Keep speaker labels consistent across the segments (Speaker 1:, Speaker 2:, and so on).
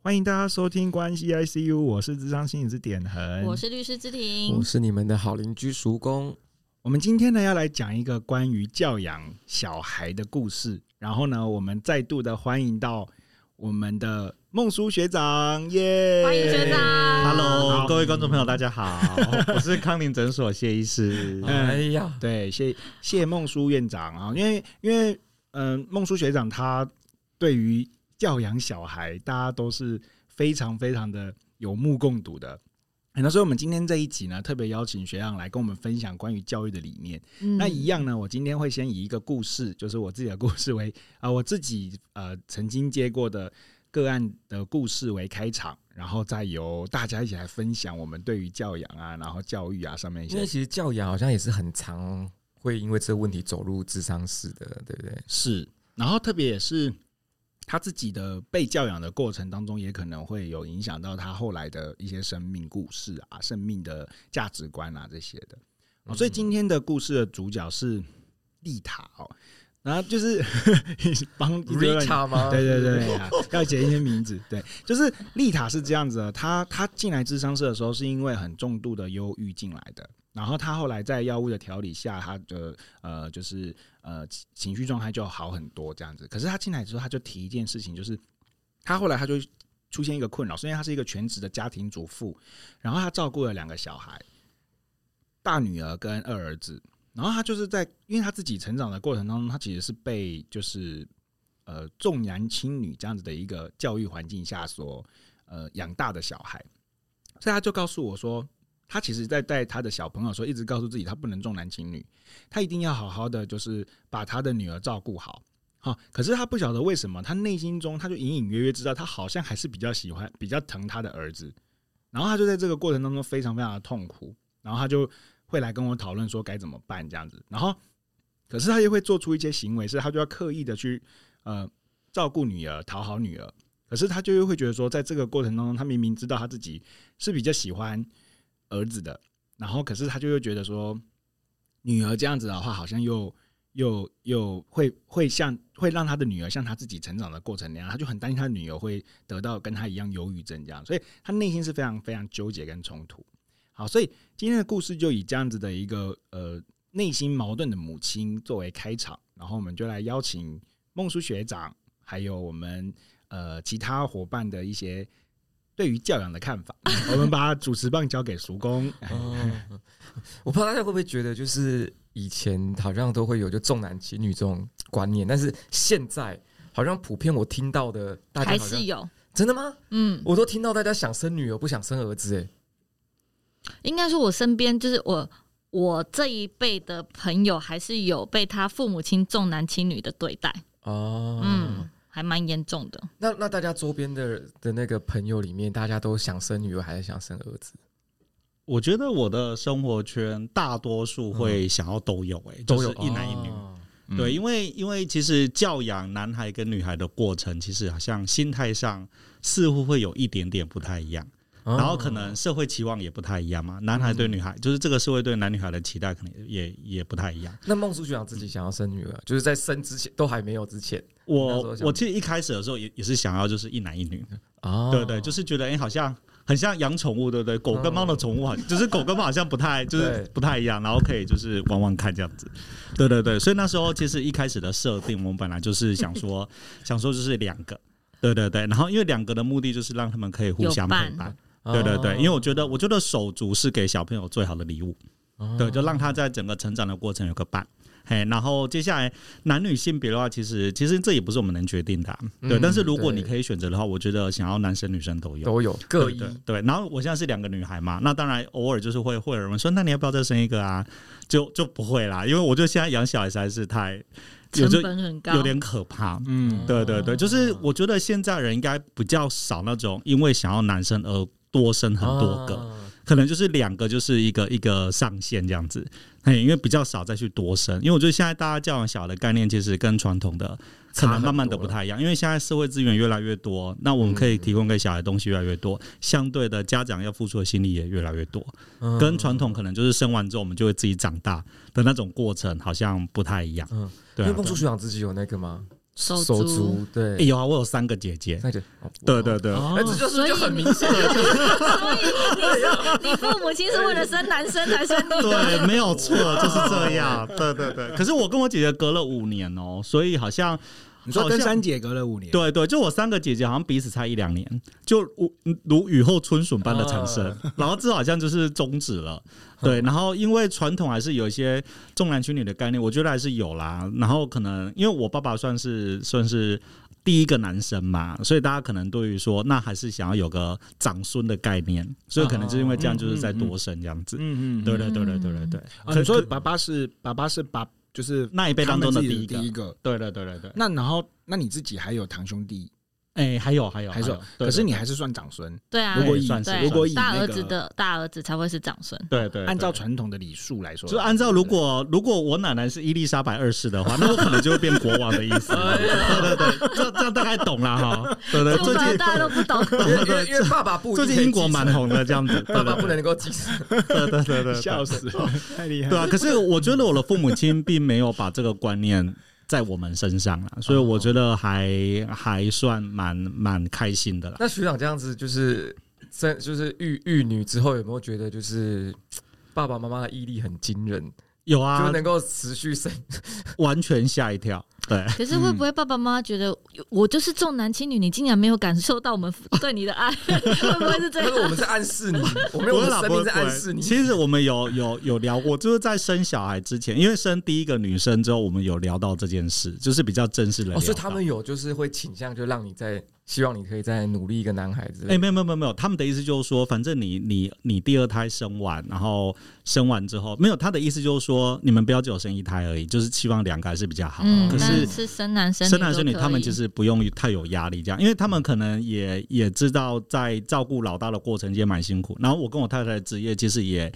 Speaker 1: 欢迎大家收听关系 ICU，我是智商心理师点恒，
Speaker 2: 我是律师之
Speaker 3: 我
Speaker 2: 庭，
Speaker 3: 是你们的好邻居叔公，
Speaker 1: 我们今天呢要来讲一个关于教养小孩的故事，然后呢，我们再度的欢迎到我们的孟叔学长，耶、
Speaker 2: 欢迎学长
Speaker 4: Hello，
Speaker 1: 好
Speaker 4: 各位观众朋友，大家好，我是康宁诊所谢医
Speaker 1: 嗯
Speaker 4: 师。
Speaker 3: 哎呀，
Speaker 1: 对，谢谢孟书院长啊，因为因为嗯、孟书学长他对于教养小孩，大家都是非常非常的有目共睹的。哎那所以，我们今天这一集呢，特别邀请学长来跟我们分享关于教育的理念。那
Speaker 2: 嗯
Speaker 1: 一样呢，我今天会先以一个故事，就是我自己的故事为啊、我自己呃曾经接过的个案的故事为开场，然后再由大家一起来分享我们对于教养啊，然后教育啊上面一
Speaker 3: 因
Speaker 1: 些
Speaker 3: 为其实教养好像也是很常会因为这个问题走入智商室的，对不对？
Speaker 1: 是，然后特别也是他自己的被教养的过程当中，也可能会有影响到他后来的一些生命故事啊、生命的价值观啊这些的。哦所以今天的故事的主角是丽塔哦，然后就是 帮一直乱
Speaker 3: Rita 吗？
Speaker 1: 对对对，啊要写一些名字。 对，就是丽塔是这样子的，她她进来智商室的时候是因为很重度的忧郁进来的，然后她后来在药物的调理下，她的呃就是呃情情绪状态就好很多这样子。可是她进来之后，她就提一件事情，就是她后来她就出现一个困扰，是因为她是一个全职的家庭主妇，然后她照顾了两个小孩，大女儿跟二儿子。然后她就是在，因为她自己成长的过程当中，她其实是被就是呃重男轻女这样子的一个教育环境下所呃养大的小孩，所以他就告诉我说，他其实在带他的小朋友的时候，一直告诉自己他不能重男轻女，他一定要好好的就是把他的女儿照顾好。好、可是他不晓得为什么，他内心中他就隐隐约约知道，他好像还是比较喜欢、比较疼他的儿子。然后他就在这个过程当中非常非常的痛苦，然后他就会来跟我讨论说该怎么办这样子。然后，可是他又会做出一些行为，是他就要刻意的去呃照顾女儿、讨好女儿，可是他就又会觉得说，在这个过程当中，他明明知道他自己是比较喜欢儿子的，然后可是他就又觉得说，女儿这样子的话，好像又又又会会像会让他的女儿像他自己成长的过程那样，他就很担心他的女儿会得到跟他一样忧郁症这样，所以他内心是非常非常纠结跟冲突。好，所以今天的故事就以这样子的一个呃内心矛盾的母亲作为开场，然后我们就来邀请孟叔学长，还有我们呃其他伙伴的一些对于教养的看法。 我们把主持棒交给叔
Speaker 4: 哦
Speaker 1: 公。哎
Speaker 3: 嗯， 我不知道大家会不会觉得，就是以前好像都会有就重男轻女这种观念，但是现在好像普遍我听到的，啊大家
Speaker 2: 还
Speaker 3: 好
Speaker 2: 是
Speaker 3: 像
Speaker 2: 有，
Speaker 3: 真的吗？
Speaker 2: 嗯，
Speaker 3: 我都听到大家想生女儿不想生儿子，哎，
Speaker 2: 应该说我身边就是我我这一辈的朋友，还是有被他父母亲重男轻女的对待，
Speaker 3: 哦，
Speaker 2: 嗯，还蛮严重的。
Speaker 3: 那那大家周边的的那个朋友里面，大家都想生女儿还是想生儿子？
Speaker 4: 我觉得我的生活圈大多数会想要都有、欸，哎、就是一男一女。
Speaker 3: 嗯哦
Speaker 4: 对，因为因为其实教养男孩跟女孩的过程，其实好像心态上似乎会有一点点不太一样，
Speaker 3: 哦
Speaker 4: 然后可能社会期望也不太一样嘛。男孩对
Speaker 3: 嗯
Speaker 4: 女孩，就是这个社会对男女孩的期待，可能也也不太一样。
Speaker 3: 那孟叔学长自己想要生女儿，就是在生之前都还没有之前那时候
Speaker 4: 我
Speaker 3: 想
Speaker 4: 我其实一开始的时候也也是想要就是一男一女，
Speaker 3: 啊
Speaker 4: 对对，就是觉得哎、诶好像很像养宠物，对不对？狗跟猫的宠 物好像，就是狗跟猫好像不太，就是
Speaker 3: 对
Speaker 4: 不太一样，然后可以就是玩玩看这样子。对对对，所以那时候其实一开始的设定，我们本来就是想说， 想说就是两个。对对对，然后因为两个的目的就是让他们可以互相
Speaker 2: 有
Speaker 4: 陪
Speaker 2: 伴
Speaker 4: 伴，
Speaker 3: 哦
Speaker 4: 哦对对对，因为我觉得我觉得手足是给小朋友最好的礼物，对，就让他在整个成长的过程有个伴。嘿，然后接下来男女性别的话，其实其实这也不是我们能决定的啊、对。
Speaker 3: 嗯
Speaker 4: 但是如果你
Speaker 3: 对
Speaker 4: 可以选择的话，我觉得想要男生女生都有，
Speaker 3: 都有各
Speaker 4: 对
Speaker 3: 一
Speaker 4: 对对。然后我现在是两个女孩嘛，那当然偶尔就是会会有人说，那你要不要再生一个啊？就就不会啦，因为我觉得现在养小孩实在是太，有
Speaker 2: 成
Speaker 4: 就
Speaker 2: 本很高，
Speaker 4: 有点可怕。
Speaker 1: 嗯
Speaker 4: 对对对，就是我觉得现在人应该比较少那种因为想要男生而多生很多个，
Speaker 3: 啊
Speaker 4: 可能就是两个就是一个一个上限这样子，嘿，因为比较少再去多生，因为我觉得现在大家教养小孩的概念其实跟传统的可
Speaker 3: 差
Speaker 4: 能
Speaker 3: 很
Speaker 4: 慢慢的
Speaker 3: 多
Speaker 4: 不
Speaker 3: 了
Speaker 4: 太一样，因为现在社会资源越来越多，那我们可以提供给小孩的东西越来越多，相对的家长要付出的心力也越来越多，
Speaker 3: 嗯
Speaker 4: 跟传统可能就是生完之后我们就会自己长大的那种过程好像不太一样，
Speaker 3: 嗯
Speaker 4: 对
Speaker 3: 因
Speaker 4: 啊、
Speaker 3: 为孟叔哎
Speaker 4: 对
Speaker 3: 学长自己有那个吗？
Speaker 2: 手
Speaker 3: 手
Speaker 2: 足，
Speaker 3: 足，对，
Speaker 4: 欸有啊，我有三个姐姐。
Speaker 3: 那就哦
Speaker 4: 对对对，
Speaker 3: 那这就是
Speaker 2: 所以
Speaker 3: 就很明显了，
Speaker 2: 你父母亲是为了生男生才生你的，
Speaker 4: 对，没啊有错，就是这 样。对对对，可是我跟我姐姐隔了五年哦，所以好像
Speaker 1: 你说
Speaker 4: 好
Speaker 1: 跟
Speaker 4: 像
Speaker 1: 三姐隔了五年，
Speaker 4: 对对，就我三个姐姐好像彼此差一两年，就如如雨后春笋般的产生，然后这好像就是终止了。对，然后因为传统还是有一些重男轻女的概念，我觉得还是有啦。然后可能因为我爸爸算是算是。第一个男生嘛，所以大家可能对于说，那还是想要有个长孙的概念，所以可能就是因为这样，就是在多生这样子。
Speaker 1: 嗯，嗯嗯，
Speaker 4: 对对对对对对对，
Speaker 1: 啊
Speaker 4: 可
Speaker 1: 你说
Speaker 4: 可
Speaker 1: 爸爸是爸爸是爸，就是
Speaker 4: 那一辈
Speaker 1: 他
Speaker 4: 当
Speaker 1: 们
Speaker 4: 中
Speaker 1: 自
Speaker 4: 的
Speaker 1: 己的
Speaker 4: 第一个
Speaker 1: 第，一个。
Speaker 4: 对对对对对。
Speaker 1: 那然后，那你自己还有堂兄弟，
Speaker 4: 哎、还有还有
Speaker 1: 还是有
Speaker 4: 有，对
Speaker 1: 可是
Speaker 4: 对
Speaker 1: 你还是算长孙。
Speaker 2: 对啊
Speaker 1: 如，果
Speaker 4: 哎
Speaker 1: 以
Speaker 4: 算是
Speaker 2: 对，
Speaker 1: 如果以
Speaker 2: 大
Speaker 1: 那
Speaker 2: 儿
Speaker 1: 个
Speaker 2: 子的大儿子才会是长孙，
Speaker 4: 对对对
Speaker 1: 按照传统的礼数来说，
Speaker 4: 就按照如果如果我奶奶是伊丽莎白二世的话，那我可能就会变国王的意 思。
Speaker 2: 哎
Speaker 4: 对对对，这这样大概懂了哈。对对，
Speaker 2: 这不
Speaker 4: 呃最
Speaker 2: 然
Speaker 4: 近
Speaker 2: 啊大家都不懂。
Speaker 3: 因为因 为因为爸爸不一
Speaker 4: 最
Speaker 3: 定
Speaker 4: 近英国
Speaker 3: 可以继
Speaker 4: 蛮红的这样子，对
Speaker 3: 承，爸
Speaker 4: 对
Speaker 3: 爸不
Speaker 4: 对
Speaker 3: 能够继承，
Speaker 4: 对对对对，
Speaker 1: 笑 死，太厉害
Speaker 4: 对啊，可是我觉得我的父母亲并没有把这个观念在我们身上啦，所以我觉得还还算蛮蛮开心的啦。
Speaker 3: 那学长这样子就是生就是育育女之后，有没有觉得就是爸爸妈妈的毅力很惊人，
Speaker 4: 有
Speaker 3: 就
Speaker 4: 啊，
Speaker 3: 能够持续生？
Speaker 4: 完全吓一跳。对，
Speaker 2: 可是会不会爸爸妈妈觉得我就是重男轻女，你竟然没有感受到我们对你的 爱，会不会是这
Speaker 3: 但是我
Speaker 2: 样？
Speaker 3: 们在暗示 你，我没有我
Speaker 4: 的
Speaker 3: 们
Speaker 4: 老
Speaker 3: 生
Speaker 4: 婆
Speaker 3: 命在暗示你。
Speaker 4: 其实我们有有有聊过，就是在生小孩之前，因为生第一个女生之后，我们有聊到这件事，就是比较正式的聊到、
Speaker 3: 哦，所以他们有就是会倾向，就让你在希望你可以再努力一个男孩子。
Speaker 4: 哎、没有没有没有没有，他们的意思就是说，反正你你你第二胎生完，然后生完之后，没有他的意思就是说，你们不要只有生一胎而已，就是期望两个还是比较好。
Speaker 2: 嗯，
Speaker 4: 可
Speaker 2: 但
Speaker 4: 是
Speaker 2: 是生男生
Speaker 4: 生男生
Speaker 2: 都
Speaker 4: 女，
Speaker 2: 可以
Speaker 4: 他们其实不用太有压力，这样，因为他们可能也也知道在照顾老大的过程也蛮辛苦。然后我跟我太太的职业其实也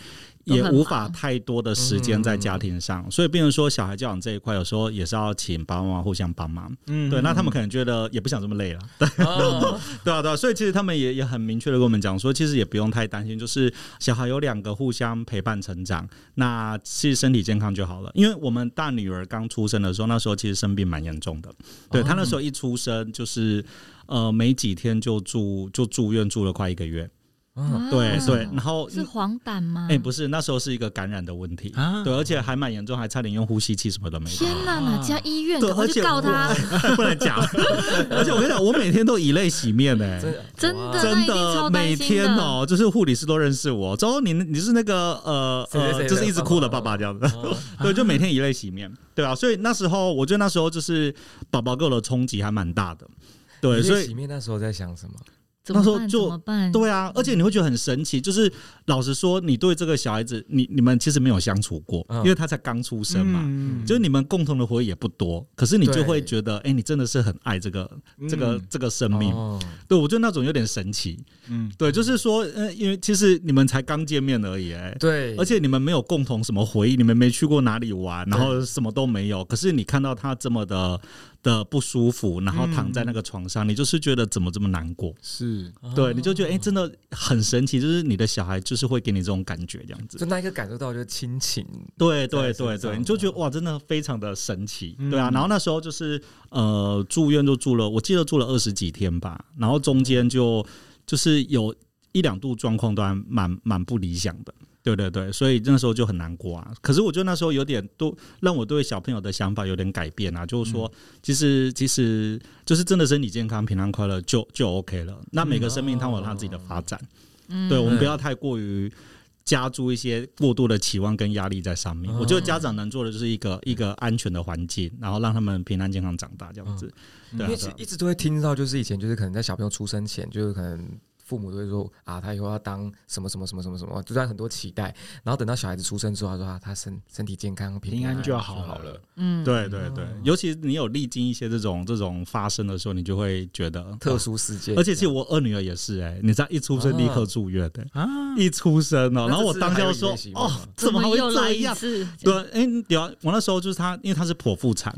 Speaker 2: 都很
Speaker 4: 也
Speaker 2: 忙嗯
Speaker 4: 无法太多的时间在家庭上，所以变成说小孩教养这一块，有时候也是要请爸爸妈妈互相帮忙。
Speaker 1: 嗯
Speaker 4: 对，那他们可能觉得也不想这么累了，
Speaker 3: 哦
Speaker 4: 对啊，对啊，所以其实他们也也很明确的跟我们讲说，其实也不用太担心，就是小孩有两个互相陪伴成长，那其实身体健康就好了。因为我们大女儿刚出生的时候，那时候其实生病蛮严重的，对她那时候一出生就是呃没几天就住就住院住了快一个月，
Speaker 3: 嗯
Speaker 4: 对
Speaker 2: 啊
Speaker 4: 对，然后
Speaker 2: 是黄疸吗？
Speaker 4: 哎、不是那时候是一个感染的问题，
Speaker 1: 啊
Speaker 4: 对，而且还蛮严重，还差点用呼吸器什么都没有。
Speaker 2: 天哪，哪家医院？
Speaker 4: 啊对
Speaker 2: 赶快
Speaker 4: 而且
Speaker 2: 去告他！
Speaker 4: 我 不能讲，而且我跟你讲，我每天都以泪洗面欸呢、
Speaker 3: 真的
Speaker 2: 真
Speaker 3: 哇
Speaker 2: 的
Speaker 4: 真
Speaker 2: 那一定超担
Speaker 4: 每
Speaker 2: 心的
Speaker 4: 天哦，就是护理师都认识我。之后你你是那个呃
Speaker 3: 谁谁谁
Speaker 4: 呃，
Speaker 3: 的
Speaker 4: 就是一直哭的爸爸这样子，
Speaker 3: 哦
Speaker 4: 对，就每天以泪洗面，对啊。所以那时候，我觉得那时候就是宝宝给我的冲击还蛮大的，对，
Speaker 3: 你
Speaker 4: 所
Speaker 3: 所
Speaker 4: 以
Speaker 3: 以面那时候在想什么？
Speaker 2: 怎么
Speaker 4: 那时候
Speaker 2: 办？
Speaker 4: 就
Speaker 2: 怎么办？
Speaker 4: 对啊，而且你会觉得很神奇，就是老实说，你对这个小孩子，你你们其实没有相处过，
Speaker 3: 嗯
Speaker 4: 因为他才刚出生嘛。
Speaker 1: 嗯
Speaker 4: 就是你们共同的回忆也不多，可是你就
Speaker 3: 对
Speaker 4: 会觉得，哎、你真的是很爱这个、这个
Speaker 1: 嗯
Speaker 4: 这个生命。
Speaker 3: 哦
Speaker 4: 对我觉得那种有点神奇，
Speaker 1: 嗯，
Speaker 4: 对，就是说，呃，因为其实你们才刚见面而已、哎，
Speaker 3: 对，
Speaker 4: 而且你们没有共同什么回忆，你们没去过哪里玩，
Speaker 3: 对
Speaker 4: 然后什么都没有。可是你看到他这么的的不舒服，然后躺在那个床上，你就是觉得怎么这么难过？
Speaker 1: 是
Speaker 3: 嗯哦
Speaker 4: 对，你就觉得哎、真的很神奇，就是你的小孩就是会给你这种感觉，这样子
Speaker 3: 就。那一刻感受到就是亲情，
Speaker 4: 对对
Speaker 3: 在身
Speaker 4: 对对，
Speaker 3: 上
Speaker 4: 你就觉得哇，真的非常的神奇，对啊。然后那时候就是呃住院就住了，我记得住了二十几天吧，然后中间就就是有一两度状况都还蛮蛮不理想的。对对对，所以那时候就很难过啊。可是我觉得那时候有点都让我对小朋友的想法有点改变啊，就是说，其实其实就是真的身体健康、平安快乐就就 OK 了。那每个生命它有它自己的发展，
Speaker 2: 嗯
Speaker 4: 对，我们
Speaker 3: 嗯
Speaker 4: 不要太过于加注一些过度的期望跟压力在上面。
Speaker 3: 嗯
Speaker 4: 我觉得家长能做的就是一个一个安全的环境，然后让他们平安健康长大这样子。对
Speaker 3: 因
Speaker 4: 啊
Speaker 3: 为
Speaker 4: 对
Speaker 3: 其
Speaker 4: 啊
Speaker 3: 实一直都会听到，就是以前就是可能在小朋友出生前，就是可能父母都会说啊，他以后要当什么什么什么什么什么，就在很多期待。然后等到小孩子出生之后，他说啊，他身身体健康平
Speaker 1: 平安就好
Speaker 3: 好
Speaker 1: 了，。
Speaker 2: 嗯，
Speaker 4: 对对对，尤其你有历经一些这种这种发生的时候，你就会觉得
Speaker 3: 特。
Speaker 4: 哇
Speaker 3: 殊事件，
Speaker 4: 而且其实我二女儿也是哎、你知道一出生立刻住院的、
Speaker 1: 啊，
Speaker 4: 一出生哦、
Speaker 3: 那
Speaker 4: 然后我
Speaker 3: 这次
Speaker 4: 当下
Speaker 3: 还有
Speaker 4: 就说
Speaker 3: 一些希望
Speaker 4: 哦
Speaker 3: 吗，
Speaker 2: 怎
Speaker 4: 么
Speaker 2: 么
Speaker 4: 会
Speaker 2: 又来
Speaker 4: 这
Speaker 2: 一
Speaker 4: 样？
Speaker 2: 次？
Speaker 4: 对，哎、对啊，我那时候就是她，因为她是剖腹产，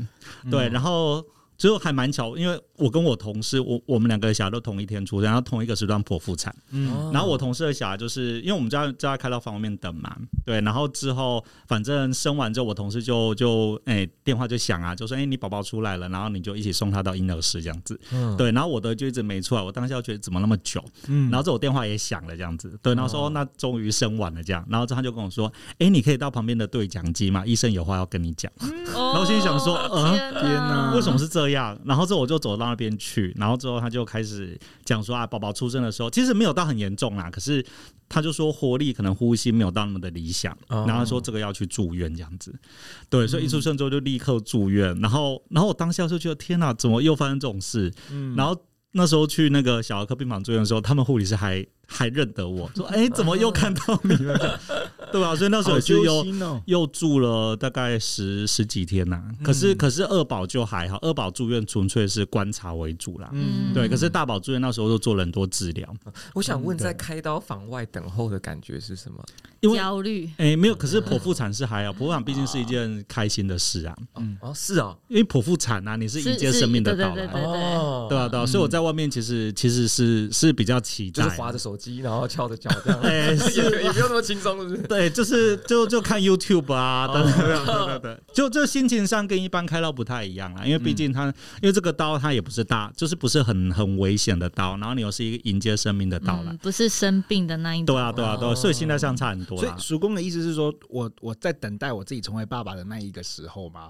Speaker 4: 对，然后就还蛮巧，因为我跟我同事，我我们两个小孩都同一天出生，然后同一个时段剖腹产。
Speaker 3: 哦
Speaker 1: 嗯，
Speaker 4: 然后我同事的小孩就是因为我们家叫他开到房外面等嘛，对，然后之后反正生完之后，我同事就就哎、电话就响啊，就说哎、你宝宝出来了，然后你就一起送他到婴儿室这样子，
Speaker 3: 嗯，
Speaker 4: 对，然后我的就一直没出来，我当下觉得怎么那么久，
Speaker 1: 嗯
Speaker 4: 然后之后我电话也响了这样子，对，然后说、
Speaker 3: 哦
Speaker 4: 哦那终于生完了这样，然后之后他就跟我说，哎、你可以到旁边的对讲机嘛，医生有话要跟你讲。
Speaker 2: 然
Speaker 4: 后心里想说
Speaker 2: 哦
Speaker 4: 呃
Speaker 1: 哦天哪
Speaker 4: 为什么是这样？然后之后我就走到那边去，然后之后他就开始讲说啊，宝宝出生的时候其实没有到很严重啦，可是他就说活力可能呼吸没有到那么的理想，
Speaker 3: 哦
Speaker 4: 然后他说这个要去住院这样子。对，所以一
Speaker 1: 嗯
Speaker 4: 出生之后就立刻住院，然后然后我当下就觉得天哪，怎么又发生这种事？
Speaker 1: 嗯
Speaker 4: 然后那时候去那个小儿科病房住院的时候，他们护理师还还认得我说，哎、怎么又看到你了？ 对吧、所以那时候
Speaker 1: 好
Speaker 4: 我就
Speaker 1: 揪
Speaker 4: 又
Speaker 1: 心哦，
Speaker 4: 又住了大概十十几天呐、可是、
Speaker 1: 嗯
Speaker 4: 可是二宝就还好，二宝住院纯粹是观察为主啦。
Speaker 1: 嗯，
Speaker 4: 对，可是大宝住院那时候就做了很多治疗，
Speaker 3: 我想问，
Speaker 4: 嗯对
Speaker 3: 在开刀房外等候的感觉是什么？
Speaker 4: 因为
Speaker 2: 焦虑？
Speaker 4: 诶、没有，可是剖腹产是还好，剖腹产毕竟是一件开心的事啊，
Speaker 1: 嗯
Speaker 3: 哦，是哦，
Speaker 4: 因为剖腹产啊，你是迎接
Speaker 2: 是
Speaker 4: 生命的到
Speaker 2: 对对
Speaker 4: 来，
Speaker 3: 哦，
Speaker 4: 对啊，对啊，所以我在外面其实其实是是比较期
Speaker 3: 就
Speaker 4: 待
Speaker 3: 是，划着手机，然后翘着脚这样，
Speaker 4: 哎、
Speaker 3: 也 也不用那么轻松，是不是？
Speaker 4: 对，就是就就看 YouTube
Speaker 3: 哦
Speaker 4: 啊，等等等等等，就这心情上跟一般开刀不太一样啊啦，因为毕
Speaker 3: 嗯
Speaker 4: 竟它、因为这个刀它也不是大，就是不是很很危险的刀，然后你又是一个迎接生命的刀啦。
Speaker 2: 嗯，不是生病的那一种。
Speaker 4: 对啊，对啊，对啊，
Speaker 3: 哦
Speaker 4: 所以心态上差很多
Speaker 1: 所以
Speaker 4: 啦。
Speaker 1: 叔公的意思是说，我我在等待我自己成为爸爸的那一个时候吗？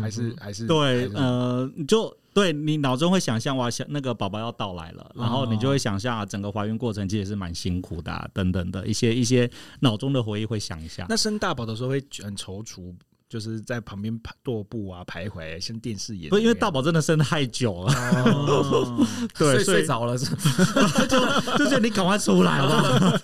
Speaker 1: 还是
Speaker 4: 嗯
Speaker 1: 还是
Speaker 4: 对
Speaker 1: 嗯还，是
Speaker 4: 呃，就对你脑中会想象哇，想那个宝宝要到来了，然后你就会想象、啊、整个怀孕过程其实是蛮辛苦的、啊，等等的一些一些脑中的回忆会想一下。
Speaker 1: 那生大宝的时候会很踌躇，就是在旁边踱踱步啊，徘徊，像电视演那样。
Speaker 4: 不，因为大宝真的生太久了，
Speaker 1: 哦
Speaker 4: 对，
Speaker 3: 睡
Speaker 4: 所以
Speaker 3: 睡着了，是
Speaker 4: 就觉得你赶快出来吧。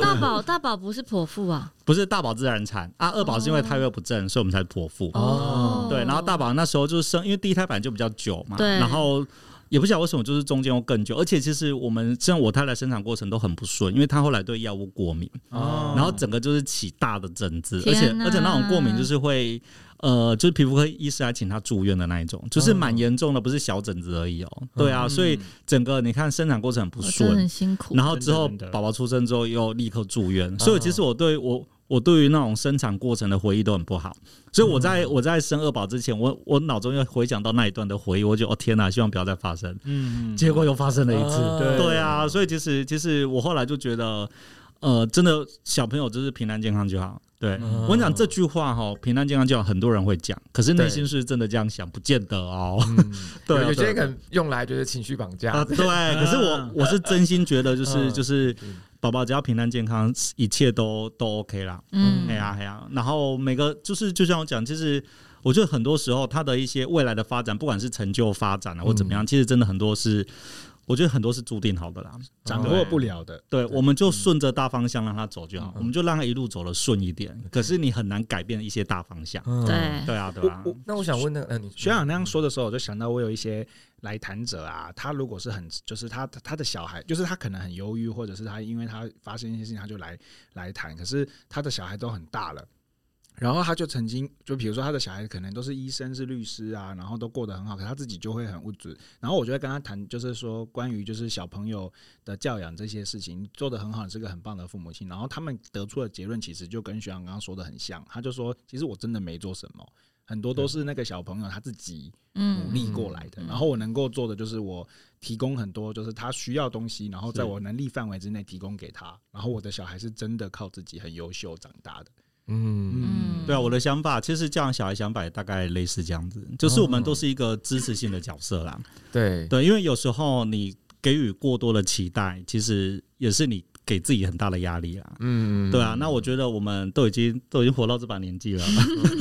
Speaker 2: 大宝大宝不是剖腹啊。
Speaker 4: 不是大宝自然产啊，二宝是因为胎位不正，所以我们才剖腹。
Speaker 3: 哦
Speaker 4: 对，然后大宝那时候就是生，因为第一胎本来就比较久嘛，
Speaker 2: 对
Speaker 4: 然后也不晓得为什么就是中间又更久，而且其实我们像我太太生产过程都很不顺，因为她后来对药物过敏，
Speaker 1: 哦
Speaker 4: 然后整个就是起大的疹子，而且
Speaker 2: 嗯天哪
Speaker 4: 而且那种过敏就是会。呃，就是皮肤科医师还请她住院的那一种，就是蛮严重的，不是小疹子而已哦、对啊，所以整个你看生产过程很不
Speaker 2: 嗯哦我真的
Speaker 4: 顺
Speaker 2: 很，辛苦。嗯
Speaker 4: 然后之后
Speaker 1: 真的真的
Speaker 4: 宝宝出生之后又立刻住院，所以其实我对我我对于那种生产过程的回忆都很不好，所以我在、
Speaker 2: 嗯
Speaker 4: 我在生二宝之前，我我脑中又回想到那一段的回忆，我就哦天哪，希望不要再发生，
Speaker 1: 嗯，
Speaker 4: 结果又发生了一次，
Speaker 3: 哦
Speaker 4: 对对啊，所以其实其实我后来就觉得，呃，真的小朋友就是平安健康就好。对，
Speaker 3: 嗯
Speaker 4: 我跟你讲这句话哈，平安健康就好，很多人会讲，可是内
Speaker 3: 对
Speaker 4: 心是真的这样想，不见得哦。
Speaker 3: 嗯，
Speaker 4: 对啊
Speaker 3: 有有些
Speaker 4: 对啊
Speaker 3: 人可能用来就是情绪绑架
Speaker 4: 啊，， 对，可是我我是真心觉得，就是
Speaker 3: 嗯
Speaker 4: 就是宝宝只要平安健康，一切都都 OK 啦。
Speaker 2: 嗯
Speaker 4: 哎，呀哎呀，然后每个就是就像我讲，就是我觉得很多时候他的一些未来的发展，不管是成就发展啊或怎么样，其实真的很多是。我觉得很多是注定好的啦，
Speaker 1: 掌握不了的。
Speaker 4: 对，我们就顺着大方向让他走就好
Speaker 3: 嗯，
Speaker 4: 我们就让他一路走的顺一点。可是你很难改变一些大方向，
Speaker 3: 嗯。
Speaker 2: 对，
Speaker 4: 对啊，对啊
Speaker 1: 我，我
Speaker 3: 那我想问那个，嗯，你
Speaker 1: 学长那样说的时候，我就想到我有一些来谈者啊，他如果是很，就是他他他的小孩，就是他可能很忧郁，或者是他因为他发生一些事情，他就来来谈，可是他的小孩都很大了。然后他就曾经，就比如说他的小孩可能都是医生、是律师啊，然后都过得很好，可他自己就会很无助。然后我就会跟他谈，就是说关于就是小朋友的教养这些事情做得很好，你是个很棒的父母亲。然后他们得出的结论其实就跟学长刚刚说的很像，他就说其实我真的没做什么，很多都是那个小朋友他自己努
Speaker 2: 嗯
Speaker 1: 力过来的。
Speaker 2: 嗯
Speaker 1: 然后我能够做的就是我提供很多就是他需要东西，然后在我能力范围之内提供给他。然后我的小孩是真的靠自己很优秀长大的。
Speaker 3: 嗯，
Speaker 2: 嗯，
Speaker 4: 对啊，我的想法其实教养小孩想法也大概类似这样子，就是我们都是一个支持性的角色啦。
Speaker 3: 对，
Speaker 4: 对，因为有时候你给予过多的期待，其实也是你给自己很大的压力啦。
Speaker 3: 嗯，
Speaker 4: 对啊，那我觉得我们都已经都已经活到这把 年纪了，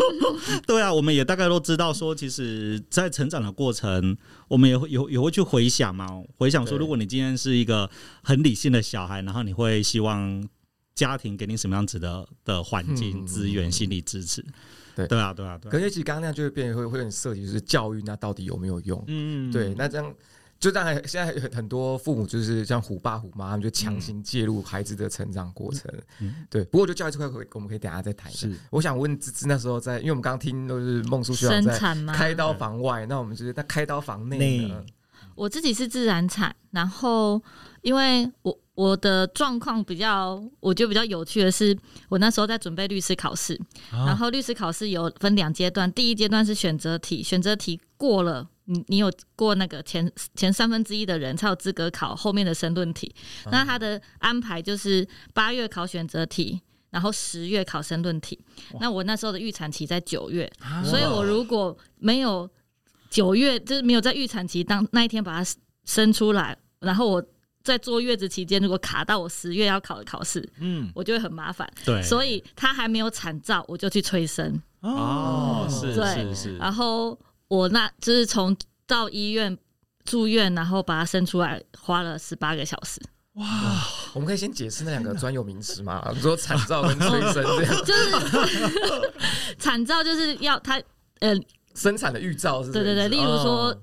Speaker 4: 对啊，我们也大概都知道说，其实，在成长的过程，我们也会也会也会去回想嘛，回想说，
Speaker 3: 对
Speaker 4: 如果你今天是一个很理性的小孩，然后你会希望家庭给你什么样子的的环境、
Speaker 3: 嗯
Speaker 4: 资源、心理支持，
Speaker 3: 对
Speaker 4: 对啊，对啊，对啊
Speaker 3: 可是其实刚刚那样就会变得会会有点涉及，就是教育那到底有没有用？
Speaker 4: 嗯
Speaker 3: 对，那这样就当然现在有很多父母就是像虎爸虎妈，他们就强行介入孩子的成长过程。
Speaker 4: 嗯
Speaker 3: 对，不过就教育这块，可以我们可以等一下再谈一下
Speaker 1: 是。
Speaker 3: 我想问芝芝那时候在，因为我们刚刚听都是孟叔学长
Speaker 2: 生
Speaker 3: 在
Speaker 2: 产吗？
Speaker 3: 开刀房外，那我们就是在开刀房内呢
Speaker 1: 内，
Speaker 2: 我自己是自然产，然后因为我我的状况比较，我觉得比较有趣的是，我那时候在准备律师考试，然后律师考试有分两阶段，第一阶段是选择题，选择题过了。你你有过那个前前三分之一的人才有资格考后面的申论题，那他的安排就是八月考选择题，然后十月考申论题。那我那时候的预产期在九月，啊
Speaker 1: 嗯
Speaker 2: 所以
Speaker 4: 哦
Speaker 2: 我如果没有九月，就是没有在预产期当那一天把它生出来，然后我在坐月子期间，如果卡到我十月要考的考试，
Speaker 1: 嗯
Speaker 2: 我就会很麻烦。
Speaker 4: 对，
Speaker 2: 所
Speaker 4: 以
Speaker 2: 以他还没有产兆，我就去催生，
Speaker 4: 哦，是
Speaker 2: 对
Speaker 4: 是是，
Speaker 2: 然后我那就是从到医院住院，然后把它生出来，花了十八个小时。
Speaker 3: 我们可以先解释那两个专有名词嘛，比如说产兆跟催 生这样，
Speaker 2: 产兆就是要他呃
Speaker 3: 生产的预兆是这个意思。
Speaker 2: 对对对例如说
Speaker 3: 哦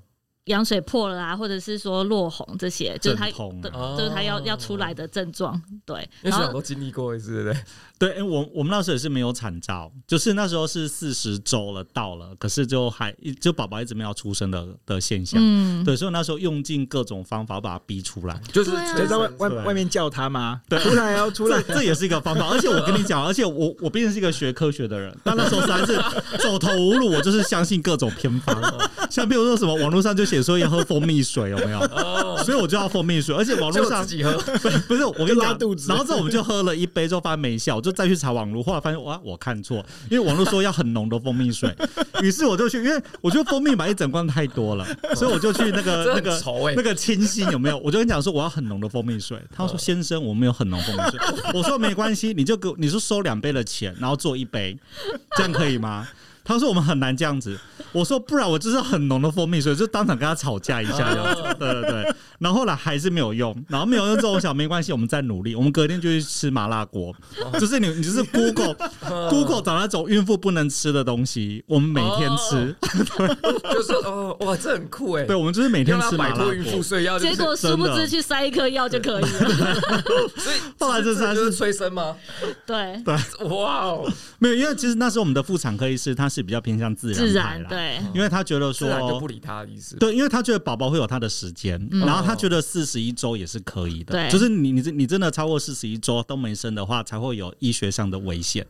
Speaker 2: 羊水破了啊，或者是说落红这些，就是他
Speaker 4: 阵痛
Speaker 2: 对
Speaker 4: 啊
Speaker 2: 就是他要要出来的症状。对，
Speaker 3: 因为
Speaker 2: 然
Speaker 3: 学长
Speaker 2: 后
Speaker 3: 都经历过一次，对不对？
Speaker 4: 对，诶我我们那时候也是没有产兆，就是那时候是四十周了，到了，可是就还就宝宝一直没有出生的的现象。
Speaker 2: 嗯，
Speaker 4: 对，所以我那时候用尽各种方法把它逼出来，
Speaker 3: 就是
Speaker 2: 对啊
Speaker 1: 就
Speaker 3: 催
Speaker 1: 在外
Speaker 3: 生
Speaker 1: 外
Speaker 4: 对
Speaker 1: 外面叫他吗？
Speaker 4: 对
Speaker 1: 出来哦要出来
Speaker 4: 这，这也是一个方法。而且我跟你讲，啊而且我我毕竟是一个学科学的人，但那时候实在是走投无路，我就是相信各种偏方，像比如说什么网络上就写说要喝蜂蜜水，有没有？所以我就要蜂蜜水，而且网
Speaker 3: 就
Speaker 4: 络
Speaker 3: 自
Speaker 4: 上
Speaker 3: 己喝，
Speaker 4: 不 不是我跟你
Speaker 1: 就拉
Speaker 4: 讲
Speaker 1: 肚子，
Speaker 4: 然后之后我们就喝了一杯，之后发现没效，我就再去查网络，后来发现哇，我看错，因为网络说要很浓的蜂蜜水，于是我就去，因为我觉得蜂蜜买一整罐太多了，所以我就去那 个
Speaker 3: 这
Speaker 4: 那
Speaker 3: 很
Speaker 4: 个
Speaker 3: 稠欸
Speaker 4: 那个清新有没有？我就跟你讲说我要很浓的蜂蜜水，他说先生我没有很浓蜂蜜 水，我说没关系，你就给我你说收两杯的钱，然后做一杯，这样可以吗？他说我们很难这样子，我说不然我就是很浓的蜂蜜水，就当场跟他吵架一 下这样
Speaker 3: 哦
Speaker 4: 子，对对对。然后后来还是没有用，然后没有用之后，我想没关系，我们再努力，我们隔天就去吃麻辣锅，
Speaker 3: 哦
Speaker 4: 就是你你就是 Google
Speaker 3: 嗯
Speaker 4: Google 找那种孕妇不能吃的东西，我们每天吃，
Speaker 3: 哦就说哦，哇，这很酷哎，
Speaker 4: 对，，我们就是每天
Speaker 3: 让他
Speaker 4: 吃麻
Speaker 3: 摆
Speaker 4: 辣
Speaker 3: 脱孕妇
Speaker 4: 锅。
Speaker 3: 睡药，就
Speaker 2: 结
Speaker 3: 是
Speaker 2: 果殊不知去塞一颗药就可以了。
Speaker 3: 所以
Speaker 4: 后来这
Speaker 3: 这
Speaker 4: 才
Speaker 3: 就是是催生吗？
Speaker 2: 对，
Speaker 3: 哇哦，
Speaker 4: 没有，因为其实那时候我们的妇产科医师他是比较偏向自然
Speaker 2: 自
Speaker 4: 派
Speaker 2: 然
Speaker 4: 啦，
Speaker 2: 对，
Speaker 4: 因为他觉得
Speaker 3: 自然就
Speaker 4: 说
Speaker 3: 不理他的意思。
Speaker 4: 对，因为他觉得宝宝会有他的时间，然后他觉得四十一周也是可以的，
Speaker 2: 嗯对
Speaker 4: 就是你你你真的超过四十一周都没生的话，才会有医学上的危险。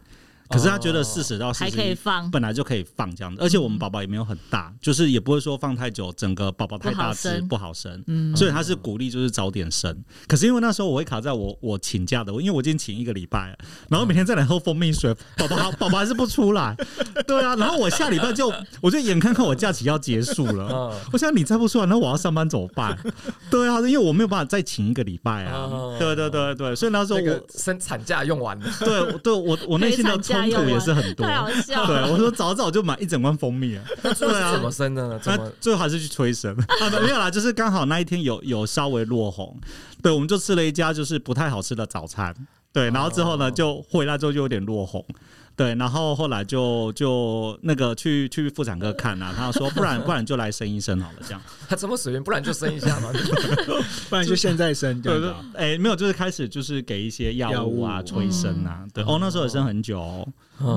Speaker 4: 可是他觉得四十到四
Speaker 2: 哦还
Speaker 4: 十
Speaker 2: 可以放
Speaker 4: 本来就可以放这样
Speaker 2: 嗯
Speaker 4: 子，而且我们宝宝也没有很大，就是也不会说放太久，整个宝宝太
Speaker 2: 不
Speaker 4: 大
Speaker 2: 好
Speaker 4: 只
Speaker 2: 生
Speaker 4: 不好生。
Speaker 2: 嗯，
Speaker 4: 所以他是鼓励就是早点生，可是因为那时候我会卡在我我请假的，因为我已经请一个礼拜了，然后每天再来喝蜂蜜水，宝宝还 宝宝还是不出来，对啊，然后我下礼拜就 我就眼看看我假期要结束了
Speaker 3: 嗯，
Speaker 4: 我想你再不出来，那我要上班怎么办？对啊，因为我没有办法再请一个礼拜啊
Speaker 3: 哦，
Speaker 4: 对对对对，所以那时候
Speaker 3: 那个
Speaker 4: 我啊
Speaker 3: 生产假用完了，
Speaker 4: 对 对我我内心的冲突也是很多，
Speaker 2: 太好笑
Speaker 4: 对
Speaker 2: 了。
Speaker 4: 我说早早就买一整罐蜂蜜啊，对啊，
Speaker 3: 怎么生的呢？怎
Speaker 4: 那
Speaker 3: 么？
Speaker 4: 最后还是去催生啊，没有啦，就是刚好那一天有有稍微落红，对，我们就吃了一家就是不太好吃的早餐，对，然后之后呢就回来之后就有点落红。对，然后后来就就那个去去妇产科看啊，他说不然不然就来生一生好了，这样。
Speaker 3: 他这么随便，不然就生一 下嘛。
Speaker 1: 不然就现在生这
Speaker 4: 对
Speaker 1: 样
Speaker 4: 对
Speaker 1: 子啊。，
Speaker 4: 哎，没有，就是开始就是给一些药物啊、
Speaker 1: 药物
Speaker 4: 催生啊，对，哦，那时候也生很久、哦，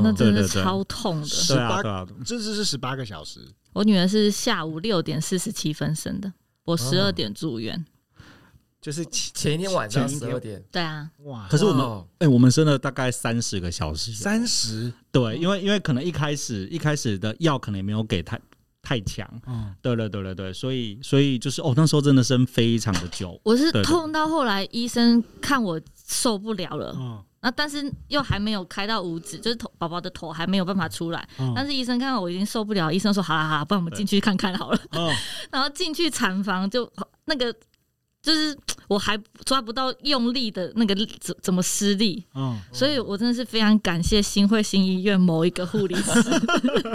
Speaker 2: 那真
Speaker 3: 嗯
Speaker 4: 对
Speaker 2: 的
Speaker 4: 对对
Speaker 2: 超痛的。
Speaker 4: 对啊
Speaker 1: 18
Speaker 4: 对啊，对
Speaker 1: 这这是十八个小时，
Speaker 2: 我女儿是下午六点四十七分生的，我十二点住院。
Speaker 1: 就是
Speaker 3: 前一天晚上
Speaker 1: 前一
Speaker 3: 十
Speaker 1: 天
Speaker 3: 二点，
Speaker 2: 对啊，，
Speaker 1: 哇
Speaker 4: 可是我们
Speaker 3: 哇哦
Speaker 4: 哎，我们生了大概三十个小时，
Speaker 1: 三十，
Speaker 4: 对，因为因为可能一开始一开始的药可能也没有给太太强，
Speaker 1: 嗯，
Speaker 4: 对了对了对，所以所以就是哦，那时候真的生非常的久
Speaker 2: 我是
Speaker 4: 对对
Speaker 2: 痛到后来医生看我受不了了，
Speaker 1: 嗯
Speaker 2: 那但是又还没有开到五指，就是头宝宝的头还没有办法出来。
Speaker 1: 嗯
Speaker 2: 但是医生看到我已经受不了，医 生说：“好啦好啦，不然我们进去看看好了。
Speaker 1: 嗯，”
Speaker 2: 然后进去产房就那个就是我还抓不到用力的那个力怎怎么施力，
Speaker 1: 嗯，
Speaker 2: 所以我真的是非常感谢新会新医院某一个护理师，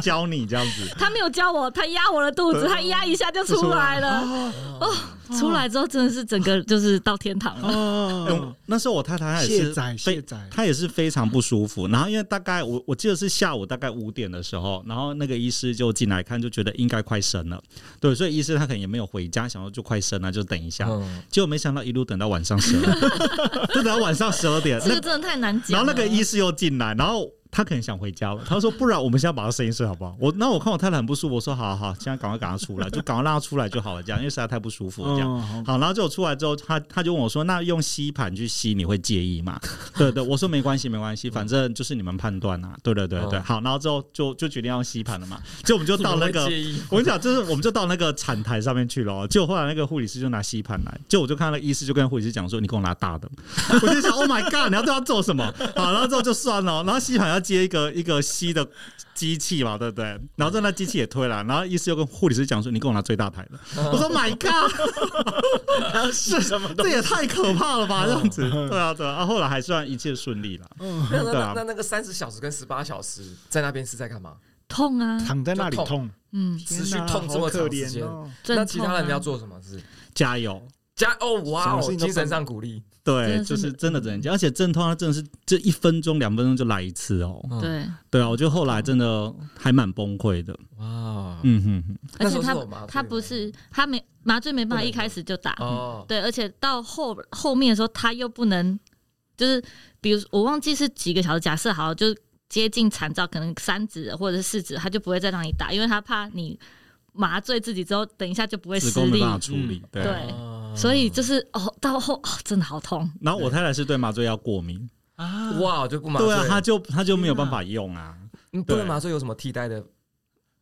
Speaker 4: 教你这样子，
Speaker 2: 他没有教我，他压我的肚子，他压一下就出来了，哦，出来之后真的是整个就是到天堂了，
Speaker 1: 哦
Speaker 4: 嗯，那时候我太太她也
Speaker 1: 卸
Speaker 4: 是
Speaker 1: 载
Speaker 4: 非
Speaker 1: 卸载，
Speaker 4: 他也是非常不舒服。然后因为大概我我记得是下午大概五点的时候，然后那个医师就进来看，就觉得应该快生了，对，所以医师他可能也没有回家，想说就快生了，啊就等一下。
Speaker 3: 嗯，
Speaker 4: 结果没想到一路等到晚上十二， 就等到晚上十二点，
Speaker 2: 这
Speaker 4: 那
Speaker 2: 个真的太难
Speaker 4: 然
Speaker 2: 讲
Speaker 4: 后
Speaker 2: 了。
Speaker 4: 那个医师又进来，然后。他可能想回家了，他说：“不然我们现在把他生一睡好不好？”我那我看我太太很不舒服，我说：“好好，好现在赶快赶他出来，就赶快让他出来就好了，这样，因为实在太不舒服了。”这样，
Speaker 1: 嗯好
Speaker 4: 好，然后结果出来之后，他他就问我说：“那用吸盘去吸，你会介意吗？”对对，我说没关系，没关系，反正就是你们判断啊。对对对对，
Speaker 3: 哦
Speaker 4: 好，然后之后就就决定要用吸盘了嘛。结果我们就到那个
Speaker 3: 你们会，介 意
Speaker 4: 我跟你讲，就是我们就到那个产台上面去了哦。结果后来那个护理师就拿吸盘来，结果我就看到那个医师就跟护理师讲说：“你给我拿大的。” 我就想：“Oh my god！你要对他做什么？”好，然后之后就算了哦，然后吸盘要接一个一个吸的机器嘛，对不对？然后之后那机器也推了，然后医师又跟护理师讲说：“你给我拿最大台的。”我说 ：“My god！”
Speaker 1: 是嗯什么嗯
Speaker 4: 这也太可怕了吧！这样子，对啊，对啊，啊后来还算一切顺利了。
Speaker 3: 那那
Speaker 4: 对啊
Speaker 3: 那那那个三十小时跟十八小时在那边是在干嘛？
Speaker 2: 痛啊，
Speaker 1: 躺在那里
Speaker 3: 就
Speaker 1: 痛，
Speaker 2: 嗯，
Speaker 1: 天
Speaker 3: 持续
Speaker 1: 哪
Speaker 3: 痛这
Speaker 1: 好
Speaker 3: 么
Speaker 1: 可
Speaker 3: 长时
Speaker 1: 怜
Speaker 3: 间
Speaker 1: 哦。
Speaker 2: 真
Speaker 3: 那其他
Speaker 2: 痛啊
Speaker 3: 人要做什么事？
Speaker 4: 加油！
Speaker 3: 加哦哇
Speaker 1: 什么事
Speaker 3: 哦，
Speaker 1: 情都
Speaker 3: 精神上鼓励。
Speaker 4: 对，
Speaker 2: 真的是
Speaker 4: 就是真的只能讲，而且阵痛它真的是这一分钟、两分钟就来一次哦。
Speaker 3: 嗯，
Speaker 2: 对，
Speaker 4: 对啊，我觉得后来真的还蛮崩溃的。
Speaker 3: 哇，哦
Speaker 4: 嗯哼哼，
Speaker 2: 而
Speaker 3: 那时
Speaker 2: 且
Speaker 3: 候是
Speaker 2: 他
Speaker 3: 有麻醉
Speaker 2: 他
Speaker 3: 吗
Speaker 2: 不是他没麻醉没办法一开始就打，
Speaker 3: 哦，
Speaker 2: 对，而且到后后面的时候他又不能，就是比如我忘记是几个小时，假设好就是接近产兆，可能三指或者是四指，他就不会再让你打，因为他怕你麻醉自己之后，等一下就不会
Speaker 4: 子
Speaker 2: 失
Speaker 4: 宫没
Speaker 2: 力
Speaker 4: 办，法处理。对啊，
Speaker 2: 对
Speaker 3: 哦
Speaker 2: 所以就是哦，到后、哦、真的好痛，
Speaker 4: 然后我太太是对麻醉药过敏，
Speaker 1: 啊，
Speaker 3: 哇哦就不麻醉
Speaker 4: 对
Speaker 3: 了，
Speaker 4: 啊，她就她就没有办法用啊。
Speaker 3: 嗯不
Speaker 4: 对
Speaker 3: 能麻醉有什么替代的？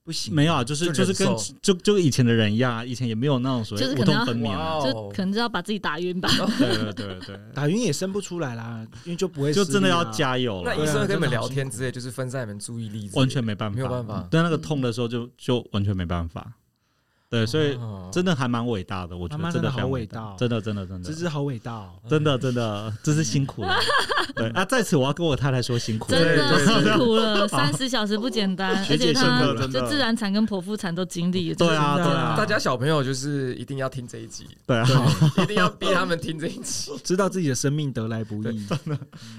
Speaker 3: 不行
Speaker 4: 没有啊，就是
Speaker 3: 就
Speaker 4: 就
Speaker 3: 忍
Speaker 4: 是跟
Speaker 3: 受
Speaker 4: 就就以前的人一样啊，以前也没有那种所
Speaker 2: 就
Speaker 4: 谓
Speaker 2: 是
Speaker 4: 无
Speaker 2: 可能
Speaker 4: 痛分娩啊。
Speaker 3: 哦
Speaker 2: 就可能是要把自己打晕吧。
Speaker 4: 对对对对
Speaker 1: 打晕也生不出来啦，因为就不会啊
Speaker 4: 对，就真的要
Speaker 1: 加。
Speaker 4: 加油了
Speaker 3: 那。医生会跟你们聊天之类，就是分散你们注意力之类的，
Speaker 4: 完全没办法，
Speaker 3: 没有办法
Speaker 4: 对那个痛的时候就就完全没办法。对，所以
Speaker 3: 哦
Speaker 4: 真的还蛮伟大的，我觉
Speaker 1: 妈妈
Speaker 4: 得
Speaker 1: 真
Speaker 4: 真
Speaker 1: 的
Speaker 4: 非常
Speaker 1: 好伟
Speaker 4: 伟
Speaker 1: 大哦
Speaker 4: 真的真的真的
Speaker 1: 芝芝好伟大哦！
Speaker 4: 真的真的，这是辛苦了。对啊，在此我要跟我太太说辛苦了，
Speaker 2: 真的
Speaker 4: 对
Speaker 2: 辛苦 了，三十小时不简单，
Speaker 4: 学
Speaker 2: 而
Speaker 4: 姐
Speaker 2: 且
Speaker 4: 辛
Speaker 2: 她
Speaker 4: 苦了真的
Speaker 2: 就自然产跟剖腹产都经历，
Speaker 4: 对啊
Speaker 2: 就是
Speaker 4: 对啊
Speaker 3: 大家小朋友就是一定要听这一集，
Speaker 4: 对啊。
Speaker 3: 一定要逼他们听这一集。
Speaker 1: 知道自己的生命得来不易，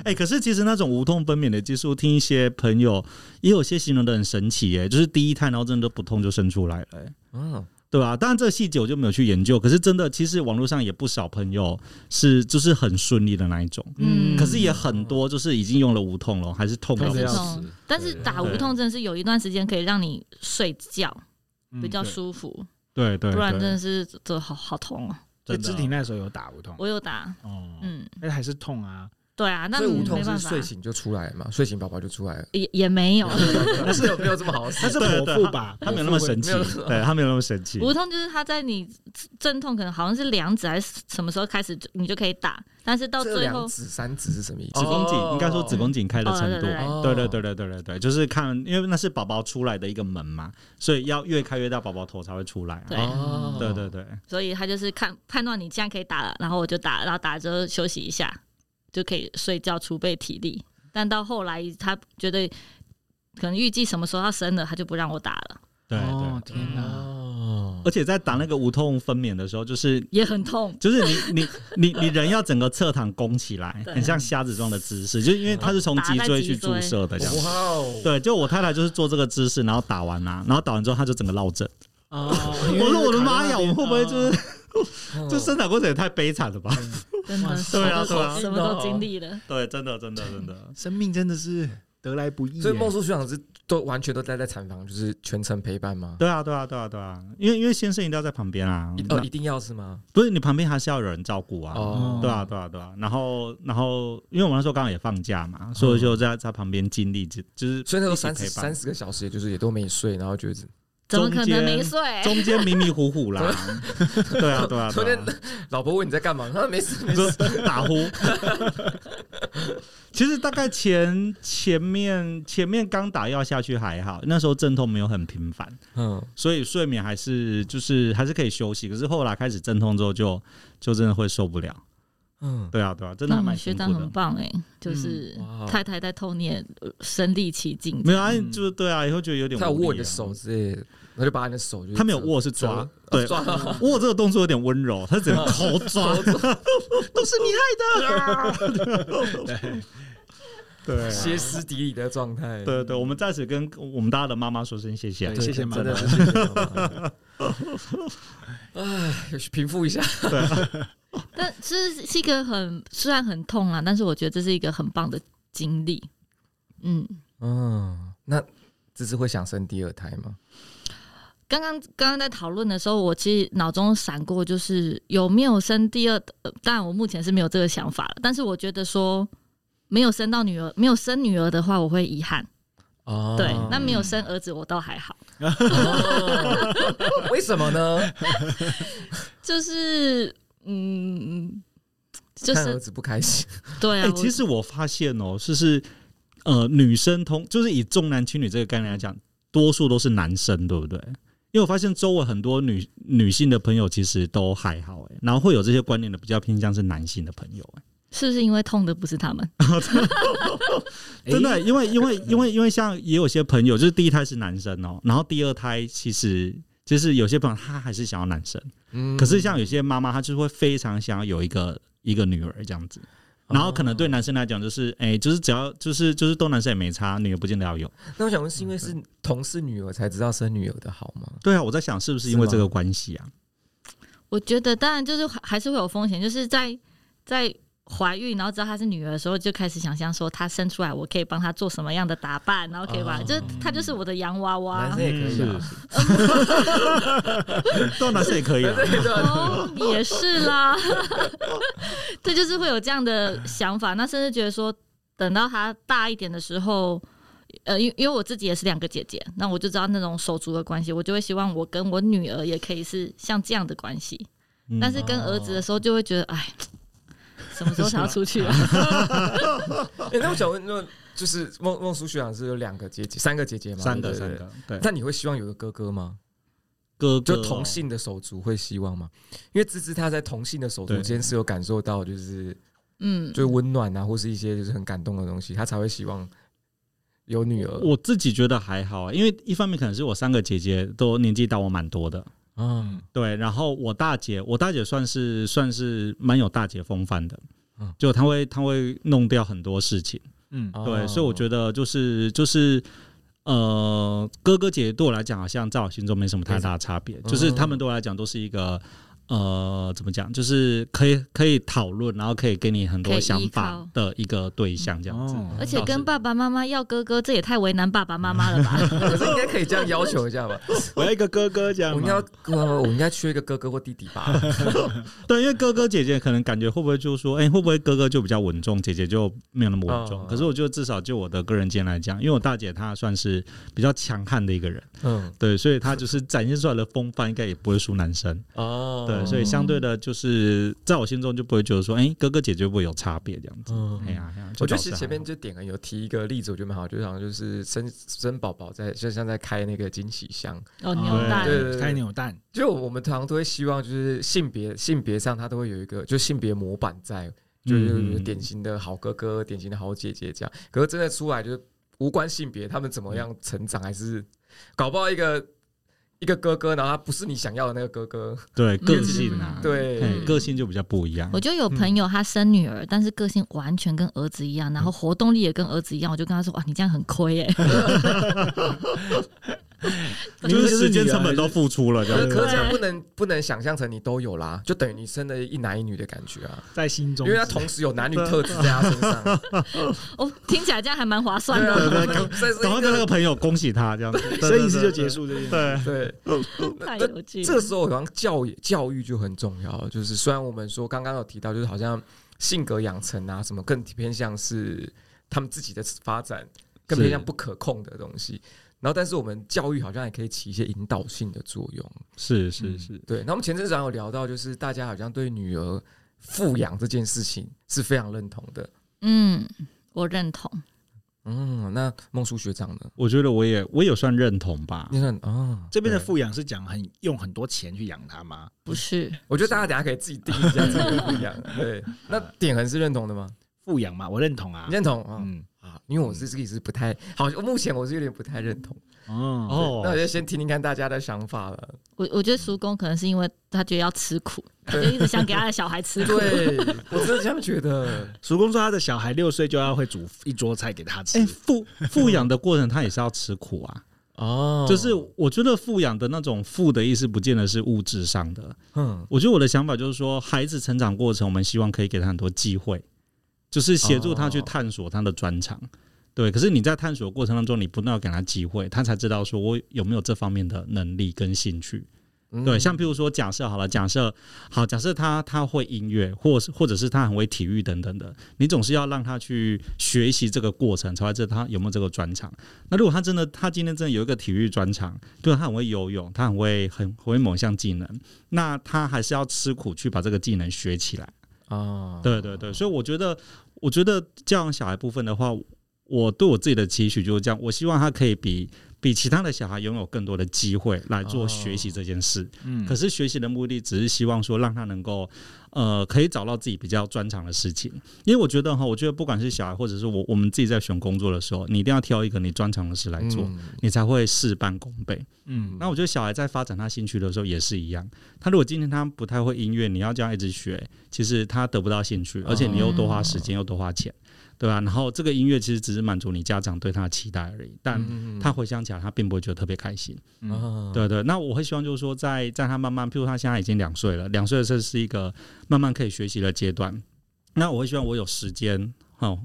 Speaker 4: 哎，可是其实那种无痛分娩的技术，听一些朋友也有些形容的很神奇，哎，就是第一胎然后真的都不痛就生出来了，哎
Speaker 3: 嗯，
Speaker 4: 对吧、当然这个细节我就没有去研究，可是真的，其实网络上也不少朋友是就是很顺利的那一种。
Speaker 2: 嗯
Speaker 4: 可是也很多，就是已经用了无痛了，还是痛
Speaker 1: 痛
Speaker 4: 到
Speaker 1: 得
Speaker 4: 不
Speaker 1: 要
Speaker 4: 行。
Speaker 1: 死
Speaker 2: 痛，但是打无痛真的是有一段时间可以让你睡觉
Speaker 1: 嗯
Speaker 2: 比较
Speaker 4: 对
Speaker 2: 舒服，
Speaker 4: 对对
Speaker 2: 不然
Speaker 4: 对
Speaker 2: 真的是这好好痛哦。
Speaker 1: 在
Speaker 4: 真
Speaker 1: 肢
Speaker 4: 的啊
Speaker 1: 体那时候有打无痛，
Speaker 2: 我有打，
Speaker 1: 哦，
Speaker 2: 嗯，
Speaker 1: 但还是痛 啊，
Speaker 2: 对啊，那
Speaker 3: 所以无
Speaker 2: 你
Speaker 3: 痛
Speaker 2: 没办
Speaker 3: 是
Speaker 2: 法，哦
Speaker 3: 睡醒就出来了嘛，睡醒宝宝就出来了，
Speaker 2: 也也没 有
Speaker 3: 但是有没有这么好的事
Speaker 1: 那？是
Speaker 4: 对
Speaker 1: 剖
Speaker 4: 对
Speaker 1: 腹吧？
Speaker 4: 他没有那么神奇
Speaker 3: 没有那，么
Speaker 4: 对他没有那么神奇。
Speaker 2: 无痛，就是它在你阵痛可能好像是两指还是什么时候开始就你就可以打，但是到
Speaker 3: 这
Speaker 2: 最
Speaker 3: 两
Speaker 2: 后
Speaker 3: 指三指是什么意思？哦
Speaker 4: 子宫颈应该说子宫颈开的程度，
Speaker 2: 哦
Speaker 4: 对对对对对对对，就是看，因为那是宝宝出来的一个门嘛，所以要越开越大，宝宝头才会出来啊。
Speaker 2: 对
Speaker 3: 哦
Speaker 4: 对对对，
Speaker 2: 所以他就是看判断你这样可以打了，然后我就打了，然后打了之后休息一下，就可以睡觉储备体力。但到后来他觉得可能预计什么时候要生了，他就不让我打了，
Speaker 4: 对
Speaker 1: 哦
Speaker 4: 对，
Speaker 1: 天
Speaker 4: 嗯
Speaker 1: 哪，
Speaker 3: 哦
Speaker 4: 而且在打那个无痛分娩的时候，就是
Speaker 2: 也很痛。
Speaker 4: 就是你你你你人要整个侧躺弓起来，
Speaker 2: 对
Speaker 4: 很像瞎子状的姿势，就是因为它是从
Speaker 2: 打
Speaker 4: 脊
Speaker 2: 在
Speaker 4: 椎
Speaker 2: 脊
Speaker 4: 去注
Speaker 2: 椎
Speaker 4: 射的这样子。
Speaker 3: 哇哦，
Speaker 4: 对，就我太太就是做这个姿势，然后打完啦、然后打完之后她就整个落枕。
Speaker 1: 哦，
Speaker 4: 我说我的妈呀，我们会不会就是
Speaker 3: 嗯
Speaker 4: 这生产过程也太悲惨了吧？
Speaker 2: 真
Speaker 1: 哇
Speaker 2: 的，
Speaker 1: 塞
Speaker 4: 对啊对啊
Speaker 2: 什么都经历了。
Speaker 4: 对，真的，真的，真的。
Speaker 1: 生命真的是得来不易耶，
Speaker 3: 所以孟叔学长是都完全都待在产房，就是全程陪伴吗？
Speaker 4: 对啊，对啊，对啊，对啊，因为因为先生一定要在旁边啊
Speaker 3: 一，哦，
Speaker 4: 那
Speaker 3: 一定要是吗？
Speaker 4: 不是你旁边还是要有人照顾啊。
Speaker 3: 哦，
Speaker 4: 对啊，对啊，对啊。然后，然后，因为我们那时候刚好也放假嘛，所以我就在在旁边尽力，就就是
Speaker 3: 哦所以那时候
Speaker 4: 一
Speaker 3: 三
Speaker 4: 起陪
Speaker 3: 十
Speaker 4: 伴
Speaker 3: 三十个小时，也就是也都没睡，然后就是
Speaker 2: 怎么可能没睡？
Speaker 4: 中间迷迷糊 糊啦。对啊，对啊，
Speaker 3: 昨
Speaker 4: 对
Speaker 3: 天
Speaker 4: 啊，
Speaker 3: 老婆问你在干嘛，他说没事没
Speaker 4: 就
Speaker 3: 事，
Speaker 4: 是打呼。其实大概前前面前面刚打药下去还好，那时候阵痛没有很频繁，
Speaker 3: 嗯，
Speaker 4: 所以睡眠还是就是还是可以休息。可是后来开始阵痛之后就，就真的会受不了。
Speaker 3: 嗯，
Speaker 4: 对啊，对啊，真的
Speaker 2: 那
Speaker 4: 还
Speaker 2: 我
Speaker 4: 蛮
Speaker 2: 们学
Speaker 4: 辛
Speaker 2: 长
Speaker 4: 苦
Speaker 2: 很
Speaker 4: 的。嗯
Speaker 2: 棒哎、就是
Speaker 3: 哇哦
Speaker 2: 太太在偷你也呃身临其境，
Speaker 4: 没有啊，
Speaker 1: 嗯
Speaker 4: 就是对啊，以后觉得有点
Speaker 3: 他有
Speaker 4: 无力
Speaker 3: 握你的
Speaker 4: 啊
Speaker 3: 手，之类的，他就把你的手就是
Speaker 4: 他没有
Speaker 3: 折
Speaker 4: 握是抓
Speaker 3: 折，
Speaker 4: 对，
Speaker 3: 抓
Speaker 4: 握这个动作有点温柔，他只能口抓，都是你害的。对啊
Speaker 3: 歇斯底里的状态。
Speaker 4: 对对，我们在此跟我们大家的妈妈说声谢啊谢
Speaker 1: 对。谢谢妈妈
Speaker 3: 真的是谢谢妈妈。哎，平复一下。
Speaker 2: 但是是一个很虽然很痛啊，但是我觉得这是一个很棒的经历。嗯，
Speaker 3: 嗯，那这次会想生第二胎吗？
Speaker 2: 刚刚刚刚在讨论的时候，我其实脑中闪过，就是有没有生第二，呃但我目前是没有这个想法了。但是我觉得说没有生到女儿，没有生女儿的话，我会遗憾。
Speaker 3: 哦
Speaker 4: 啊
Speaker 2: 对，那没有生儿子，我倒还好。
Speaker 3: 为什么呢？
Speaker 2: 就是嗯，就
Speaker 3: 看儿
Speaker 2: 是
Speaker 3: 子不开心。
Speaker 2: 对啊，
Speaker 4: 哎，
Speaker 2: 我
Speaker 4: 其实我发现哦，就是呃，女生通就是以重男轻女这个概念来讲，多数都是男生，对不对？因为我发现周围很多女女性的朋友其实都还好、哎，然后会有这些观念的比较偏向是男性的朋友、哎。
Speaker 2: 是不是因为痛的不是他们？
Speaker 4: 真的，因为因为因为因为像也有些朋友，就是第一胎是男生哦、然后第二胎其实就是有些朋友他还是想要男生，
Speaker 3: 嗯
Speaker 4: 可是像有些妈妈她就是会非常想要有一个一个女儿这样子，
Speaker 3: 哦
Speaker 4: 然后可能对男生来讲就是哎、就是只要就是就是都男生也没差，女儿不见得要有。
Speaker 3: 那我想问，是因为是同事女儿才知道生女儿的好吗？
Speaker 4: 对啊，我在想是不是因为这个关系啊？
Speaker 2: 我觉得当然就是还还是会有风险，就是在在怀孕然后知道她是女儿的时候，就开始想象说她生出来我可以帮她做什么样的打扮，然后可以把、
Speaker 3: 哦
Speaker 2: 就是她就是我的洋娃
Speaker 3: 男
Speaker 2: 娃
Speaker 3: 生。也可以
Speaker 4: 嗯
Speaker 3: 啊，
Speaker 4: 当男生也可以、啊。
Speaker 2: 哦，也是啦， 对，就是会有这样的想法，那甚至觉得说，等到她大一点的时候，呃，因因为我自己也是两个姐姐，那我就知道那种手足的关系，我就会希望我跟我女儿也可以是像这样的关系，
Speaker 4: 嗯
Speaker 2: 但是跟儿子的时候就会觉得，哎，什么时候才要出去啊？
Speaker 3: 哎那我想问，那就是孟孟苏学长是有两个姐姐，三个姐姐吗？
Speaker 4: 三个
Speaker 3: 对
Speaker 4: 三。
Speaker 3: 对对
Speaker 4: 个，对
Speaker 3: 那你会希望有个哥哥吗？
Speaker 4: 哥哥
Speaker 3: 就
Speaker 4: 哦
Speaker 3: 同性的手足会希望吗？因为芝芝她在同性的手足
Speaker 4: 对
Speaker 3: 间是有感受到，就是
Speaker 2: 嗯，
Speaker 3: 就是温暖啊，或是一些就是很感动的东西，她才会希望有女儿。
Speaker 4: 我自己觉得还好、啊，因为一方面可能是我三个姐姐都年纪大我蛮多的，
Speaker 3: 嗯，
Speaker 4: 对，然后我大姐，我大姐算是算是蛮有大姐风范的，
Speaker 3: 嗯
Speaker 4: 就她会她会弄掉很多事情，
Speaker 1: 嗯，
Speaker 3: 哦
Speaker 4: 对，所以我觉
Speaker 3: 得
Speaker 4: 得就是就是呃，哥哥姐姐对我来讲，好像在我心中没什么太大的差别，
Speaker 3: 错
Speaker 4: 就是他们对我来讲都是一个呃，怎么讲，就是可以可以讨论，然后可以给你很
Speaker 2: 可以
Speaker 4: 多
Speaker 2: 依
Speaker 4: 想
Speaker 2: 靠
Speaker 4: 法的一个对象这样子。
Speaker 1: 哦
Speaker 2: 而且跟爸爸妈妈要哥哥，这也太为难爸爸妈妈了
Speaker 4: 嗯
Speaker 2: 吧？
Speaker 3: 可是应该可以这样要求一下 吧。
Speaker 1: 我要一个哥哥这样
Speaker 3: 我
Speaker 1: 吗，
Speaker 3: 应该要呃我我应该缺一个哥哥或弟弟 吧？
Speaker 4: 对，因为哥哥姐姐可能感觉会不会就说，哎、会不会哥哥就比较稳重，姐姐就没有那么稳重？
Speaker 3: 嗯
Speaker 4: 可是我觉得至少就我的个人经验来讲，因为我大姐她算是比较强悍的一个人，
Speaker 3: 嗯
Speaker 4: 对，所以她就是展现出来的风范应该也不会输男 生，
Speaker 3: 哦，
Speaker 4: 对，所以相对的就是在我心中就不会觉得说，哎、哥哥姐姐会不会有差别这样子？
Speaker 3: 嗯
Speaker 4: 哎呀、哎呀，
Speaker 3: 我觉得
Speaker 4: 就导
Speaker 3: 其
Speaker 4: 致
Speaker 3: 实前面
Speaker 4: 还好
Speaker 3: 就点个有提一个例子，我觉得蛮好，就好像就是生生宝宝在就像在开那个惊喜箱，
Speaker 2: 哦，牛蛋，
Speaker 3: 对对对
Speaker 1: 开扭蛋，
Speaker 3: 就我们常常都会希望就是性别性别上它都会有一个就性别模板在，就是
Speaker 4: 嗯
Speaker 3: 典型的好哥哥、典型的好姐姐这样。可是真的出来就是无关性别，他们怎么样
Speaker 4: 嗯
Speaker 3: 成长，还是搞不好一个一个哥哥，然后他不是你想要的那个哥哥，
Speaker 4: 对个性啊，
Speaker 3: 对
Speaker 4: 哎个性就比较不一样
Speaker 2: 我。就有朋友他生女儿，但是个性完全跟儿子一样，然后活动力也跟儿子一样，我就跟他说：“哇，你这样很亏欸耶、
Speaker 4: 就是时间
Speaker 1: 你
Speaker 4: 成
Speaker 1: 啊
Speaker 4: 本都付出了，这
Speaker 3: 可是
Speaker 4: 样
Speaker 3: 可
Speaker 4: 子。
Speaker 3: 是这样不能不能想象成你都有啦，就等于你生了一男一女的感觉啊，
Speaker 1: 在心中，
Speaker 3: 因为他同时有男
Speaker 4: 啊
Speaker 3: 女特质在他身 上，
Speaker 2: 哦，听起来这样还蛮划算
Speaker 3: 对
Speaker 2: 的。
Speaker 3: 啊，
Speaker 4: 对对
Speaker 3: 这是
Speaker 4: 赶快
Speaker 3: 一
Speaker 4: 跟那个
Speaker 3: 个
Speaker 4: 朋友恭喜他 这样子，
Speaker 1: 所以是就结束这件事。
Speaker 4: 对。
Speaker 3: 对。
Speaker 2: 太有趣
Speaker 3: 这
Speaker 2: 了
Speaker 3: 个时候好像教育教育就很重要了，就是虽然我们说刚刚有提到，就是好像性格养成啊什么更偏向是他们自己的发展，更偏向不可控的东西。然后，但是我们教育好像也可以起一些引导性的作用。
Speaker 4: 是是是，
Speaker 3: 对，那我们前阵子好像有聊到，就是大家好像对女儿富养这件事情是非常认同的。
Speaker 2: 嗯，我认同。
Speaker 3: 嗯，那孟叔学长呢？
Speaker 4: 我觉得我也我有算认同吧。
Speaker 3: 你看啊，
Speaker 1: 这边的
Speaker 3: 对
Speaker 1: 富养是讲很用很多钱去养它吗？
Speaker 2: 不是，
Speaker 3: 我觉得大家等一下可以自己定义一下这个不一样。对，那点恒是认同的吗？
Speaker 1: 富养嘛，我认同啊
Speaker 3: 你。认同啊？
Speaker 1: 嗯，
Speaker 4: 哦
Speaker 3: 啊，因为我是自己是不太好，目前我是有点不太认同。
Speaker 1: 哦，
Speaker 4: 哦
Speaker 3: 那我就先听听看大家的想法了。
Speaker 2: 我我觉得叔公可能是因为他觉得要吃苦，他就一直想给他的小孩吃苦。
Speaker 3: 对，我真的这样觉得。
Speaker 1: 叔公说他的小孩六岁就要会煮一桌菜给他吃
Speaker 4: 哎，。富富养的过程，他也是要吃苦啊。
Speaker 3: 哦
Speaker 4: 就是我觉得富养的那种富的意思，不见得是物质上的。
Speaker 3: 嗯，
Speaker 4: 我觉得我的想法就是说，孩子成长过程，我们希望可以给他很多机会，就是协助他去
Speaker 3: 哦
Speaker 4: 探索他的专长。对，可是你在探索过程当中，你不断地给他机会，他才知道说我有没有这方面的能力跟兴趣。
Speaker 3: 嗯
Speaker 4: 对，像譬如说，假设好了，假设好，假设他他会音乐，或是或者是他很会体育等等的，你总是要让他去学习这个过程，才会知道他有没有这个专长。那如果他真的，他今天真的有一个体育专长，对他很会游泳，他很会很很会某一项技能，那他还是要吃苦去把这个技能学起来。
Speaker 3: 啊，
Speaker 4: 对对对，所以我觉得，我觉得教养小孩部分的话，我对我自己的期许就是这样，我希望他可以比比其他的小孩拥有更多的机会来做学习这件事。
Speaker 1: 嗯
Speaker 4: 可，是学习的目的只是希望说让他能够，呃，可以找到自己比较专长的事情。因为我觉得哈，我觉得不管是小孩或者是我，我们自己在选工作的时候，你一定要挑一个你专长的事来做。
Speaker 3: 嗯
Speaker 4: 你才会事半功倍。
Speaker 1: 嗯，
Speaker 4: 那我觉得小孩在发展他兴趣的时候也是一样。他如果今天他不太会音乐，你要这样一直学，其实他得不到兴
Speaker 3: 哦
Speaker 4: 趣，而且你又多花时间又多花钱，对吧、然后这个音乐其实只是满足你家长对他的期待而已，但
Speaker 3: 嗯嗯嗯
Speaker 4: 他回想起来，他并不会觉得特别开心。
Speaker 1: 嗯
Speaker 3: 啊
Speaker 4: 对对，那我会希望就是说在，在他慢慢，譬如他现在已经两岁了，两岁这是一个慢慢可以学习的阶段。那我会希望我有时间，哦，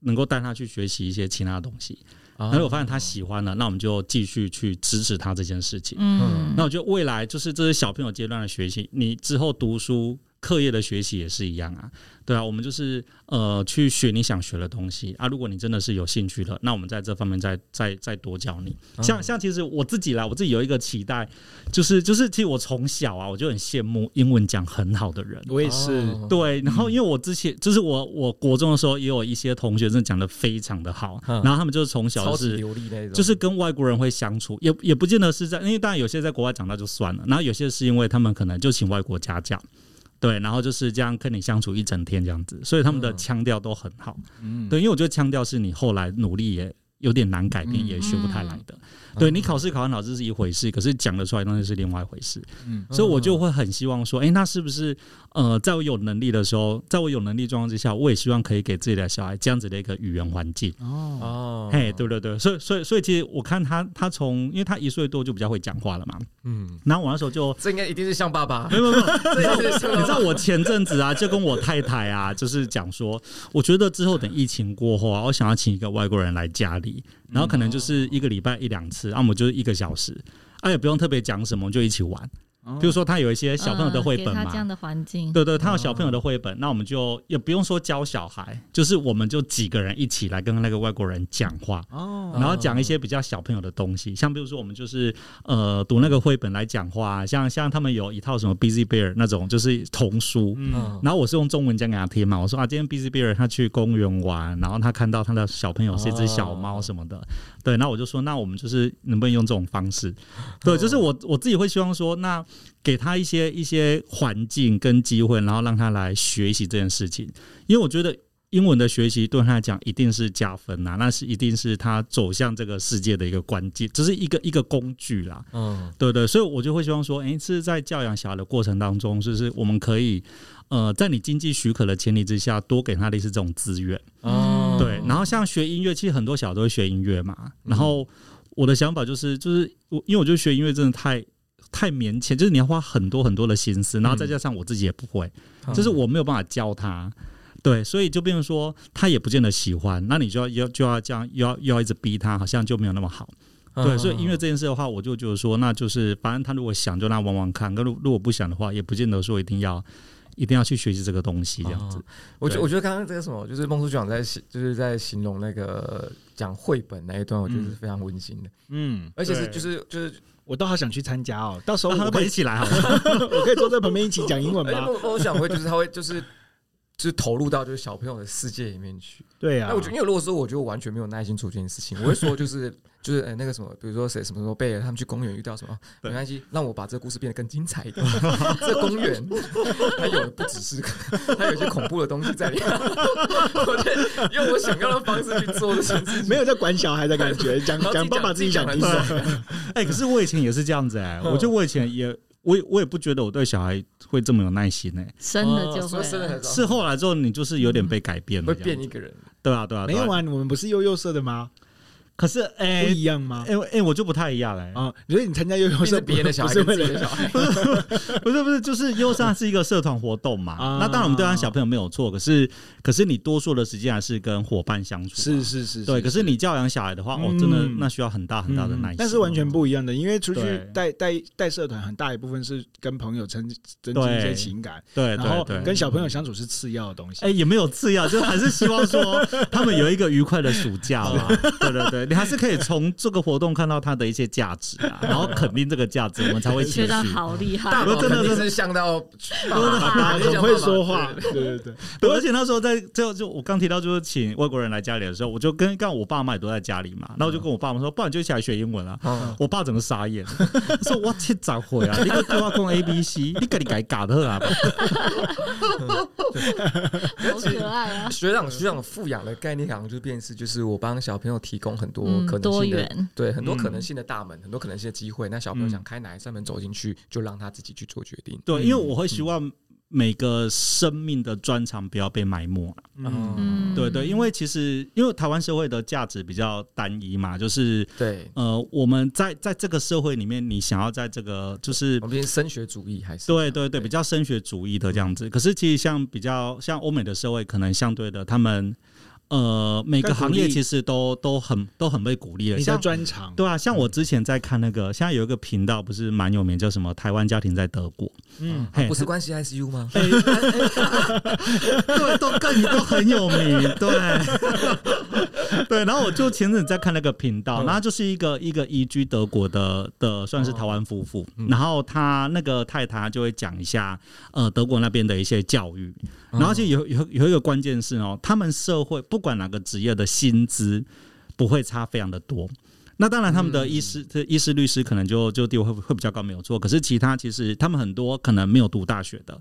Speaker 4: 能够带他去学习一些其他的东西。
Speaker 3: 啊
Speaker 4: 那如果发现他喜欢了，那我们就继续去支持他这件事情。
Speaker 2: 嗯，
Speaker 4: 那我觉得未来就是这些小朋友阶段的学习，你之后读书、课业的学习也是一样啊，对啊，我们就是呃去学你想学的东西啊。如果你真的是有兴趣的，那我们在这方面再再再多教你。
Speaker 3: 嗯
Speaker 4: 像像其实我自己啦，我自己有一个期待，就是就是其实我从小啊，我就很羡慕英文讲很好的人。
Speaker 1: 我也是。
Speaker 3: 哦
Speaker 4: 对，然后因为我之前就是我我国中的时候也有一些同学真的讲的非常的好，
Speaker 3: 嗯
Speaker 4: 然后他们就是从小
Speaker 3: 超
Speaker 4: 就
Speaker 3: 级
Speaker 4: 是
Speaker 3: 流利那种，
Speaker 4: 就是跟外国人会相处，也也不见得是在，因为当然有些在国外长大就算了，然后有些是因为他们可能就请外国家教，对，然后就是这样跟你相处一整天这样子，所以他们的
Speaker 3: 嗯
Speaker 4: 腔调都很好，
Speaker 1: 嗯，
Speaker 4: 对，因为我觉得腔调是你后来努力也有点难改变，
Speaker 3: 嗯
Speaker 4: 也学不太来的，
Speaker 1: 嗯
Speaker 4: 对你考试考很好这是一回事，可是讲得出来的东西是另外一回事，
Speaker 1: 嗯
Speaker 4: 所以我就会很希望说，诶，那是不是呃，在我有能力的时候，在我有能力状况之下，我也希望可以给自己的小孩这样子的一个语言环境。
Speaker 1: 哦，
Speaker 3: 哦，
Speaker 4: 嘿，对对对，所以所以所以其实我看他他从，因为他一岁多就比较会讲话了嘛，
Speaker 3: 嗯，
Speaker 4: 然后我那时候就。
Speaker 3: 这应该一定是像爸爸，
Speaker 4: 没有没有，
Speaker 3: 这
Speaker 4: 没有
Speaker 3: 一定是像
Speaker 4: 你
Speaker 3: 爸爸
Speaker 4: 知道我前阵子啊，就跟我太太啊，就是讲说，我觉得之后等疫情过后啊，我想要请一个外国人来家里，然后可能就是一个礼拜一两次，啊，我们就是一个小时，啊也不用特别讲什么，就一起玩。比如说他有一些小朋友的绘
Speaker 2: 嗯
Speaker 4: 本
Speaker 2: 给
Speaker 4: 嘛
Speaker 2: 他，这样的环境，
Speaker 4: 对对，他有小朋友的绘本，那我们就也不用说教小孩，就是我们就几个人一起来跟那个外国人讲话，
Speaker 1: 哦，
Speaker 4: 然后讲一些比较小朋友的东西，像比如说我们就是呃读那个绘本来讲话，啊像像他们有一套什么 Busy Bear 那种就是童书。
Speaker 1: 嗯，
Speaker 4: 然后我是用中文讲给他听嘛，我说啊，今天 Busy Bear 他去公园玩，然后他看到他的小朋友是一只小猫什么的，对，那我就说，那我们就是能不能用这种方式？对，就是我我自己会希望说，那给他一些一些环境跟机会，然后让他来学习这件事情，因为我觉得英文的学习对他来讲一定是加分呐、啊那是一定是他走向这个世界的一个关键，只是一个一个工具啦。
Speaker 3: 嗯
Speaker 4: 对对，所以我就会希望说，诶，是在教养小孩的过程当中，就是我们可以，呃，在你经济许可的前提之下，多给他类似这种资源。
Speaker 3: 哦
Speaker 4: 对，然后像学音乐，其实很多小孩都会学音乐嘛。然后我的想法就是，就是我因为我觉得学音乐真的太太勉强，就是你要花很多很多的心思，然后再加上我自己也不会，
Speaker 3: 嗯
Speaker 4: 就是我没有办法教他。对，所以就变成说他也不见得喜欢，那你就要要就要这样，又要又要一直逼他，好像就没有那么好。
Speaker 3: 嗯
Speaker 1: 嗯
Speaker 4: 对，所以音乐这件事的话，我就觉得说，那就是反正他如果想就让他玩玩看，跟如如果不想的话，也不见得说一定要一定要去学习这个东西这样子。
Speaker 3: 哦我觉
Speaker 4: 对
Speaker 3: 我觉得刚刚这个什么，就是孟叔长在形就是在形容那个讲绘本那一段，我觉得是非常温馨的，
Speaker 1: 嗯，
Speaker 3: 而且是
Speaker 4: 对
Speaker 3: 就是就是，
Speaker 1: 我都好想去参加哦，到时候
Speaker 4: 那
Speaker 1: 我
Speaker 4: 我们
Speaker 1: 可
Speaker 4: 一
Speaker 1: 以，
Speaker 4: 起来好了。
Speaker 1: 我可以坐在旁边一起讲英文
Speaker 3: 而且
Speaker 1: 吗？
Speaker 3: 孟孟叔长会就是他会就是就是投入到就是小朋友的世界里面去。
Speaker 1: 对啊
Speaker 3: 哎那我觉得，因为如果说我觉得我完全没有耐心做这件事情，我会说就是就是呃那个什么，比如说谁什么时候贝尔他们去公园遇到什么，没关系，让我把这个故事变得更精彩一点。 这公园它有的不只是它有一些恐怖的东西在里面， 我觉得用我想要的方式去做这件事情，
Speaker 1: 没有在管小孩的感觉，讲
Speaker 3: 然后
Speaker 1: 讲爸爸自己讲
Speaker 3: 得
Speaker 1: 听
Speaker 3: 很
Speaker 1: 懂。
Speaker 3: 爽
Speaker 4: 哎、可是我以前也是这样子哎、我觉得
Speaker 1: 嗯
Speaker 4: 我以前也，我也我也不觉得我对小孩会这么有耐心哎、
Speaker 2: 生了就会
Speaker 3: 哦所以
Speaker 2: 了，
Speaker 3: 生的很
Speaker 4: 是后来之后，你就是有
Speaker 1: 嗯
Speaker 4: 点被改变了
Speaker 3: 会
Speaker 4: 这样
Speaker 3: 变
Speaker 4: 子，
Speaker 3: 一个 人。
Speaker 4: 对啊对啊，
Speaker 1: 没
Speaker 4: 对
Speaker 1: 有
Speaker 4: 啊。
Speaker 1: 啊，我们不是幼幼社的吗？
Speaker 4: 可是
Speaker 1: 不
Speaker 4: 哎
Speaker 1: 一样吗？
Speaker 4: 哎哎，我就不太一样了哎。
Speaker 1: 啊，所以你参加幼幼
Speaker 3: 不是
Speaker 1: 社
Speaker 3: 别人的小孩
Speaker 1: 不是
Speaker 3: 跟
Speaker 1: 为
Speaker 3: 自
Speaker 1: 了
Speaker 3: 己的小 孩，
Speaker 4: 不是不是，就是优上是一个社团活动
Speaker 1: 啊
Speaker 4: 嘛。那当然我们对他小朋友没有错，可是可是你多数的时间还是跟伙伴相处啊。
Speaker 1: 是是是，
Speaker 4: 对。可是你教养小孩的话，哦
Speaker 1: 嗯，
Speaker 4: 真的那需要很大很大的耐心。哦
Speaker 1: 但是完全不一样的，因为出去
Speaker 4: 对
Speaker 1: 带带带社团，很大一部分是跟朋友增增进一
Speaker 4: 对
Speaker 1: 些情感，
Speaker 4: 对
Speaker 1: 然后
Speaker 4: 对对。
Speaker 1: 跟小朋友相处是次要的东西
Speaker 4: 哎，。也没有次要，就还是希 望说他们有一个愉快的暑假嘛。 对对对，你还是可以从这个活动看到他的一些价值啊，然后肯定这个价值，我们才会
Speaker 2: 我
Speaker 4: 继续
Speaker 2: 觉。得好厉
Speaker 3: 大
Speaker 2: 害，啊
Speaker 3: 宝
Speaker 4: 真的
Speaker 3: 肯定
Speaker 4: 真的
Speaker 3: 哦是像到
Speaker 2: 爸
Speaker 1: 啊，
Speaker 2: 爸
Speaker 1: 很会说话，对对对，
Speaker 4: 对，而且那时候在就就我刚提到就是请外国人来家里的时候，我就跟刚好我爸妈也都在家里嘛，然后我就
Speaker 1: 嗯
Speaker 4: 跟我爸妈说，不然就一起来学英文啊。
Speaker 3: 啊，
Speaker 4: 我爸整个傻眼， 说我去咋回啊？你个对话讲 A B C，你跟你改嘎的啊？
Speaker 2: 好可爱啊，
Speaker 3: 学长学长富养的概念好像就变是，就是我帮小朋友提供很多
Speaker 2: 嗯
Speaker 3: 可，能
Speaker 2: 多
Speaker 3: 性的，
Speaker 2: 元，
Speaker 3: 对很多可能
Speaker 4: 嗯
Speaker 3: 性的大门，很多可能性的机会。那小朋友
Speaker 4: 嗯
Speaker 3: 想开哪一扇门走进去，就让他自己去做决定。
Speaker 4: 对，因
Speaker 1: 嗯
Speaker 4: 为我会希望每个生命的专长不要被埋没啊。
Speaker 3: 嗯，
Speaker 2: 嗯，
Speaker 4: 对对，因为其实因为台湾社会的价值比较单一嘛，就是
Speaker 3: 嗯对，
Speaker 4: 呃，我们在在这个社会里面，你想要在这个就是
Speaker 3: 我们变升学主义还是啊
Speaker 4: 对对对，比较升学主义的这样子。可是其实像比较像欧美的社会，可能相对的，他们呃每个
Speaker 1: 更鼓
Speaker 4: 行业
Speaker 1: 励
Speaker 4: 其实都都很都很被鼓励了。
Speaker 1: 你的
Speaker 4: 像
Speaker 1: 专长，
Speaker 4: 对啊，像我之前在看那个，现在有一个频道不是蛮有名，叫什么“台湾家庭在德国
Speaker 1: 嗯，
Speaker 4: 嘿
Speaker 3: 不是关系 ICU 吗”，？
Speaker 4: 哎，对，都更都很有名， 对对。然后我就前阵子在看那个频道，
Speaker 3: 嗯
Speaker 4: 然后就是一个一个移居德国的的算是台湾夫妇
Speaker 3: 嗯，
Speaker 4: 然后他那个太太就会讲一下呃德国那边的一些教育，然后其实有有有一个关键是哦，他们社会不管哪个职业的薪资不会差非常的多。那当然，他们的医师、这医师、律师可能就就地位会会比较高，没有错。可是其他其实他们很多可能没有读大学的，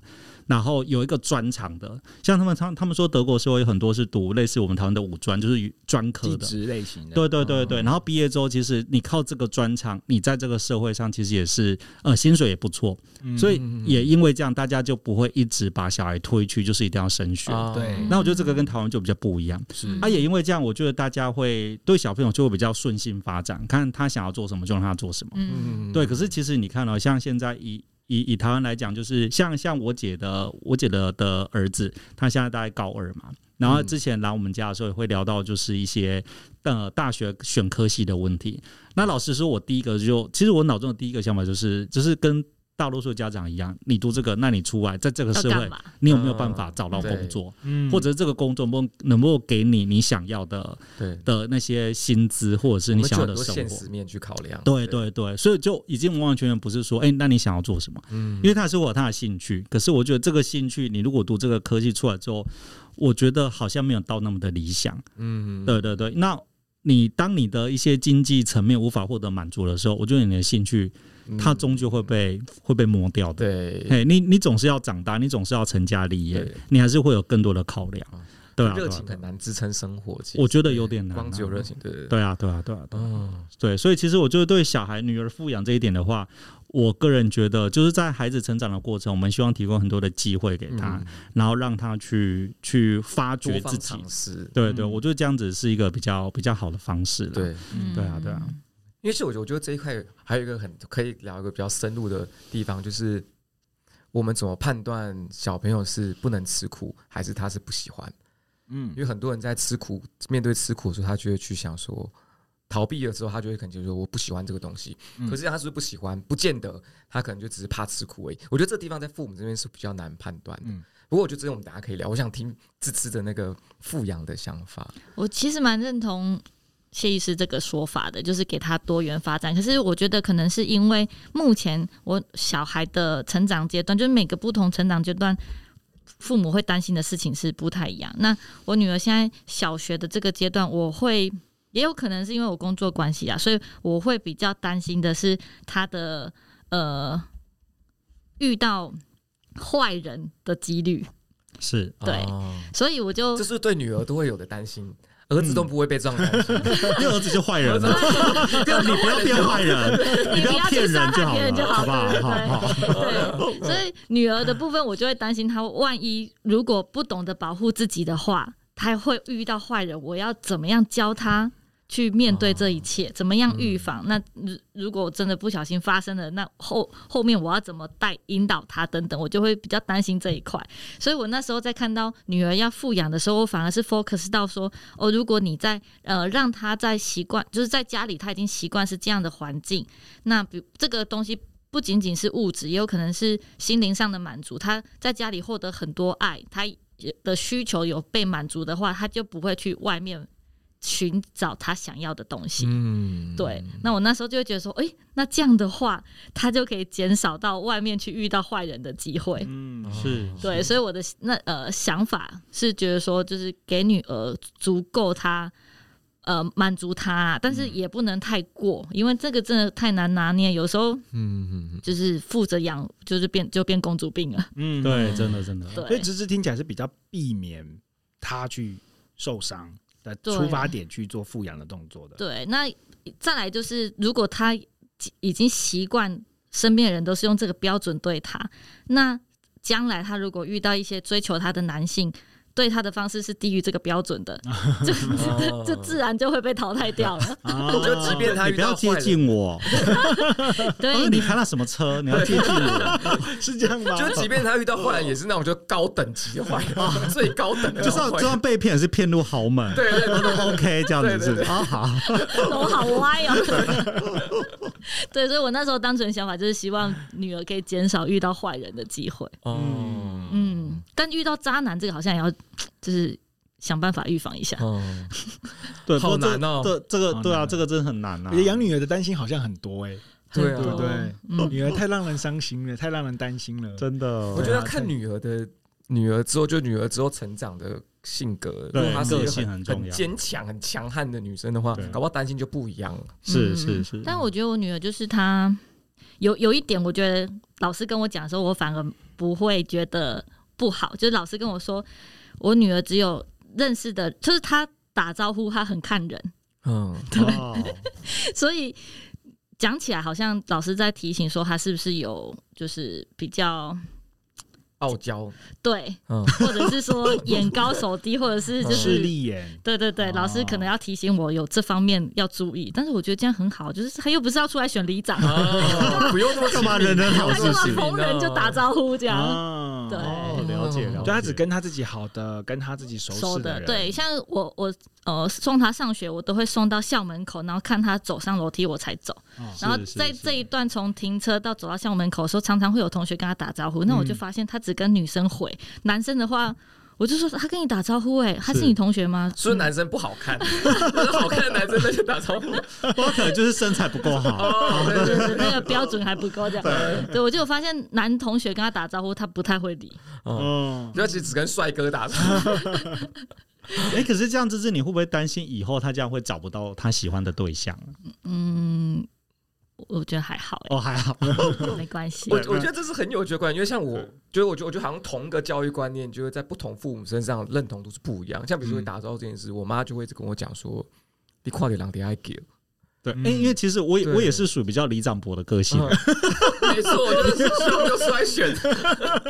Speaker 4: 然后有一个专长的，像他们他他们说德国社会有很多是读类似我们台湾的五专，就是专科
Speaker 1: 地
Speaker 4: 的。
Speaker 1: 质类型的，
Speaker 4: 对对对
Speaker 1: 嗯
Speaker 4: 对，然后毕业之后，其实你靠这个专长，你在这个社会上其实也是呃薪水也不错，
Speaker 1: 嗯
Speaker 4: 所以也因为这样，大家就不会一直把小孩推去，就是一定要升学。
Speaker 3: 啊
Speaker 1: 对
Speaker 4: 那我觉得这个跟台湾就比较不一样。
Speaker 1: 是
Speaker 4: 啊，也因为这样，我觉得大家会对小朋友就会比较顺性发展，看他想要做什么就让他做什么。
Speaker 2: 嗯，
Speaker 4: 对，可是其实你看哦，像现在以以以台湾来讲，就是像像我姐的我姐的的儿子，他现在大概高二嘛。然
Speaker 3: 嗯
Speaker 4: 后之前来我们家的时候，也会聊到就是一些呃大学选科系的问题。那老实说，我第一个就其实我脑中的第一个想法就是，就是跟大多数家长一样，你读这个，那你出来在这个
Speaker 2: 嗯要
Speaker 4: 社
Speaker 2: 干
Speaker 4: 会，
Speaker 2: 嘛？
Speaker 4: 你有没
Speaker 3: 嗯
Speaker 4: 有办法找到工作，
Speaker 1: 嗯
Speaker 4: 或者这个工作能不能能不能给你你想要的
Speaker 3: 对，
Speaker 4: 的那些薪资，或者是
Speaker 3: 我
Speaker 4: 你
Speaker 3: 们就
Speaker 4: 想要
Speaker 3: 很
Speaker 4: 的
Speaker 3: 多
Speaker 4: 生
Speaker 3: 现
Speaker 4: 活？
Speaker 3: 实面去考量。
Speaker 4: 对，对对，所以就已经完完全全不是说，哎、那你想要做什么？
Speaker 3: 嗯
Speaker 4: 因为他是我有他的兴趣，可是我觉得这个兴趣，你如果读这个科技出来之后，我觉得好像没有到那么的理想。
Speaker 3: 嗯
Speaker 4: 对对对，那你当你的一些经济层面无法获得满足的时候，我觉得你的兴趣它终究会被、会被磨掉的。
Speaker 3: 嗯对
Speaker 4: 哎，你你总是要长大，你总是要成家立业
Speaker 3: 对，
Speaker 4: 你还是会有更多的考量
Speaker 3: 啊。
Speaker 4: 对啊，
Speaker 3: 热
Speaker 4: 对啊
Speaker 3: 情很难支撑生活，其实
Speaker 4: 我觉得有点难啊。
Speaker 3: 光只有热情，对对对，
Speaker 4: 对啊，对啊，对啊，对啊。
Speaker 3: 嗯，
Speaker 4: 对，所以其实我就是对小孩、女儿富养这一点的话，我个人觉得，就是在孩子成长的过程，我们希望提供很多的机会给他，
Speaker 3: 嗯
Speaker 4: 然后让他去去发
Speaker 3: 多
Speaker 4: 掘自
Speaker 3: 方
Speaker 4: 己。
Speaker 3: 尝试，
Speaker 4: 对对，
Speaker 1: 嗯
Speaker 4: 我觉得这样子是一个比较比较好的方式了。
Speaker 3: 对。
Speaker 2: 嗯
Speaker 4: 对啊对啊，
Speaker 3: 因为其实我觉得我觉得这一块还有一个很可以聊一个比较深入的地方，就是我们怎么判断小朋友是不能吃苦，还是他是不喜欢？
Speaker 1: 嗯
Speaker 3: 因，为很多人在吃苦，面对吃苦的时候，他就会去想说。逃避了之后，他就会可能就说我不喜欢这个东西。
Speaker 1: 嗯
Speaker 3: 可是他是不是不喜欢，不见得，他可能就只是怕吃苦而已。我觉得这地方在父母这边是比较难判断的。
Speaker 1: 嗯
Speaker 3: 不过我觉得这个我们大家可以聊。我想听芝芝的那个富养的想法。
Speaker 2: 我其实蛮认同谢医师这个说法的，就是给他多元发展。可是我觉得可能是因为目前我小孩的成长阶段，就是每个不同成长阶段父母会担心的事情是不太一样。那我女儿现在小学的这个阶段，我会也有可能是因为我工作关系啊，所以我会比较担心的是她的呃遇到坏人的几率，
Speaker 4: 是
Speaker 2: 对
Speaker 3: 哦
Speaker 2: 所以我就
Speaker 3: 这是对女儿都会有的担心，儿子都不会被这样担心。
Speaker 4: 因为儿子就坏人了，你不要变坏 人，
Speaker 2: 你
Speaker 4: 你不
Speaker 2: 不
Speaker 4: 要
Speaker 2: 要
Speaker 4: 骗
Speaker 2: 去
Speaker 4: 人
Speaker 2: 伤
Speaker 4: 就
Speaker 2: 害
Speaker 4: 好
Speaker 2: 别人就
Speaker 4: 了，
Speaker 2: 好
Speaker 4: 好不好？
Speaker 2: 对
Speaker 4: 好好好，
Speaker 2: 对，所以女儿的部分，我就会担心她，万一如果不懂得保护自己的话，她会遇到坏人。我要怎么样教她去面对这一切？
Speaker 4: 哦
Speaker 2: 怎么样
Speaker 4: 嗯
Speaker 2: 预防？那如如果真的不小心发生了，那后后面我要怎么带引导她等等，我就会比较担心这一块。所以我那时候在看到女儿要富养的时候，我反而是 focus 到说，哦，如果你在呃让她在习惯，就是在家里她已经习惯是这样的环境，那比这个东西不仅仅是物质，也有可能是心灵上的满足。他在家里获得很多爱，他的需求有被满足的话，他就不会去外面寻找他想要的东西。
Speaker 3: 嗯，
Speaker 2: 对，那我那时候就会觉得说，诶，那这样的话，他就可以减少到外面去遇到坏人的机会。
Speaker 1: 嗯
Speaker 4: 是
Speaker 2: 对，所以我的那呃想法是觉得说，就是给女儿足够她呃满足她，但
Speaker 1: 嗯
Speaker 2: 是也不能太过，因为这个真的太难拿捏，有时候
Speaker 3: 嗯嗯嗯，
Speaker 2: 就是负责养，就是变就变公主病了。
Speaker 1: 嗯，
Speaker 4: 对，真的真 的，
Speaker 1: 所以
Speaker 2: 对，
Speaker 1: 芝芝听起来是比较避免他去受伤的
Speaker 2: 对
Speaker 1: 出发点去做富养的动作的。
Speaker 2: 对，那再来就是，如果她已经习惯身边的人都是用这个标准对她，那将来她如果遇到一些追求她的男性。对她的方式是低于这个标准的，
Speaker 1: 嗯
Speaker 2: 这
Speaker 3: 嗯
Speaker 2: 这这自然就会被淘汰掉了。
Speaker 1: 啊，
Speaker 3: 我觉得即便他
Speaker 4: 哦你
Speaker 3: 遇
Speaker 4: 不
Speaker 3: 到
Speaker 4: 要接近我，
Speaker 1: 哦
Speaker 4: 他
Speaker 2: 对
Speaker 4: 说，你开了什么车，你要接近我，
Speaker 1: 是这样吗？
Speaker 3: 就即便他遇到坏人，也是那种就高等级的坏人，最高等的
Speaker 4: 就
Speaker 3: 那
Speaker 4: 是
Speaker 3: 种
Speaker 4: 要就
Speaker 3: 坏
Speaker 4: 算
Speaker 3: 人。
Speaker 4: 被骗也是骗入豪门
Speaker 3: 对对对
Speaker 4: ，OK，这样子是
Speaker 3: 对对对
Speaker 4: 啊好，
Speaker 2: 头好歪哦。 对，所以我那时候单纯想法就是希望女儿可以减少遇到坏人的机会。
Speaker 3: 哦，
Speaker 2: 嗯，但遇到渣男这个好像也要就是想办法预防一下。
Speaker 3: 嗯，
Speaker 4: 对，
Speaker 3: 好
Speaker 4: 不过这
Speaker 3: 难哦
Speaker 4: 这这个
Speaker 3: 好
Speaker 4: 对啊，
Speaker 3: 难
Speaker 4: 这个真的很难啊
Speaker 1: 我觉，得养女儿的担心好像很多哎、对
Speaker 2: 很
Speaker 3: 对
Speaker 1: 不
Speaker 3: 啊
Speaker 2: 多
Speaker 1: 对，？
Speaker 2: 嗯，
Speaker 1: 女儿太让人伤心了，太让人担心了。
Speaker 4: 真的
Speaker 3: 我，觉
Speaker 1: 对
Speaker 3: 得
Speaker 1: 啊
Speaker 3: 要看女儿的女儿之后，就女儿之后成长的性格，如
Speaker 4: 对
Speaker 3: 果她是一
Speaker 4: 个
Speaker 3: 个
Speaker 4: 性
Speaker 3: 很
Speaker 4: 很重要
Speaker 3: 坚强、很强悍的女生的话
Speaker 4: 对，
Speaker 3: 搞不好担心就不一样了。
Speaker 4: 是
Speaker 2: 嗯
Speaker 4: 是是，
Speaker 2: 但我觉得我女儿就是她有有一点，我觉得老师跟我讲的时候，我反而不会觉得不好。就是老师跟我说，我女儿只有认识的，就是她打招呼，她很看人。
Speaker 3: 嗯，
Speaker 4: 哦
Speaker 2: 所以讲起来，好像老师在提醒说，他是不是有就是比较
Speaker 3: 傲娇，
Speaker 2: 对，
Speaker 3: 嗯，
Speaker 2: 或者 是说眼高手低，或者是就
Speaker 1: 势
Speaker 2: 是。
Speaker 1: 利眼，
Speaker 2: 对对对，老师可
Speaker 1: 哦
Speaker 2: 能要提醒我有这方面要注意，但是我觉得这样很好，就是他又不是要出来选 里长，啊
Speaker 3: 哦不用那么
Speaker 4: 干嘛
Speaker 3: 亲密
Speaker 4: 人人好
Speaker 2: 他
Speaker 4: 事
Speaker 2: 干嘛
Speaker 4: 情
Speaker 2: 逢人就打招呼这样？
Speaker 1: 啊
Speaker 2: 对
Speaker 1: 哦
Speaker 4: 了解了解，
Speaker 1: 就他只跟他自己好的，跟他自己熟
Speaker 2: 熟
Speaker 1: 识人，
Speaker 2: 对，像我我呃送他上学，我都会送到校门口，然后看他走上楼梯我才走。
Speaker 1: 哦
Speaker 2: 然后
Speaker 4: 是是
Speaker 2: 在
Speaker 4: 是
Speaker 2: 这一段从停车到走到校门口的时候，常常会有同学跟他打招呼，那
Speaker 4: 嗯
Speaker 2: 我就发现他只跟女生回，男生的话。我就说他跟你打招呼哎、他是
Speaker 4: 是
Speaker 2: 你同学吗？
Speaker 3: 所以男生不好看， 好看的男生那就打招呼。
Speaker 4: 我可能就是身材不够 好，
Speaker 3: 哦，对对
Speaker 2: 对对，
Speaker 3: 对
Speaker 2: 那个标准还不够这样。对，我就有发现男同学跟他打招呼，他不太会理。
Speaker 3: 哦，
Speaker 4: 嗯，
Speaker 3: 尤其只跟帅哥打招呼。
Speaker 4: 哎，可是这样子，你会不会担心以后他这样会找不到他喜欢的对象？
Speaker 2: 嗯，我觉得还好
Speaker 4: 哦，还好，
Speaker 2: 哎、没关系
Speaker 3: 我。我觉得这是很有趣的观念，因为像我，就是我觉得我觉得好像同一个教育观念，就会在不同父母身上认同度是不一样。像比如说
Speaker 4: 嗯
Speaker 3: 打招呼这件事，我妈就会一直跟我讲说：“你跨点狼点爱给。”
Speaker 4: 对，哦
Speaker 1: 嗯
Speaker 4: 哎，因为其实我也
Speaker 3: 对
Speaker 4: 我也是属于比较里长伯的 个性，
Speaker 3: 没错，我就是 凶又衰选。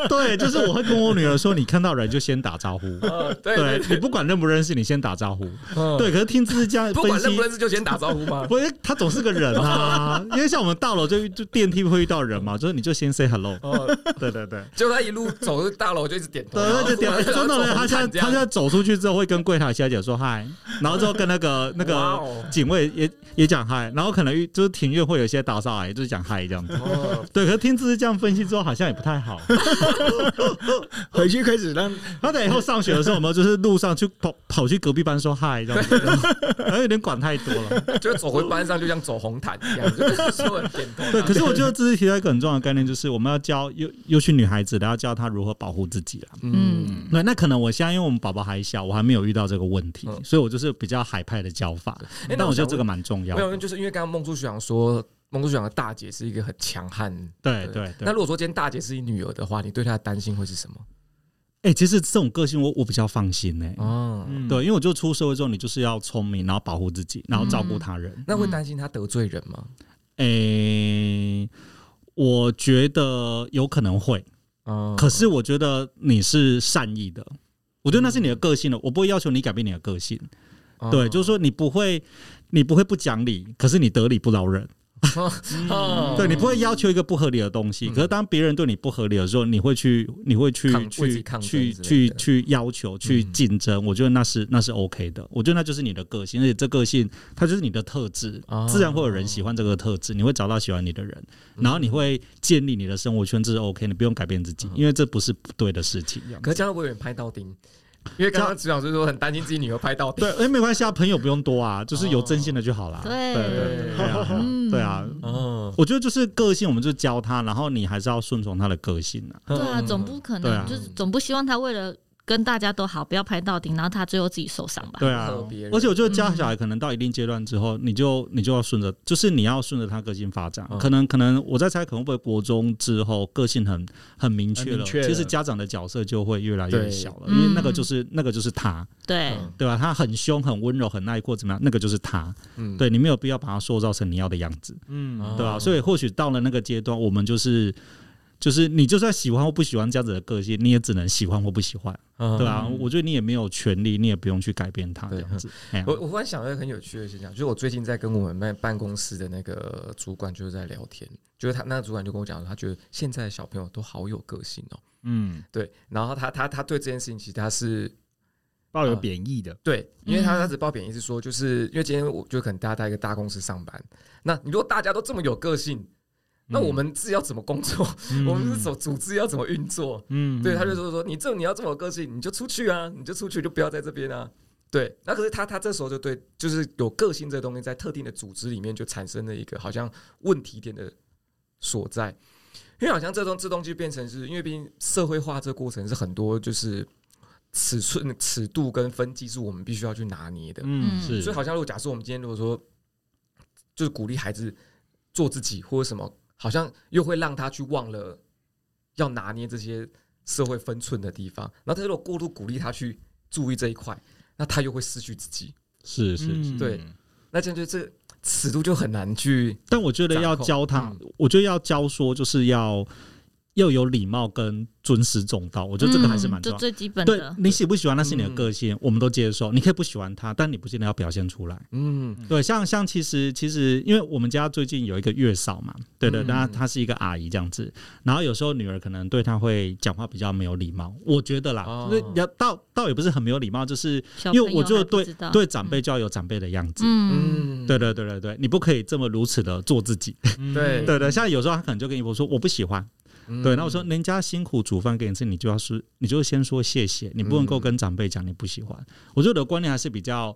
Speaker 4: 对，就是我会跟我女儿说，你看到人就先打招 呼，
Speaker 3: 呃 对对
Speaker 4: 嗯对你哦不管认不认识，你先打招呼，
Speaker 3: 嗯
Speaker 4: 对，可是听芝芝这样
Speaker 3: 不管
Speaker 4: 分
Speaker 3: 认
Speaker 4: 析
Speaker 3: 不。认识就先打招呼嘛。
Speaker 4: 不是，他总是个人 啊，因为像我们到了就就电梯会遇到人嘛，就是你就先 say hello，
Speaker 3: 哦，
Speaker 4: 对对对，
Speaker 3: 结果他一路走到大楼就一直点头，
Speaker 4: 对，
Speaker 3: 然
Speaker 4: 那
Speaker 3: 后
Speaker 4: 就点真的
Speaker 3: 哦
Speaker 4: 嘞，他现在他现在走出去之后会跟柜台小姐说嗨，然后之后跟那个那
Speaker 3: 哇
Speaker 4: 个
Speaker 3: 哦
Speaker 4: 警卫也也讲讲嗨，然后可能遇就是庭院会有一些打扫阿姨就是讲嗨这样子。
Speaker 3: 哦，
Speaker 4: 对，可是听这次这样分析之后，好像也不太好。
Speaker 1: 回去开始让
Speaker 4: 他等以后上学的时候，我们就是路上去跑跑去隔壁班说嗨这样子，然后有点管太多 了。
Speaker 3: 就走回班上，就像走红毯一样，就是所有人点头。
Speaker 4: 对，可是我觉得这次提到一个很重要的概念，就是我们要教又又去女孩子的，要教她如何保护自己啦。
Speaker 2: 嗯，
Speaker 4: 那那可能我现在因为我们宝宝还小，我还没有遇到这个问题，
Speaker 3: 嗯
Speaker 4: 所以我就是比较海派的教法。
Speaker 3: 哎那
Speaker 4: 但
Speaker 3: 我
Speaker 4: 我觉
Speaker 3: 想
Speaker 4: 得这个蛮重要
Speaker 3: 没有，
Speaker 4: 的。
Speaker 3: 就是因为刚刚孟叔学长说，孟叔学长的大姐是一个很强悍。
Speaker 4: 对对对
Speaker 3: 那。如果说今天大姐是你女儿的话，你对她的担心会是什么？
Speaker 4: 哎，其实这种个性我我比较放心呢。
Speaker 3: 哦，
Speaker 1: 嗯
Speaker 4: 对，因为我就出社会之后，你就是要聪明，然后保护自己，然后照
Speaker 3: 嗯
Speaker 4: 顾他人。
Speaker 3: 那会担心她得罪人吗？
Speaker 4: 诶、哎我觉得有可能会，
Speaker 3: 哦，
Speaker 4: 嗯可是我觉得你是善意的，我觉得那是你的个性了，
Speaker 3: 嗯
Speaker 4: 我不会要求你改变你的个性。
Speaker 3: 哦
Speaker 4: 对，就是说你不会，你不会不讲理，可是你得理不饶人。
Speaker 3: 哦
Speaker 4: 对你不会要求一个不合理的东西，
Speaker 3: 嗯
Speaker 4: 可是当别人对你不合理的时候，你会去，你会去
Speaker 3: 抗为自己
Speaker 4: 去
Speaker 3: 抗争
Speaker 4: 去
Speaker 3: 之类
Speaker 4: 去
Speaker 3: 的
Speaker 4: 去要求、去
Speaker 3: 嗯
Speaker 4: 竞争，我觉得那是那是 OK 的。我觉得那就是你的个性，而且这个性它就是你的特质
Speaker 3: 哦，嗯
Speaker 4: 自然会有人喜欢这个特质，你会找到喜欢你的人，然后你会建立你的生活圈，这是 OK，你不用改变自己
Speaker 3: 嗯，
Speaker 4: 因为这不是不对的事情。这样
Speaker 3: 可是这样会不会有点拍到钉？因为刚刚职长是说很担心自己女儿拍到钉。
Speaker 4: 对，哎，没关系啊，朋友不用多啊，就是有真心的就好啦。
Speaker 2: 对
Speaker 4: 对对对啊
Speaker 2: 嗯
Speaker 4: 对啊。
Speaker 3: 哦，
Speaker 4: 我觉得就是个性，我们就教他，然后你还是要顺从他的个性啊。
Speaker 2: 对啊，总不可
Speaker 4: 对啊
Speaker 2: 能就是总不希望他为了跟大家都好，不要拍到顶，然后他最后自己受伤吧？
Speaker 4: 对啊
Speaker 3: 和别人，
Speaker 4: 而且我觉得教小孩可能到一定阶段之后，你就你就要顺着，就是你要顺着他个性发展。
Speaker 3: 嗯
Speaker 4: 可能可能我在猜，可能会不会国中之后个性很很明
Speaker 1: 很
Speaker 4: 确了，
Speaker 1: 明确了
Speaker 4: 其实家长的角色就会越来越
Speaker 3: 对
Speaker 4: 小了，因
Speaker 2: 嗯
Speaker 4: 为那个就是那个就是他，
Speaker 2: 对，
Speaker 3: 嗯
Speaker 4: 对吧？他很凶、很温柔、很耐过，怎么样？那个就是他。
Speaker 3: 嗯
Speaker 4: 对你啊没有必要把他塑造成你要的样子，
Speaker 1: 嗯
Speaker 3: 哦
Speaker 4: 对吧？所以或许到了那个阶段，我们就是。就是你就算喜欢或不喜欢这样子的个性，你也只能喜欢或不喜欢，
Speaker 3: 嗯
Speaker 4: 对啊吧、我觉得你也没有权利，你也不用去改变他这
Speaker 3: 对
Speaker 4: 样子。哎呀
Speaker 3: 我我忽然想到一个很有趣的现象，就是我最近在跟我们办办公室的那个主管就是在聊天，就是他那个主管就跟我讲说，他觉得现在的小朋友都好有个性哦、
Speaker 1: 嗯，
Speaker 3: 对，然后他他他对这件事情其实他是
Speaker 1: 抱有贬义的，
Speaker 3: 对，因为他
Speaker 2: 嗯
Speaker 3: 他只褒贬意思说，就是因为今天我就可能大家在一个大公司上班，那你如果大家都这么有个性，那我们自己要怎么工作？ 我们是组组织要怎么运作？
Speaker 1: 嗯
Speaker 3: 对，他就说说你这你要这么有个性，你就出去啊，你就出去就不要在这边啊。对，那可是他他这时候就对，就是有个性这个东西在特定的组织里面就产生了一个好像问题点的所在，因为好像这东这东西变成是因为毕竟社会化这个过程是很多就是尺寸尺度跟分际是我们必须要去拿捏的，
Speaker 1: 嗯
Speaker 2: 嗯
Speaker 4: 是
Speaker 3: 所以好像如果假设我们今天如果说就是鼓励孩子做自己或者什么，好像又会让他去忘了要拿捏这些社会分寸的地方。然后他如果过度鼓励他去注意这一块，那他又会失去自己。
Speaker 4: 是是是，
Speaker 1: 嗯
Speaker 3: 对那这样就这个尺度就很难去
Speaker 4: 但我觉得要
Speaker 3: 掌控
Speaker 4: 教他
Speaker 3: 嗯，
Speaker 4: 我觉得要教说就是要要有礼貌跟尊师重道，我觉得这个还是蛮
Speaker 2: 嗯
Speaker 4: 重
Speaker 2: 就
Speaker 4: 要。
Speaker 2: 最基本
Speaker 4: 对
Speaker 2: 的。
Speaker 4: 你喜不喜欢那是你的个性，我们都接受。你可以不喜欢他，但你不见得要表现出来。
Speaker 3: 嗯
Speaker 4: 对，像像其实其实，因为我们家最近有一个月嫂嘛，对的，
Speaker 3: 嗯
Speaker 4: 那她是一个阿姨这样子，然后有时候女儿可能对她会讲话比较没有礼貌，我觉得啦，
Speaker 3: 哦
Speaker 4: 就是要倒倒也不是很没有礼貌，就是
Speaker 2: 小
Speaker 4: 因为
Speaker 2: 朋友
Speaker 4: 我觉得
Speaker 2: 还不
Speaker 4: 对
Speaker 2: 知道
Speaker 4: 对长辈就要有长辈的样子，
Speaker 2: 嗯，
Speaker 3: 嗯，
Speaker 4: 对对对对对，你不可以这么如此的做自
Speaker 1: 嗯
Speaker 4: 己，
Speaker 3: 对
Speaker 4: 对对，像有时候他可能就跟姨婆说我不喜欢，
Speaker 3: 嗯
Speaker 4: 对，那我说人家辛苦煮饭给你吃，你就要是你就先说谢谢，你不能够跟长辈讲你不喜欢。我觉得我的观念还是比较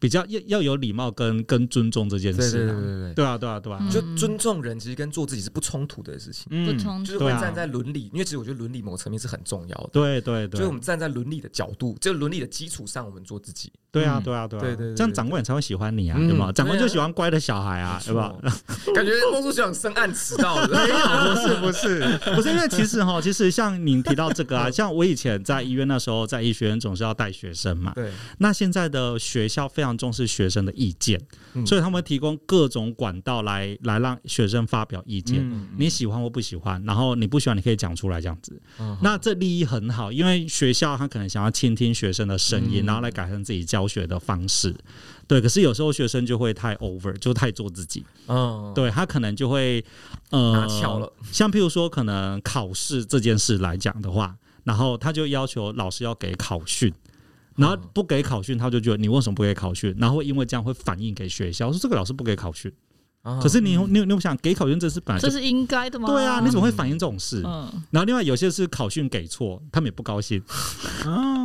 Speaker 4: 比较要要有礼貌跟跟尊重这件
Speaker 3: 对对
Speaker 4: 事
Speaker 3: 对
Speaker 4: 啊。
Speaker 3: 对对对，
Speaker 4: 对啊，对啊，对啊，
Speaker 3: 就尊重人其实跟做自己是不冲突的事情，
Speaker 2: 不
Speaker 1: 嗯
Speaker 2: 冲
Speaker 3: 就是
Speaker 2: 突，
Speaker 3: 会
Speaker 4: 对啊
Speaker 3: 站在伦理，因为其实我觉得伦理某层面是很重要的。
Speaker 4: 对啊对
Speaker 3: 所以我
Speaker 4: 对，
Speaker 3: 们站在伦理的角度，这个伦理的基础上，我们做自 己。
Speaker 4: 对啊，
Speaker 1: 嗯
Speaker 4: 对啊，对啊，
Speaker 3: 对对对
Speaker 4: 这样长官才会喜欢你啊，
Speaker 3: 嗯
Speaker 4: 对吧？长官就
Speaker 3: 对啊
Speaker 4: 喜欢乖的小孩啊，对吧？
Speaker 3: 错？感觉孟叔长深谙此道 了。
Speaker 1: 啊
Speaker 4: 不是不是 不是，因为其实哈，其实像您提到这个啊，像我以前在医院那时候，在医学院总是要带学生嘛，
Speaker 3: 对，
Speaker 4: 那现在的学校非常重视学生的意见，
Speaker 3: 嗯
Speaker 4: 所以他们提供各种管道来来让学生发表意见。
Speaker 1: 嗯
Speaker 4: 你喜欢或不喜欢，然后你不喜欢，你可以讲出来这样子。
Speaker 3: 那
Speaker 4: 那这利益很好，因为学校他可能想要倾听学生的声音，
Speaker 3: 嗯
Speaker 4: 然后来改善自己教学的方式。对，可是有时候学生就会太 over，就太做自己。
Speaker 3: 嗯，
Speaker 4: 对他可能就会呃
Speaker 3: 拿嗯翘了。
Speaker 4: 像譬如说，可能考试这件事来讲的话，然后他就要求老师要给考训。然后不给考训，他就觉得你为什么不给考训？然后会因为这样会反映给学校，说这个老师不给考训。
Speaker 3: 啊
Speaker 4: 嗯可是你你你想给考训这是本来就
Speaker 2: 这是应该的吗？
Speaker 4: 对啊，你怎么会反映这种事？
Speaker 2: 嗯，
Speaker 4: 然后另外有些是考训给错，他们也不高兴。
Speaker 1: 啊，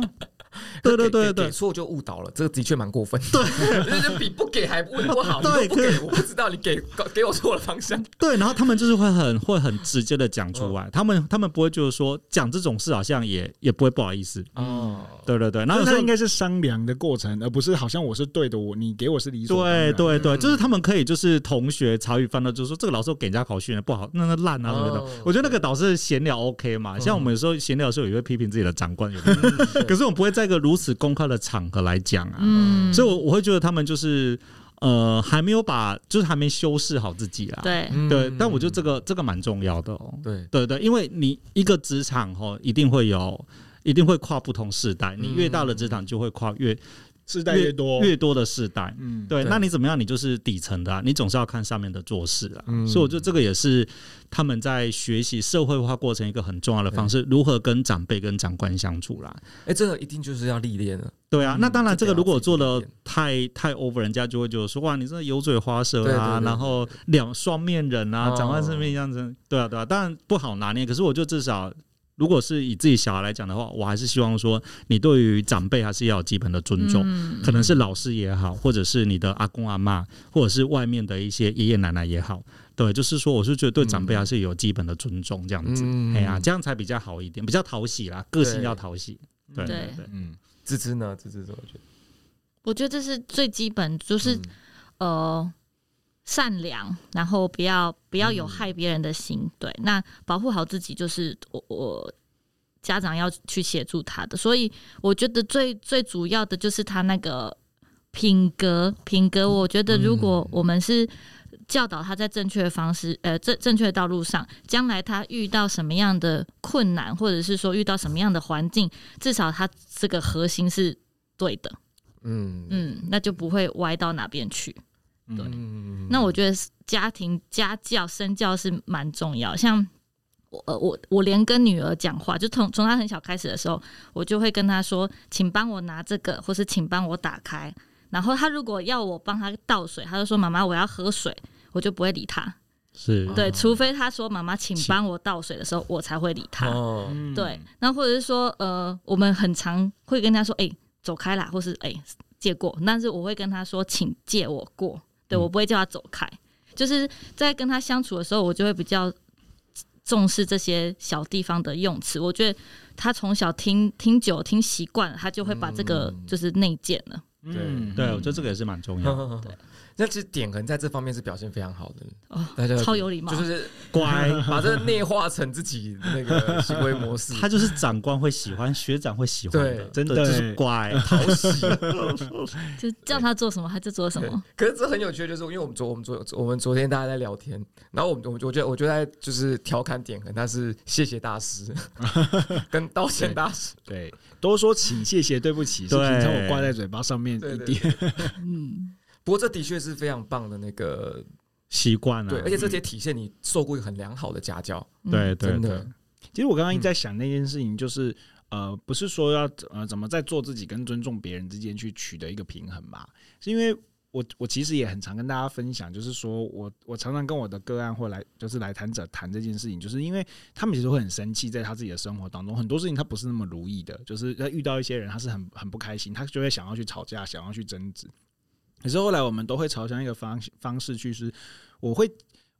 Speaker 4: 对对
Speaker 3: 给
Speaker 4: 对
Speaker 3: 给
Speaker 4: 对
Speaker 3: 给错就误导了，这个的确蛮过分。对， 就是比不给还问不好，你
Speaker 4: 对
Speaker 3: 都不给，我不知道你给给我错了方向。
Speaker 4: 对，然后他们就是会很会很直接的讲出来，他们他们不会就是说讲这种事好像也也不会不好意思。
Speaker 3: 哦，
Speaker 4: 对对对，然
Speaker 1: 然后
Speaker 4: 后有时
Speaker 1: 它
Speaker 4: 候
Speaker 1: 应该是商量的过程，而不是好像我是对的，我你给我是理所当
Speaker 4: 对
Speaker 1: 然。
Speaker 4: 对对，
Speaker 3: 嗯
Speaker 4: 就是他们可以就是同学茶余饭后就说这个老师我给人家考训了不好，那那烂啊什么的
Speaker 3: 哦。
Speaker 4: 我觉得那个导师闲聊 OK 嘛，像我们有时候闲聊的时候也会批评自己的长官有没有， 可是我们不会在一个如此公开的场合来讲啊，
Speaker 2: 嗯，
Speaker 4: 所以我我会觉得他们就是呃还没有把就是还没修饰好自己啦。
Speaker 2: 对，
Speaker 3: 嗯
Speaker 4: 对，但我觉得这个这个蛮重要的哦。
Speaker 3: 对
Speaker 4: 对对，因为你一个职场吼，一定会有，一定会跨不同世代。你越大的职场就会跨越
Speaker 1: 世代越多，
Speaker 4: 越多的世代。
Speaker 1: 嗯，
Speaker 4: 对，
Speaker 3: 对
Speaker 4: 那你怎么样？你就是底层的、啊，你总是要看上面的做事啊。
Speaker 3: 嗯
Speaker 4: 所以我觉得这个也是他们在学习社会化过程一个很重要的方式，如何跟长辈跟长官相处啦。
Speaker 3: 哎，这个一定就是要历练了。
Speaker 4: 对啊，
Speaker 3: 嗯
Speaker 4: 那当然，这
Speaker 3: 这
Speaker 4: 个
Speaker 3: 个要
Speaker 4: 如
Speaker 3: 自
Speaker 4: 果
Speaker 3: 己
Speaker 4: 做的
Speaker 3: 练
Speaker 4: 太太 over，人家就会觉得说哇，你真的油嘴滑舌
Speaker 3: 对对
Speaker 4: 啊，
Speaker 3: 对对
Speaker 4: 然后两双面人啊，
Speaker 3: 哦
Speaker 4: 长官身边这样子，对啊对啊，当然不好拿捏。可是我就至少，如果是以自己小孩来讲的话，我还是希望说，你对于长辈还是要有基本的尊重，
Speaker 2: 嗯
Speaker 4: 可能是老师也好，或者是你的阿公阿妈，或者是外面的一些爷爷奶奶也好，对，就是说，我是觉得对长辈还是有基本的尊重这样子。
Speaker 3: 嗯
Speaker 4: 哎呀，这样才比较好一点，比较讨喜啦，个性
Speaker 3: 对
Speaker 4: 要讨喜。对
Speaker 2: 对
Speaker 4: 对对，
Speaker 3: 嗯，芝芝呢？芝芝怎么觉得？
Speaker 2: 我觉得这是最基本，就是
Speaker 3: 嗯
Speaker 2: 呃善良，然后不要不要有害别人的心。对，那保护好自己就是我我家长要去协助他的，所以我觉得最最主要的就是他那个品格品格。我觉得如果我们是教导他在正确的方式，呃，正正确的道路上，将来他遇到什么样的困难，或者是说遇到什么样的环境，至少他这个核心是对的。
Speaker 3: 嗯
Speaker 2: 嗯，那就不会歪到哪边去。对
Speaker 3: 嗯
Speaker 2: 那我觉得家庭家教身教是蛮重要，像。我呃我我连跟女儿讲话，就从从她很小开始的时候，我就会跟她说，请帮我拿这个，或是请帮我打开。然后她如果要我帮她倒水，她就说妈妈我要喝水，我就不会理她。
Speaker 4: 是
Speaker 2: 对，
Speaker 3: 哦
Speaker 2: 除非她说妈妈请帮我倒水的时候，我才会理她。
Speaker 3: 哦，
Speaker 1: 嗯
Speaker 2: 对，，那或者是说，呃，我们很常会跟他说，哎、走开啦，或是哎、借过，但是我会跟他说，请借我过，对我不会叫他走开，就是在跟他相处的时候，我就会比较重视这些小地方的用词。我觉得他从小听听久听习惯了，他就会把这个
Speaker 3: 嗯
Speaker 2: 就是内建了。
Speaker 1: 嗯，
Speaker 4: 对，我觉得这个也是蛮重要 的。
Speaker 3: 对。嗯那其实点可能在这方面是表现非常好的，
Speaker 2: 哦，
Speaker 3: 大家
Speaker 2: 超有礼貌
Speaker 3: 就是
Speaker 4: 乖，
Speaker 3: 把这个内化成自己那个行为 模式，
Speaker 4: 他就是长官会喜欢，学长会喜欢的，
Speaker 3: 对
Speaker 4: 真的
Speaker 1: 对
Speaker 4: 就是 乖。
Speaker 3: 讨喜。
Speaker 2: 就叫他做什么，他就做什
Speaker 3: 对
Speaker 2: 么。
Speaker 3: 可是这很有趣，就是因为我们昨我们昨我们昨天大家在聊天，然后我们我我觉得我就在就是调侃点很，他是谢谢 大师跟道歉大师，
Speaker 1: 对，都说请谢谢对不起，是
Speaker 4: 对
Speaker 1: 平常我挂在嘴巴上面
Speaker 3: 对
Speaker 1: 一
Speaker 3: 对
Speaker 1: 点，
Speaker 2: 嗯，
Speaker 3: 不过这的确是非常棒的那个，
Speaker 4: 习惯啊
Speaker 3: 对，
Speaker 2: 嗯
Speaker 4: 了
Speaker 3: 而，且这也体现你受过一个很良好的家教，
Speaker 4: 对对
Speaker 3: 真
Speaker 4: 对
Speaker 3: 的，
Speaker 1: 其实我刚刚一直在想那件事情，就是、呃，不是说要呃怎么在做自己跟尊重别人之间去取得一个平衡嘛？是因为我我其实也很常跟大家分享，就是说我我常常跟我的个案或来就是来谈者谈这件事情，就是因为他们其实会很生气，在他自己的生活当中，很多事情他不是那么如意的，就是他遇到一些人，他是很很不开心，他就会想要去吵架，想要去争执。可是后来我们都会朝向一个方方式去，是我会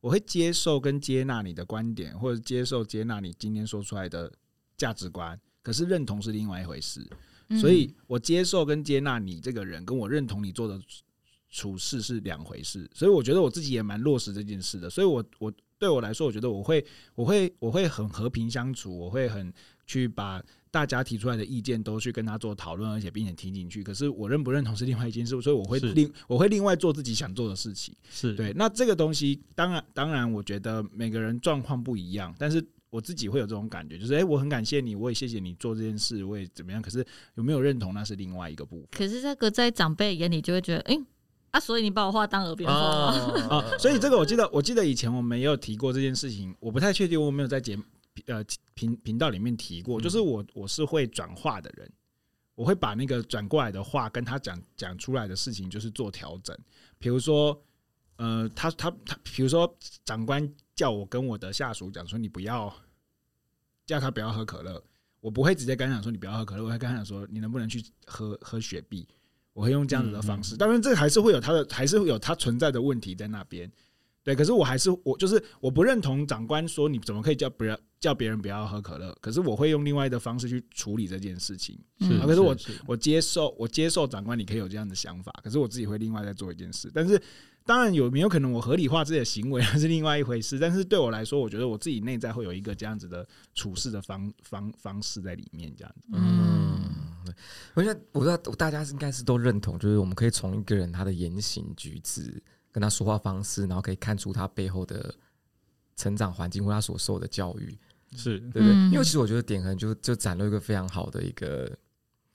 Speaker 1: 我会接受跟接纳你的观点，或者接受接纳你今天说出来的价值观。可是认同是另外一回事，
Speaker 2: 嗯
Speaker 1: 所以我接受跟接纳你这个人，跟我认同你做的处处事是两回事。所以我觉得我自己也蛮落实这件事的。所以我我对我来说，我觉得我会我会我会很和平相处，我会很去把大家提出来的意见都去跟他做讨论，而且并且听进去。可是我认不认同是另外一件事，所以我会
Speaker 4: 是
Speaker 1: 另我会另外做自己想做的事情。
Speaker 4: 是
Speaker 1: 对，那这个东西，当然，当然，我觉得每个人状况不一样，但是我自己会有这种感觉，就是哎、诶我很感谢你，我也谢谢你做这件事，我也怎么样。可是有没有认同，那是另外一个部分
Speaker 2: 可是这个在长辈眼里就会觉得，哎、啊，所以你把我话当耳边风了。
Speaker 1: 啊
Speaker 3: 啊。
Speaker 1: 所以这个我记得，我记得以前我们也有提过这件事情，我不太确定我有没有在节目呃频频道里面提过，就是我我是会转化的人。我会把那个转过来的话跟他讲讲出来的事情，就是做调整。比如说，呃，他他他，比如说长官叫我跟我的下属讲说，你不要叫他不要喝可乐，我不会直接跟他讲说你不要喝可乐，我会跟他讲说你能不能去喝喝雪碧，我会用这样子的方式。当然，这还是会有他的，还是会有他存在的问题在那边。对，可是我还是我就是我不认同长官说你怎么可以叫不要叫别人不要喝可乐，可是我会用另外的方式去处理这件事情。
Speaker 2: 嗯
Speaker 1: 啊可是我我接受，我接受长官你可以有这样的想法，可是我自己会另外再做一件事。但是当然有没有可能我合理化自己的行为 那是另外一回事，但是对我来说，我觉得我自己内在会有一个这样子的处事的方方方式在里面，这样子。
Speaker 2: 嗯，
Speaker 3: 我觉得，我知道大家是应该是都认同，就是我们可以从一个人他的言行举止、跟他说话方式，然后可以看出他背后的成长环境或他所受的教育，
Speaker 4: 是
Speaker 3: 对不对？
Speaker 2: 嗯
Speaker 3: 因为其实我觉得点恒就就展露一个非常好的一个，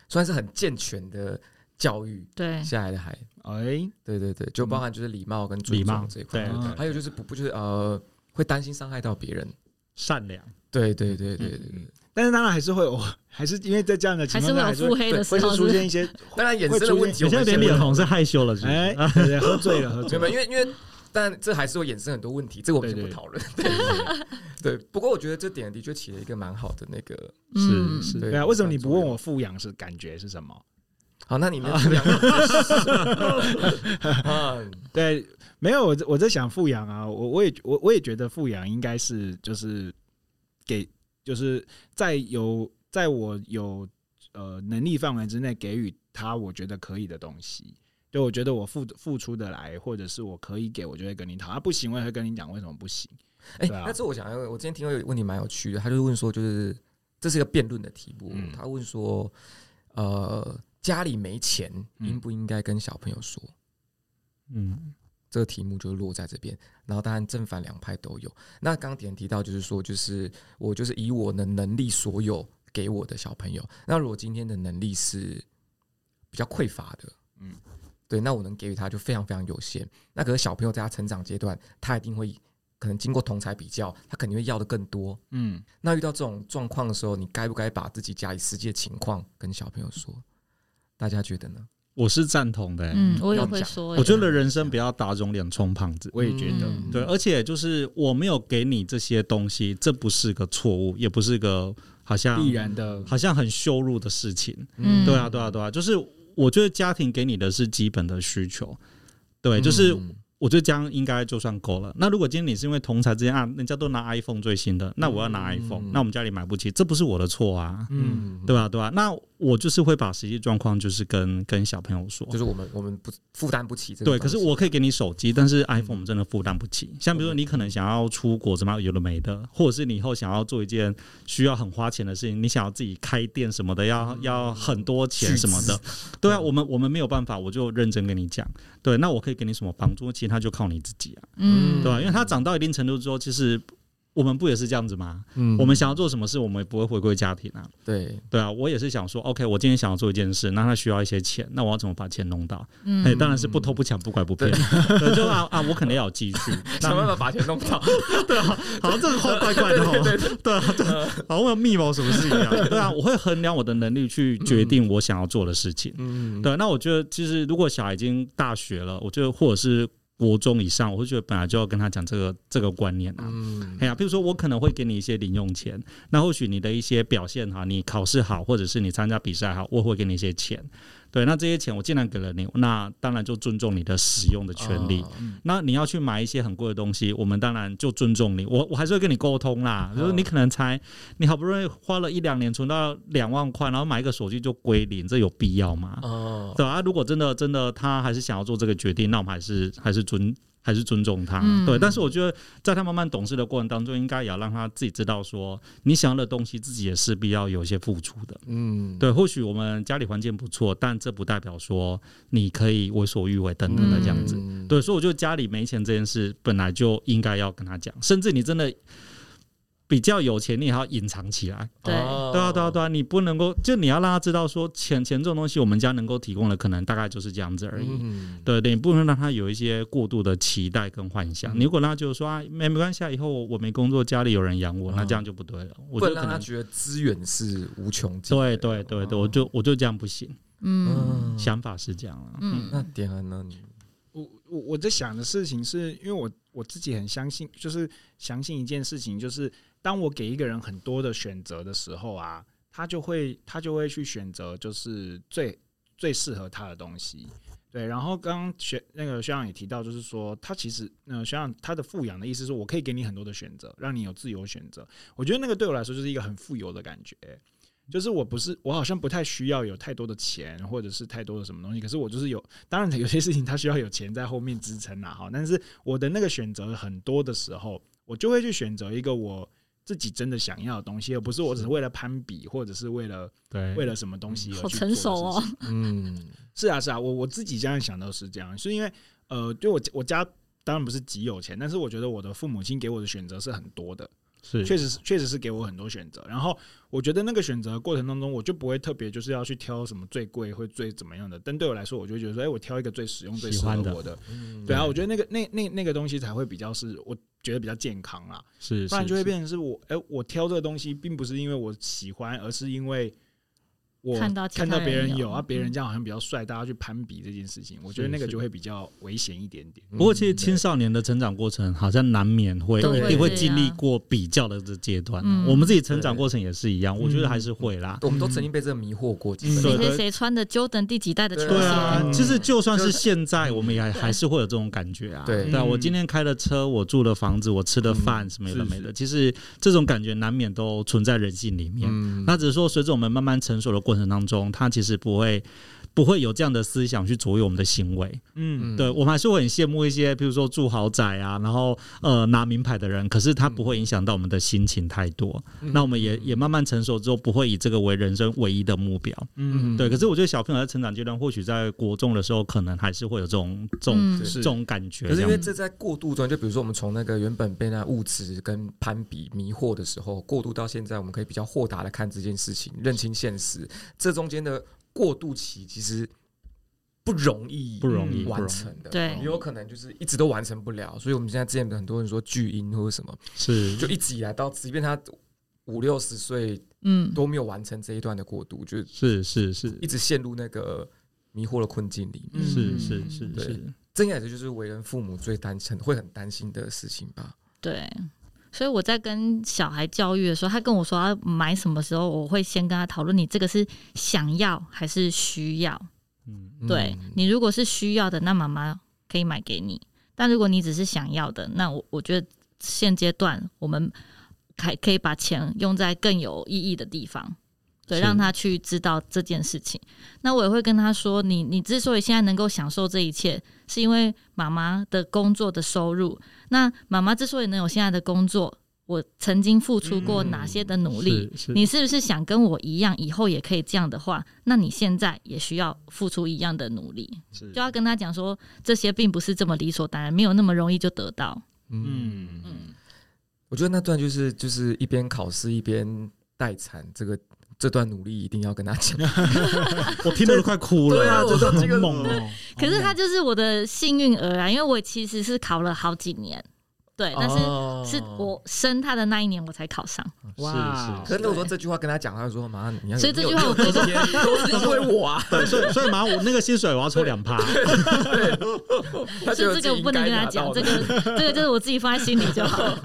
Speaker 3: 算是很健全的教育
Speaker 2: 对，
Speaker 3: 下来的孩，
Speaker 1: 哎，
Speaker 3: 对对对，就包含就是礼貌跟
Speaker 4: 礼
Speaker 3: 尊
Speaker 4: 貌
Speaker 3: 重这一，块，
Speaker 4: 对
Speaker 1: 嗯
Speaker 4: 对
Speaker 3: 还有就是不不就是呃会担心伤害到别人，
Speaker 4: 善良，
Speaker 3: 对对对对对对。
Speaker 1: 但是当然还是会有，还是因为在这样的情
Speaker 2: 还是
Speaker 1: 况下，还
Speaker 2: 会有
Speaker 1: 是
Speaker 2: 腹
Speaker 1: 会
Speaker 2: 黑的时
Speaker 1: 会
Speaker 2: 候
Speaker 1: 是出
Speaker 2: 是
Speaker 1: 现一 些
Speaker 3: 当然衍生的问题，
Speaker 4: 有
Speaker 3: 我
Speaker 4: 些
Speaker 3: 们先
Speaker 4: 脸脸红是害羞了，是不是
Speaker 1: 哎，对对喝醉了，喝
Speaker 3: 没
Speaker 1: 醉
Speaker 3: 有，没
Speaker 1: 了，
Speaker 3: 有因为因为，但这还是会衍生很多问题，这个我们
Speaker 1: 对
Speaker 3: 先不
Speaker 1: 对
Speaker 3: 讨论。 对，不过我觉得这点的确起了一个蛮好的那个。
Speaker 2: 嗯
Speaker 4: 是 是
Speaker 1: 对啊，为什么你不问我？富养是感觉是什么？
Speaker 3: 好，那你
Speaker 1: 啊
Speaker 3: 们两 个啊，
Speaker 1: 对，没有我在我在想富养啊，我我也我我也觉得富养应该是就是给就是在有在我有呃能力范围之内给予他我觉得可以的东西。对，我觉得我付付出的来，或者是我可以给，我就会跟你讨；啊，不行，我也会跟你讲为什么不行。
Speaker 3: 哎，
Speaker 1: 对啊
Speaker 3: 那这我想要，我今天听到有个问题蛮有趣的，他就问说，就是这是一个辩论的题目
Speaker 1: 嗯，
Speaker 3: 他问说，呃，家里没钱，
Speaker 1: 嗯
Speaker 3: 应不应该跟小朋友说？
Speaker 4: 嗯，
Speaker 3: 这个题目就落在这边。然后当然正反两派都有。那刚点提到就是说，就是我就是以我的能力所有给我的小朋友。那如果今天的能力是比较匮乏的，嗯
Speaker 1: 嗯，
Speaker 3: 对，那我能给予他就非常非常有限。那可是小朋友在他成长阶段，他一定会可能经过同才比较，他肯定会要的更多。
Speaker 1: 嗯，
Speaker 3: 那遇到这种状况的时候，你该不该把自己家里实际的情况跟小朋友说？大家觉得呢？
Speaker 4: 我是赞同的、欸。
Speaker 2: 嗯，我也
Speaker 3: 要
Speaker 2: 会
Speaker 3: 讲
Speaker 2: 说欸，
Speaker 4: 我觉得人生不要打肿脸充胖子，
Speaker 1: 我也觉得，
Speaker 2: 嗯
Speaker 4: 对，而且就是我没有给你这些东西，这不是个错误，也不是个好像
Speaker 1: 必然的，
Speaker 4: 好像很羞辱的事情。
Speaker 2: 嗯
Speaker 4: 对啊，对啊，对啊，就是我觉得家庭给你的是基本的需求，对，就是
Speaker 3: 嗯
Speaker 4: 我觉得这样应该就算够了。那如果今天你是因为同才之间啊，人家都拿 iPhone 最新的，那我要拿
Speaker 3: 嗯
Speaker 4: iPhone，、那我们家里买不起，这不是我的错啊，
Speaker 3: 嗯
Speaker 4: 对吧、对吧、那我就是会把实际状况就是跟跟小朋友说
Speaker 3: 就。是我们我们不负担不起这个
Speaker 4: 对，
Speaker 3: 东
Speaker 4: 可
Speaker 3: 西。
Speaker 4: 是我可以给你手机，但是 iPhone 我们真的负担不起。像比如说，你可能想要出国，什么有的没的，或者是你以后想要做一件需要很花钱的事情，你想要自己开店什么的，要要很多钱什么的。对啊，我们我们没有办法，我就认真跟你讲。对，那我可以给你什么帮助？其他就靠你自己啊，
Speaker 2: 嗯，
Speaker 4: 对吧、因为他长到一定程度之后，其实我们不也是这样子吗？
Speaker 3: 嗯
Speaker 4: 我们想要做什么事，我们也不会回归家庭啊。
Speaker 3: 对，
Speaker 4: 对啊，我也是想说，OK，我今天想要做一件事，那他需要一些钱，那我要怎么把钱弄到？
Speaker 2: 嗯
Speaker 4: 哎、当然是不偷不抢不拐不骗，对，就啊啊，我可能要有积 蓄，
Speaker 3: 想办
Speaker 4: 那
Speaker 3: 法把钱弄 到。
Speaker 4: 对啊，好像这个话怪怪的哦， 对啊，这 好像我有密谋什么事一样，对啊，我会衡量我的能力去决定我想要做的事情，
Speaker 3: 嗯，
Speaker 4: 对，那我觉得其实如果小孩已经大学了，我觉得或者是国中以上，我会觉得本来就要跟他讲这个这个观念啊，
Speaker 3: 嗯，
Speaker 4: 哎呀，比如说我可能会给你一些零用钱，那或许你的一些表现哈，你考试好，或者是你参加比赛好，我会给你一些钱。对，那这些钱我既然给了你，那当然就尊重你的使用的 权利。
Speaker 3: 哦
Speaker 4: 那你要去买一些很贵的东西，我们当然就尊重你。我我还是会跟你沟通啦，就是你可能才你好不容易花了一两年存到两万块，然后买一个手机就归零，这有必要吗？
Speaker 3: 哦，
Speaker 4: 对啊，如果真的真的他还是想要做这个决定，那我们还是还是尊还是尊重他。
Speaker 2: 嗯
Speaker 4: 对，但是我觉得在他慢慢懂事的过程当中，应该也要让他自己知道说，你想要的东西自己也势必要有一些付出的。
Speaker 3: 嗯，
Speaker 4: 对，或许我们家里环境不错，但这不代表说你可以为所欲为等等的这样子。
Speaker 3: 嗯，
Speaker 4: 对，所以我觉得家里没钱这件事本来就应该要跟他讲，甚至你真的比较有钱，你也要隐藏起来。
Speaker 2: 对
Speaker 3: 哦
Speaker 4: 对啊，对啊，对啊，你不能够就你要让他知道说钱钱这种东西，我们家能够提供的可能大概就是这样子而已。
Speaker 3: 嗯，
Speaker 4: 对对，你不能让他有一些过度的期待跟幻想。
Speaker 3: 嗯
Speaker 4: 你如果让他就是说啊，没没关系，啊，以后我我没工作，家里有人养我，那这样就不对了。我
Speaker 3: 不
Speaker 4: 就
Speaker 3: 能
Speaker 4: 可
Speaker 3: 让他
Speaker 4: 能
Speaker 3: 觉得资源是无穷尽
Speaker 4: 对
Speaker 3: 的。
Speaker 4: 对对对，
Speaker 3: 哦
Speaker 4: 我就我就这样不行，
Speaker 2: 嗯
Speaker 3: 嗯，
Speaker 4: 想法是这样啊。嗯
Speaker 2: 嗯，
Speaker 3: 那点恩呢？你
Speaker 1: 我我我在想的事情是，因为我我自己很相信，就是相信一件事情，就是当我给一个人很多的选择的时候啊，他就会他就会去选择就是最最适合他的东西。对，然后刚刚学那个学长也提到，就是说他其实，嗯、呃，学长他的富养的意思是我可以给你很多的选择，让你有自由选择。我觉得那个对我来说就是一个很富有的感觉，就是我不是我好像不太需要有太多的钱或者是太多的什么东西，可是我就是有当然，有些事情它需要有钱在后面支撑啦，哈。但 是我的那个选择很多的时候，我就会去选择一个我自己真的想要的东西，而不是我只是为了攀比，或者是为了
Speaker 4: 对，
Speaker 1: 为了什么东西而去
Speaker 2: 好
Speaker 1: 做的
Speaker 2: 成熟哦
Speaker 1: 事情。
Speaker 3: 嗯，
Speaker 1: 是啊，是啊，我我自己这样想都是这样，是因为呃，对我我家当然不是极有钱，但是我觉得我的父母亲给我的选择是很多的，
Speaker 4: 是
Speaker 1: 确实是确实是给我很多选择。然后我觉得那个选择的过程当中，我就不会特别就是要去挑什么最贵或最怎么样的。但对我来说，我就会觉得说，哎、我挑一个最实用、最
Speaker 4: 喜
Speaker 1: 适
Speaker 4: 欢
Speaker 1: 合
Speaker 4: 的
Speaker 1: 我的。
Speaker 3: 嗯
Speaker 1: 对啊，我觉得那个那那那个东西才会比较是，我觉得比较健康啦。
Speaker 4: 是，
Speaker 1: 不然
Speaker 4: 是
Speaker 1: 就会
Speaker 4: 是
Speaker 1: 变成是我，哎、我挑这个东西，并不是因为我喜欢，而是因为我
Speaker 2: 看到其他
Speaker 1: 别
Speaker 2: 人
Speaker 1: 人
Speaker 2: 有
Speaker 1: 啊，别人
Speaker 2: 嗯
Speaker 1: 这样好像比较帅，大家去攀比这件事情，我觉得
Speaker 4: 嗯是
Speaker 1: 那个
Speaker 4: 是
Speaker 1: 就会比较危险一点点。
Speaker 3: 嗯
Speaker 4: 不过，其实青少年的成长过程好像难免会
Speaker 2: 都会
Speaker 4: 一定会
Speaker 2: 这
Speaker 4: 经
Speaker 2: 样
Speaker 4: 历过比较的这阶段啊。
Speaker 2: 嗯
Speaker 4: 我们自己成长过程也是一样，我觉得还是会啦。
Speaker 3: 嗯我们都曾经被这个迷惑过几
Speaker 4: 嗯
Speaker 3: 次
Speaker 2: 谁
Speaker 4: 对。
Speaker 2: 谁谁穿的 Jordan 第几代的球
Speaker 3: 对
Speaker 4: 对
Speaker 2: 鞋？
Speaker 4: 啊
Speaker 1: 嗯，
Speaker 4: 其实就算是现在，
Speaker 3: 嗯
Speaker 4: 我们也还还是会有这种感觉啊。
Speaker 3: 对
Speaker 4: 啊
Speaker 1: 嗯
Speaker 4: 我今天开的车，我住的房子，我吃的饭，
Speaker 3: 嗯
Speaker 4: 什么有的
Speaker 1: 是
Speaker 4: 没的，其实这种感觉难免都存在人性里面。
Speaker 3: 嗯
Speaker 4: 那只是说，随着我们慢慢成熟的过程当中，它其实不会不会有这样的思想去左右我们的行为。
Speaker 1: 嗯，
Speaker 4: 对我们还是会很羡慕一些，比如说住豪宅啊，然后呃拿名牌的人，可是他不会影响到我们的心情太多。那我们也也慢慢成熟之后，不会以这个为人生唯一的目标。
Speaker 1: 嗯
Speaker 4: 对，可是我觉得小朋友在成长阶段，或许在国中的时候，可能还是会有这种这种、
Speaker 2: 嗯
Speaker 3: 对
Speaker 4: 这种感觉
Speaker 3: 可是因
Speaker 4: 这样
Speaker 3: 为
Speaker 4: 子。
Speaker 3: 这在过渡中，就比如说我们从那个原本被那物质跟攀比迷惑的时候，过渡到现在，我们可以比较豁达的看这件事情，认清现实。这中间的过渡期其实不容易，
Speaker 4: 不容易不容易
Speaker 3: 完成的，
Speaker 2: 对
Speaker 3: 也有可能就是一直都完成不了。所以我们现在之前很多人说巨婴或者什么，
Speaker 4: 是
Speaker 3: 就一直以来到即便他五六十岁
Speaker 2: 嗯，
Speaker 3: 都没有完成这一段的过渡，就是
Speaker 4: 是是
Speaker 3: 一直陷入那个迷惑的困境里面。
Speaker 2: 嗯
Speaker 4: 是是是
Speaker 3: 对
Speaker 4: 是，
Speaker 3: 这应该也是就是为人父母最担心、会很担心的事情吧。
Speaker 2: 对。所以我在跟小孩教育的时候，他跟我说要买什么时候，我会先跟他讨论你这个是想要还是需要。
Speaker 4: 嗯
Speaker 2: 对、你如果是需要的，那妈妈可以买给你；但如果你只是想要的，那我我觉得现阶段我们还可以把钱用在更有意义的地方，对，
Speaker 4: 是
Speaker 2: 让他去知道这件事情。那我也会跟他说，你你之所以现在能够享受这一切，是因为妈妈的工作的收入。那妈妈之所以能有现在的工作，我曾经付出过哪些的努力？
Speaker 4: 嗯是是
Speaker 2: 你是不是想跟我一样，以后也可以这样的话，那你现在也需要付出一样的努力，
Speaker 1: 是
Speaker 2: 就要跟他讲说，这些并不是这么理所当然，没有那么容易就得
Speaker 3: 哦
Speaker 2: 到。
Speaker 1: 嗯
Speaker 2: 嗯
Speaker 3: 我觉得那段就是就是一边考试一边待产，这个这段努力一定要跟他讲。
Speaker 4: 我听得都快哭了，
Speaker 3: 对啊
Speaker 4: 我
Speaker 3: 这
Speaker 4: 好
Speaker 3: 这个
Speaker 4: 猛哦。
Speaker 2: 可是他就是我的幸运儿啊，因为我其实是考了好几年，对，但是
Speaker 3: 哦
Speaker 2: 是我生他的那一年我才考上，
Speaker 1: 哇
Speaker 4: 是
Speaker 3: 可是如果说这句话跟他讲，他就说：“妈，你要有
Speaker 2: 所以这句
Speaker 3: 你有
Speaker 2: 话我
Speaker 3: 你有今天都是因为我啊。
Speaker 4: 对，所以所以嘛，我那个薪水我要抽两趴，”
Speaker 3: 他觉
Speaker 2: 就
Speaker 3: 得
Speaker 2: 这个我
Speaker 3: 自己
Speaker 2: 不能
Speaker 3: 应
Speaker 2: 跟
Speaker 3: 该
Speaker 2: 他
Speaker 3: 拿
Speaker 2: 讲，
Speaker 3: 到
Speaker 2: 这
Speaker 3: 的
Speaker 2: 个这个就是我自己放在心里就好了。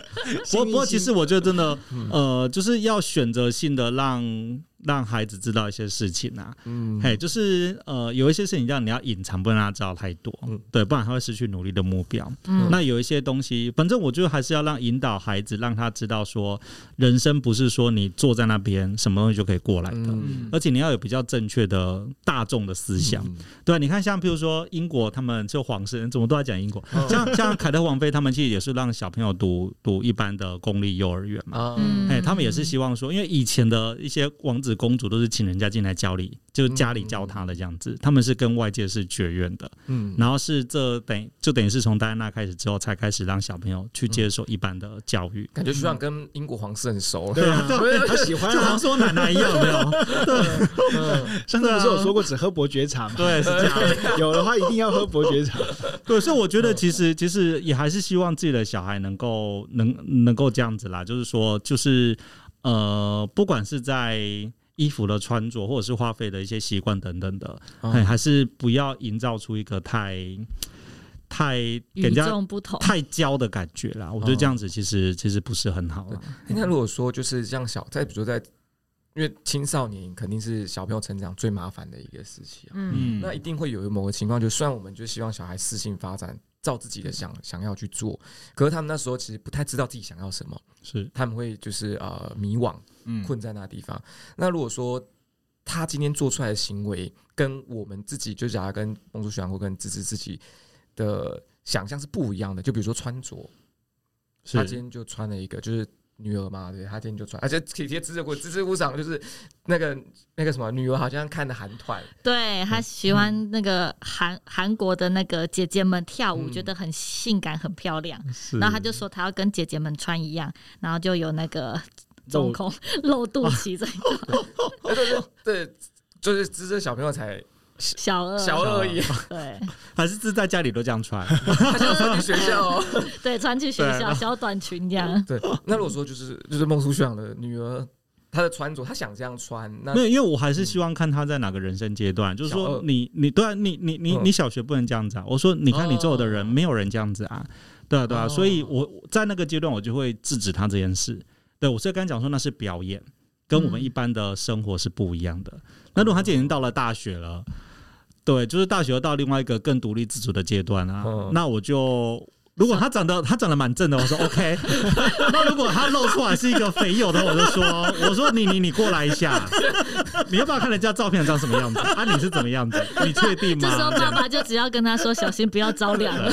Speaker 4: 不过不过，其实我觉得真的，呃，就是要选择性的让让孩子知道一些事情啊。
Speaker 3: 嗯
Speaker 4: 嘿，就是呃，有一些事情让你要隐藏，不能让他知道太多，
Speaker 3: 嗯
Speaker 4: 对，不然他会失去努力的目标。
Speaker 2: 嗯，
Speaker 4: 那有一些东西，反正我觉得还是要让引导孩子，让他知道说，人生不是说你坐在那边什么东西就可以过来的。
Speaker 3: 嗯
Speaker 4: 而且你要有比较正确的大众的思想，
Speaker 3: 嗯
Speaker 4: 对，啊你看像比如说英国，他们就皇室，怎么都在讲英国，
Speaker 3: 嗯
Speaker 4: 像像凯特王妃他们其实也是让小朋友读读一般的公立幼儿园嘛，哎
Speaker 3: 啊
Speaker 2: 嗯
Speaker 4: 哎，他们也是希望说，因为以前的一些王子时公主都是请人家进来教里，就是家里教她的这样子，他们是跟外界是绝缘的。
Speaker 3: 嗯，
Speaker 4: 然后是这等就等于是从戴安娜开始之后，才开始让小朋友去接受一般的教育。
Speaker 2: 嗯
Speaker 3: 感觉学长跟英国皇室很熟了。
Speaker 1: 对啊， 他喜欢
Speaker 4: 就好
Speaker 1: 啊
Speaker 4: 像，是我奶奶一样，有没有？
Speaker 3: 嗯
Speaker 1: 上次不是有说过只喝伯爵茶吗？
Speaker 4: 对，是这样。
Speaker 1: 有的话一定要喝伯 爵茶。
Speaker 4: 对，所以我觉得其实其实也还是希望自己的小孩能够能能够这样子啦，就是说就是呃，不管是在衣服的穿着，或者是花费的一些习惯等等的，哎，
Speaker 3: 哦
Speaker 4: 还是不要营造出一个太太给
Speaker 2: 与
Speaker 4: 人家
Speaker 2: 众不同。
Speaker 4: 太娇的感觉啦。我觉得这样子其实其实不是很好啦。
Speaker 3: 那如果说就是像小，再比如说在，因为青少年肯定是小朋友成长最麻烦的一个时期啊。
Speaker 2: 嗯，
Speaker 4: 嗯，
Speaker 3: 那一定会有某个情况，就虽然我们就希望小孩适性发展，照自己的想想要去做，可是他们那时候其实不太知道自己想要什么，
Speaker 4: 是
Speaker 3: 他们会就是呃迷惘，
Speaker 1: 嗯，
Speaker 3: 困在那地方。那如果说他今天做出来的行为跟我们自己，就假如跟公主学长或跟芝芝自己的想象是不一样的，就比如说穿着，他今
Speaker 4: 是，
Speaker 3: 天就穿了一个就是。女儿嘛，对，他今天就穿，而且体贴支持我，支持鼓掌，就是那个那个什么，女儿好像看的韩团，
Speaker 2: 对他喜欢那个韩韩国的那个姐姐们跳舞，
Speaker 3: 嗯
Speaker 2: 觉得很性感、很漂亮。
Speaker 4: 是
Speaker 2: 然后他就说他要跟姐姐们穿一样，然后就有那个中
Speaker 1: 肉
Speaker 2: 空露肚脐在
Speaker 3: 对哦对对，就是支持小朋友才
Speaker 2: 小二，
Speaker 3: 小二而已，
Speaker 2: 对
Speaker 4: 还是自在家里都这样穿。
Speaker 3: 他就穿去学校哦、
Speaker 2: 对，穿去学校小短裙这 样。
Speaker 3: 对，那如果说就是就是孟书学长的女儿，她的穿着，她想这样穿， 那嗯
Speaker 4: 没有，因为我还是希望看他在哪个人生阶段。就是
Speaker 3: 小
Speaker 4: 说
Speaker 3: 二
Speaker 4: 你，你对啊，你你你
Speaker 3: 嗯
Speaker 4: 你小学不能这样子啊！我说，你看你做的人，
Speaker 3: 哦
Speaker 4: 没有人这样子啊，对啊对啊。
Speaker 3: 哦
Speaker 4: 所以我我在那个阶段，我就会制止他这件事。对我所以刚才讲说那是表演，跟我们
Speaker 2: 嗯
Speaker 4: 一般的生活是不一样
Speaker 3: 嗯
Speaker 4: 的。那如果他今年到了大学了，对，就是大学到另外一个更独立自主的阶段啊，
Speaker 3: 嗯
Speaker 4: 那我就。如果他长得他长得蛮正的，我说 OK。那如果他露出来是一个肥油的，我就说 我说你你你过来 一下，你要不要看人家照片长什么样子？啊，你是怎么样子？你确定
Speaker 2: 这时候
Speaker 4: 吗？
Speaker 2: 爸爸就只要跟他说小心不要着凉了，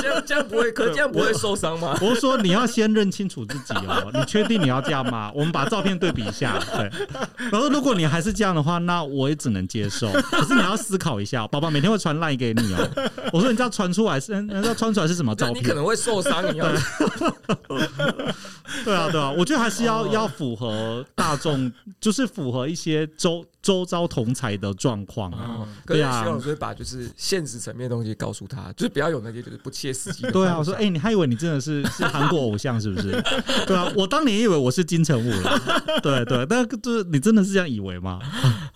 Speaker 3: 这样这样不会，可这样不会受伤吗？
Speaker 4: 我说你要先认清楚自己 哦，你确定你要这样吗？我们把照片对比一下，对。然后如果你还是这样的话，那我也只能接受。可是你要思考一下哦，爸爸每天会传赖给你哦。我说你知道传出来是，你知道传出来是什么 照
Speaker 3: 你可
Speaker 4: 片？啊
Speaker 3: 能会受伤，你要
Speaker 4: 对啊，对啊，我觉得还是要
Speaker 3: 哦
Speaker 4: 要符合大众，就是符合一些周周遭同才的状况啊。
Speaker 3: 哦可是
Speaker 4: 对
Speaker 3: 徐
Speaker 4: 啊
Speaker 3: 老师会把就是现实层面的东西告诉他，就是不要有那些就是不切实际的。
Speaker 4: 对啊，我说，哎、，你还以为你真的是是韩国偶像是 不是？对啊，我当年也以为我是金城武了。对对，但就是你真的是这样以为吗？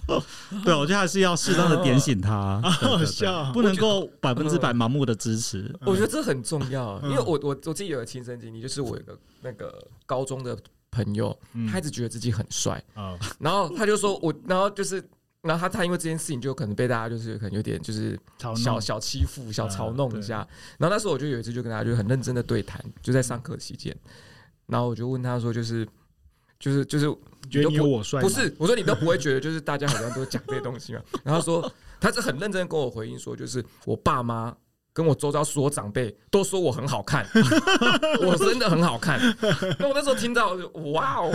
Speaker 4: 对，啊我觉得还是要适当的点醒他，对对
Speaker 1: 好
Speaker 4: 对
Speaker 1: 笑啊
Speaker 4: 不能够百分之百盲目的支持。
Speaker 3: 我觉得这很重要，啊
Speaker 1: 嗯
Speaker 3: 因为我我我自己有个亲身经历，就是我有个那个高中的朋友，
Speaker 1: 嗯
Speaker 4: 嗯
Speaker 3: 他一直觉得自己很帅，
Speaker 1: 哦，
Speaker 3: 然后他就说我，然后就是。然后他他因为这件事情就可能被大家就是可能有点就是
Speaker 1: 吵
Speaker 3: 小
Speaker 1: 闹，
Speaker 3: 小欺负小嘲弄
Speaker 1: 对
Speaker 3: 一下，然后那时候我就有一次就跟他就很认真的对谈，就在上课期间，然后我就问他说就是就是就是
Speaker 1: 觉得你有我帅吗
Speaker 3: 不？是，我说你都不会觉得就是大家好像都讲这些东西嘛。然后说他是很认真地跟我回应说，就是我爸妈跟我周遭所有长辈都说我很好看，我真的很好看。那我那时候听到我就哇哦，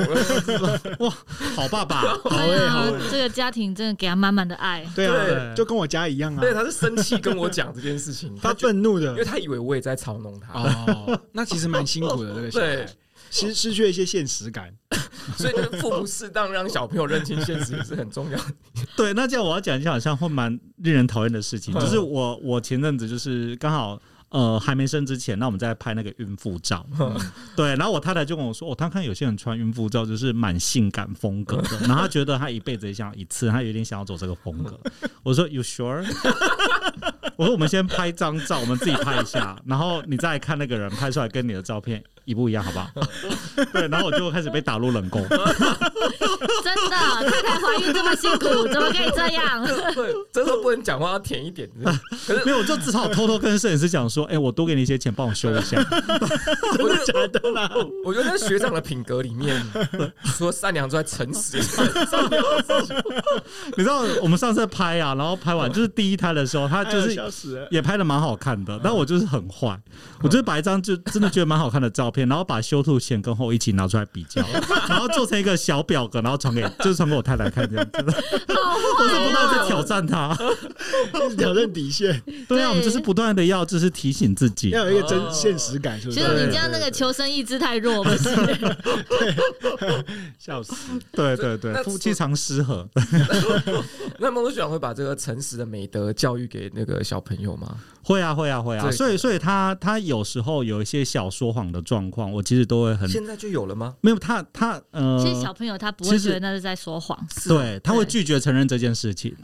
Speaker 4: 好爸爸，
Speaker 2: 对啊，这个家庭真的给他满满的爱。
Speaker 1: 对啊，
Speaker 4: 对
Speaker 1: 就跟我家一样啊
Speaker 3: 对，。他是生气跟我讲这件事 情，
Speaker 1: 他
Speaker 3: 觉得
Speaker 1: 愤怒
Speaker 3: 因
Speaker 1: 的
Speaker 3: 为他以为我也在嘲弄他，
Speaker 1: 哦，那其实蛮辛苦的这个小
Speaker 3: 对
Speaker 1: 孩，失失去了一些现实感。
Speaker 3: 所以就是父母适当让小朋友认清现实也是很重要的。
Speaker 4: 对，那这样我要讲一下，好像会蛮令人讨厌的事情，就是我我前阵子就是刚好。呃，还没生之前，那我们在拍那个孕妇照，对，然后我太太就跟我说，哦，她看有些人穿孕妇照就是蛮性感风格的，然后她觉得她一辈子也想要一次，她有点想要走这个风格。我说 You sure？我说我们先拍张照，我们自己拍一下，然后你再看那个人拍出来跟你的照片一不一样，好不好？对，然后我就开始被打入冷宫。
Speaker 2: 真的，太太怀孕这么辛苦，怎么可以这样？
Speaker 3: 对，真的不能讲话要甜一点。可是
Speaker 4: 没有，我就只好偷偷跟摄影师讲说，哎、我多给你一些钱，帮我修一下。
Speaker 3: 我觉得我觉得在学长的品格里面，除了善良之外，诚实也是很重要的事情。
Speaker 4: 你知道我们上次拍啊，然后拍完就是第一胎的时候，他
Speaker 1: 他
Speaker 4: 就是
Speaker 1: 哎笑死了，
Speaker 4: 也拍的蛮好看的，但我就是很坏，我就是把一张就真的觉得蛮好看的照片，然后把修图前跟后一起拿出来比较，然后做成一个小表格，然后传给就是传给我太太看这样子。
Speaker 2: 哦
Speaker 4: 我是不断在挑战她，
Speaker 1: 挑战底线，
Speaker 4: 对啊，我们就是不断的要就是提醒自己。
Speaker 1: 要有一个真现实感，是不
Speaker 2: 其实你
Speaker 1: 是？
Speaker 2: 这样那个求生意志太弱，不是？
Speaker 1: 笑死！
Speaker 4: 对对对，
Speaker 3: 那
Speaker 4: 夫妻常失和。
Speaker 3: 那梦想会把这个诚实的美德教育给那个小朋友吗？
Speaker 4: 会啊，会啊，会啊，
Speaker 3: 对
Speaker 4: 所以，所以他他有时候有一些小说谎的状况，我其实都会很
Speaker 3: 现在就有了吗？
Speaker 4: 没有他他呃，
Speaker 2: 其实小啊朋友他不
Speaker 4: 其
Speaker 2: 会
Speaker 4: 实
Speaker 2: 觉得那是在说谎，
Speaker 4: 对他会
Speaker 2: 对
Speaker 4: 拒绝承认这件事情。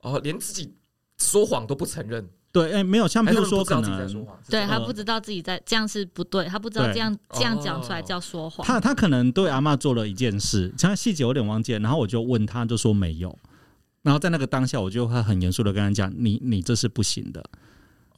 Speaker 3: 哦，连自己说谎都不承认，
Speaker 4: 对，哎、没有，像比
Speaker 3: 还是他们
Speaker 4: 如说
Speaker 3: 不知道
Speaker 4: 可
Speaker 3: 自己在说
Speaker 4: 能
Speaker 3: 谎，
Speaker 2: 对他
Speaker 4: 呃
Speaker 2: 不知道自己在这样是不对，他不知道
Speaker 4: 对
Speaker 2: 这样这样
Speaker 3: 哦
Speaker 2: 讲出来叫说谎。
Speaker 4: 他他可能对阿嬷做了一件事，像细节有点忘记了，然后我就问他，就说没有。然后在那个当下，我就会很严肃的跟他讲：“你你这是不行的，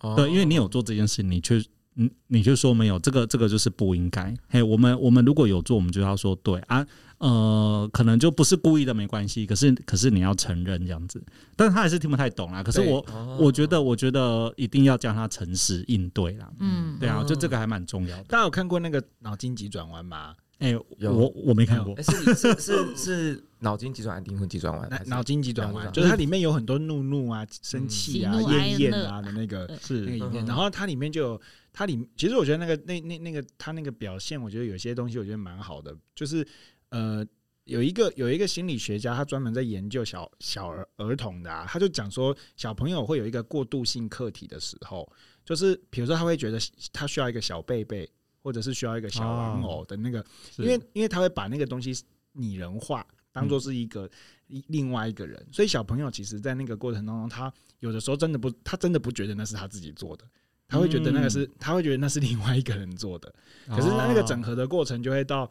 Speaker 3: 哦
Speaker 4: 对，因为你有做这件事，你却你你却说没有，这个这个就是不应该。嘿，我们我们如果有做，我们就要说对啊，呃，可能就不是故意的，没关系。可是可是你要承认这样子，但是他还是听不太懂啊啦。可是
Speaker 3: 对
Speaker 4: 我
Speaker 3: 哦
Speaker 4: 我觉得我觉得一定要叫他诚实应对啦。
Speaker 2: 嗯，
Speaker 4: 对啊，
Speaker 3: 哦
Speaker 4: 就这个还蛮重要的。
Speaker 1: 大家有看过那个脑筋急转弯吗？
Speaker 4: 哎、
Speaker 3: 有
Speaker 4: 我我没看过
Speaker 3: 哎，是是是是脑筋急 转弯、灵魂急转弯
Speaker 1: 脑
Speaker 3: 还是
Speaker 1: 脑筋急转
Speaker 3: 脑
Speaker 1: 弯，
Speaker 3: 筋急转弯
Speaker 1: 就是它里面有很多怒怒啊、生气啊、
Speaker 2: 喜怒哀
Speaker 1: 厌厌
Speaker 2: 乐
Speaker 1: 啊的那个
Speaker 4: 是
Speaker 1: 那个影片，
Speaker 3: 嗯
Speaker 1: 然后它里面就有它里，其实我觉得那个那那那个它那个表现，我觉得有些东西我觉得蛮好的，就是呃。有一个有一个心理学家，他专门在研究小小儿儿童的、啊，他就讲说，小朋友会有一个过渡性客体的时候，就是比如说他会觉得他需要一个小贝贝，或者是需要一个小玩
Speaker 3: 哦
Speaker 1: 偶的那个
Speaker 4: 是
Speaker 1: 因为因为他会把那个东西拟人化，当
Speaker 3: 嗯
Speaker 1: 做是一个、一另外一个人，所以小朋友其实，在那个过程当中，他有的时候真的不，他真的不觉得那是他自己做的，他会觉得那个是，
Speaker 3: 嗯
Speaker 1: 他会觉得那是另外一个人做的。
Speaker 3: 哦
Speaker 4: 哦
Speaker 1: 可是那个整合的过程，就会到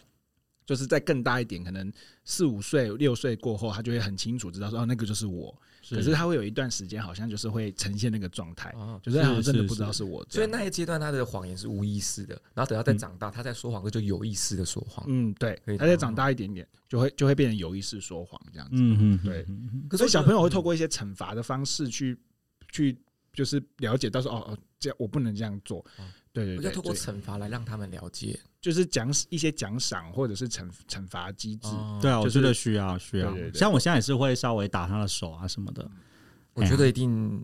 Speaker 1: 就是再更大一点，可能四五岁、六岁过后，他就会很清楚知道说，哦，那个就是我。可是他会有一段时间，好像就是会呈现那个状态，
Speaker 3: 哦
Speaker 1: 就是好像真的
Speaker 4: 是
Speaker 1: 不知道
Speaker 4: 是
Speaker 1: 是我这
Speaker 3: 所
Speaker 1: 样。
Speaker 3: 以那一阶段他的谎言是无意识的，然后等到再长大，他在说谎的时候就有意识的说谎。
Speaker 1: 嗯，对
Speaker 3: 可以，
Speaker 1: 他再长大一点点，就会就会变成有意识说谎这样子。
Speaker 4: 嗯嗯，
Speaker 1: 对
Speaker 4: 嗯
Speaker 3: 可
Speaker 1: 所以小朋友会透
Speaker 3: 过
Speaker 1: 过一些惩罚的方式去去，就是了解到说哦哦，这样我不能这样做
Speaker 3: 哦。
Speaker 1: 对对
Speaker 3: 要
Speaker 1: 对，
Speaker 3: 透过
Speaker 1: 对
Speaker 3: 惩罚来让他们了解。
Speaker 1: 就是奖一些奖赏或者是惩惩罚机制。
Speaker 3: 嗯
Speaker 4: 对啊，我
Speaker 1: 就是
Speaker 4: 觉得需要需要
Speaker 1: 对对，对
Speaker 4: 像我现在也是会稍微打他的手啊什么的，
Speaker 3: 我觉得一定，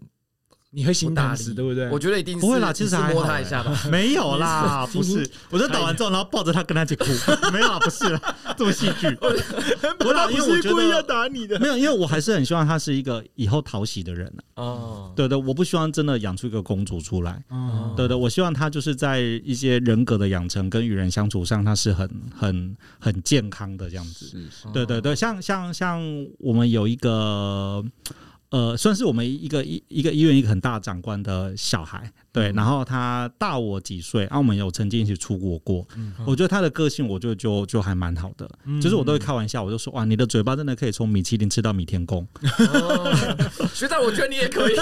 Speaker 1: 你会心疼死，
Speaker 3: 不大理
Speaker 1: 对不对？
Speaker 3: 我觉得一定是
Speaker 4: 不会啦其实
Speaker 3: 你
Speaker 4: 还
Speaker 3: 是
Speaker 4: 好
Speaker 3: 摸他一下吧。
Speaker 4: 没有啦，不是，我就打完之后，然后抱着他跟他一起哭， 没有啦，不是啦，这么戏剧，我
Speaker 1: 他
Speaker 4: 啦，
Speaker 1: 不
Speaker 4: 因为我
Speaker 1: 是
Speaker 4: 觉
Speaker 1: 故意要
Speaker 4: 得
Speaker 1: 打你的。
Speaker 4: 没有，因为我还是很希望他是一个以后讨喜的人啊，
Speaker 3: 哦，
Speaker 4: 对的，我不希望真的养出一个公主出来，
Speaker 1: 嗯
Speaker 4: 对的，我希望他就是在一些人格的养成跟与人相处上，他是很很很健康的这样子，
Speaker 1: 是是
Speaker 3: 哦
Speaker 4: 对对对，像像像我们有一个呃，算是我们一个一一个医院一个很大长官的小孩，对，然后他大我几岁，啊，我们有曾经一起出国过，我觉得他的个性，我就就就还蛮好的，就是我都会开玩笑，我就说哇，你的嘴巴真的可以从米其林吃到米田宫，
Speaker 3: 哦 学长，我觉得你也可以。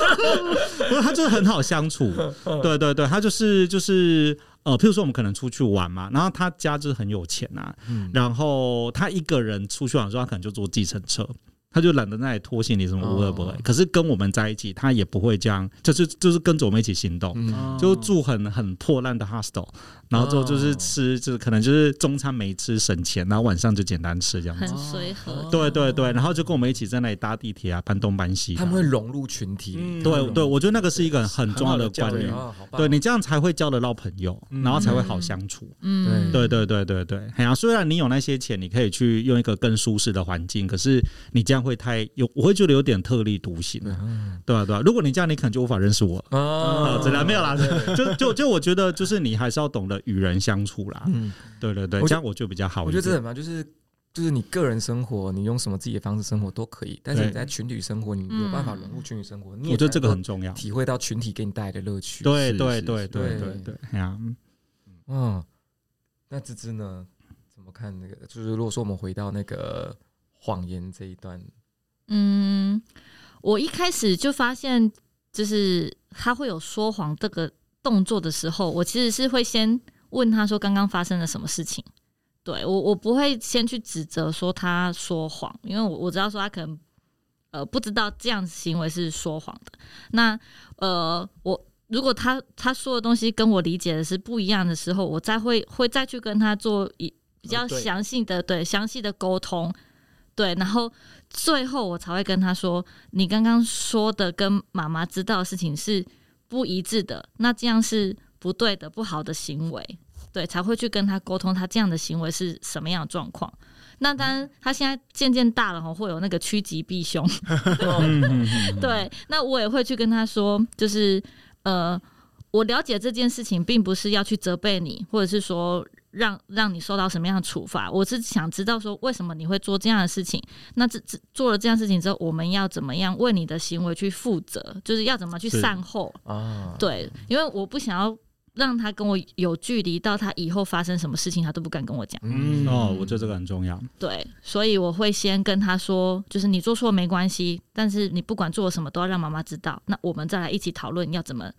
Speaker 4: 不是，他就是很好相 处，
Speaker 3: 嗯
Speaker 4: 对对对，他就是就是。呃，譬如说我们可能出去玩嘛，然后他家就是很有钱啊，
Speaker 3: 嗯
Speaker 4: 然后他一个人出去玩的时候，他可能就坐计程车，他就懒得在那里拖行李什么无微不微
Speaker 3: 哦。
Speaker 4: 可是跟我们在一起，他也不会这样，就是就是跟着我们一起行动。
Speaker 3: 嗯
Speaker 4: 就住很很破烂的 hostel，然后之后就是吃，就是可能就是中餐没吃省钱，然后晚上就简单吃这样
Speaker 3: 哦
Speaker 2: 很
Speaker 4: 子。
Speaker 2: 随和。
Speaker 4: 对对对，然后就跟我们一起在那里搭地铁啊，搬东搬西的
Speaker 3: 他
Speaker 4: 啊。
Speaker 3: 们会融入群体里。
Speaker 1: 嗯
Speaker 3: 他们
Speaker 4: 对
Speaker 3: 会
Speaker 4: 对，
Speaker 3: 融入
Speaker 4: 我觉得那个是一个很重要的观
Speaker 1: 很好的
Speaker 4: 念
Speaker 1: 教育，
Speaker 3: 哦好棒
Speaker 4: 对你这样才会交得到朋友，
Speaker 1: 嗯
Speaker 4: 然后才会好相处。
Speaker 2: 嗯，
Speaker 4: 对对对对对，哎呀、虽然你有那些钱，你可以去用一个更舒适的环境，可是你这样会太有，我会觉得有点特立独行、
Speaker 3: 嗯
Speaker 4: 啊，对啊对啊。如果你这样，你可能就无法认识我了。
Speaker 3: 啊
Speaker 4: 啊，真的没有啦，就就就我觉得，就是你还是要懂得与人相处啦。
Speaker 3: 嗯，
Speaker 4: 对对对，
Speaker 3: 我觉
Speaker 4: 这样我就比较好
Speaker 3: 我
Speaker 4: 一
Speaker 3: 觉得
Speaker 4: 点。
Speaker 3: 这很棒，就是就是你个人生活，你用什么自己的方式生活都可以，但是
Speaker 4: 对
Speaker 3: 你在群体生活，你有办法
Speaker 2: 嗯
Speaker 3: 融入群体生活，你
Speaker 4: 我
Speaker 3: 也
Speaker 4: 觉得这
Speaker 3: 才
Speaker 4: 个
Speaker 3: 能
Speaker 4: 很重要
Speaker 3: 够。体会到群体给你带来的乐趣。
Speaker 4: 对
Speaker 1: 是
Speaker 4: 对
Speaker 1: 是
Speaker 4: 对
Speaker 1: 是
Speaker 4: 对对
Speaker 3: 对
Speaker 4: 对，哎呀，嗯
Speaker 3: 嗯，那芝芝呢？怎么看那个？就是如果说我们回到那个谎言这一段，
Speaker 2: 嗯，我一开始就发现，就是他会有说谎这个动作的时候，我其实是会先问他说刚刚发生了什么事情。对我，我不会先去指责说他说谎，因为我我知道说他可能呃不知道这样行为是说谎的。那呃，我如果他他说的东西跟我理解的是不一样的时候，我再会会再去跟他做一比较
Speaker 1: 呃对
Speaker 2: 详细的、对详细的沟通，对，然后最后我才会跟他说，你刚刚说的跟妈妈知道的事情是不一致的，那这样是不对的、不好的行为，对，才会去跟他沟通他这样的行为是什么样的状况。那当然，他现在渐渐大了吼，会有那个趋吉避凶，
Speaker 4: 嗯嗯嗯嗯
Speaker 2: 对，那我也会去跟他说，就是呃，我了解这件事情，并不是要去责备你，或者是说让让你受到什么样的处罚，我是想知道说为什么你会做这样的事情。那这这做了这样的事情之后，我们要怎么样为你的行为去负责，就是要怎么去
Speaker 4: 是
Speaker 2: 善后？
Speaker 3: 啊，
Speaker 2: 对，因为我不想要。让他跟我有距离，到他以后发生什么事情，他都不敢跟我讲。
Speaker 1: 嗯
Speaker 4: 哦，我觉得这个很重要。
Speaker 2: 对，所以我会先跟他说，就是你做错没关系，但是你不管做什么都要让妈妈知道。那我们再来一起讨论要怎么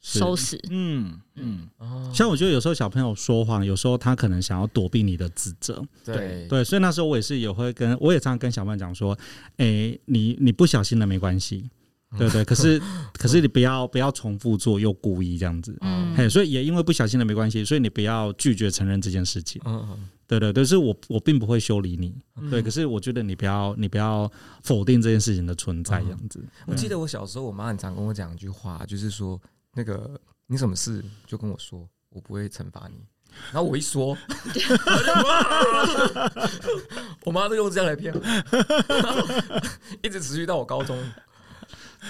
Speaker 4: 是
Speaker 2: 收拾。
Speaker 1: 嗯嗯，
Speaker 3: 哦
Speaker 4: 像我觉得有时候小朋友说谎，有时候他可能想要躲避你的指责，
Speaker 3: 对
Speaker 4: 对，所以那时候我也是也会跟，我也常常跟小朋友讲说，诶，你你不小心了没关系，
Speaker 1: 嗯
Speaker 4: 对对，可是可是你不要不要重复做又故意这样子，
Speaker 2: 嗯，
Speaker 4: 哦嘿，所以也因为不小心了没关系，所以你不要拒绝承认这件事情，
Speaker 3: 嗯，
Speaker 4: 对对对，是我我并不会修理你，
Speaker 3: 嗯
Speaker 4: 对，可是我觉得你不要你不要否定这件事情的存在这样子，
Speaker 1: 嗯
Speaker 3: 我记
Speaker 4: 嗯
Speaker 3: 得我小时候，我妈很常跟我讲一句话，就是说那个你什么事就跟我说，我不会惩罚你。然后我一说， 我妈都用这样来骗我，一直持续到我高中。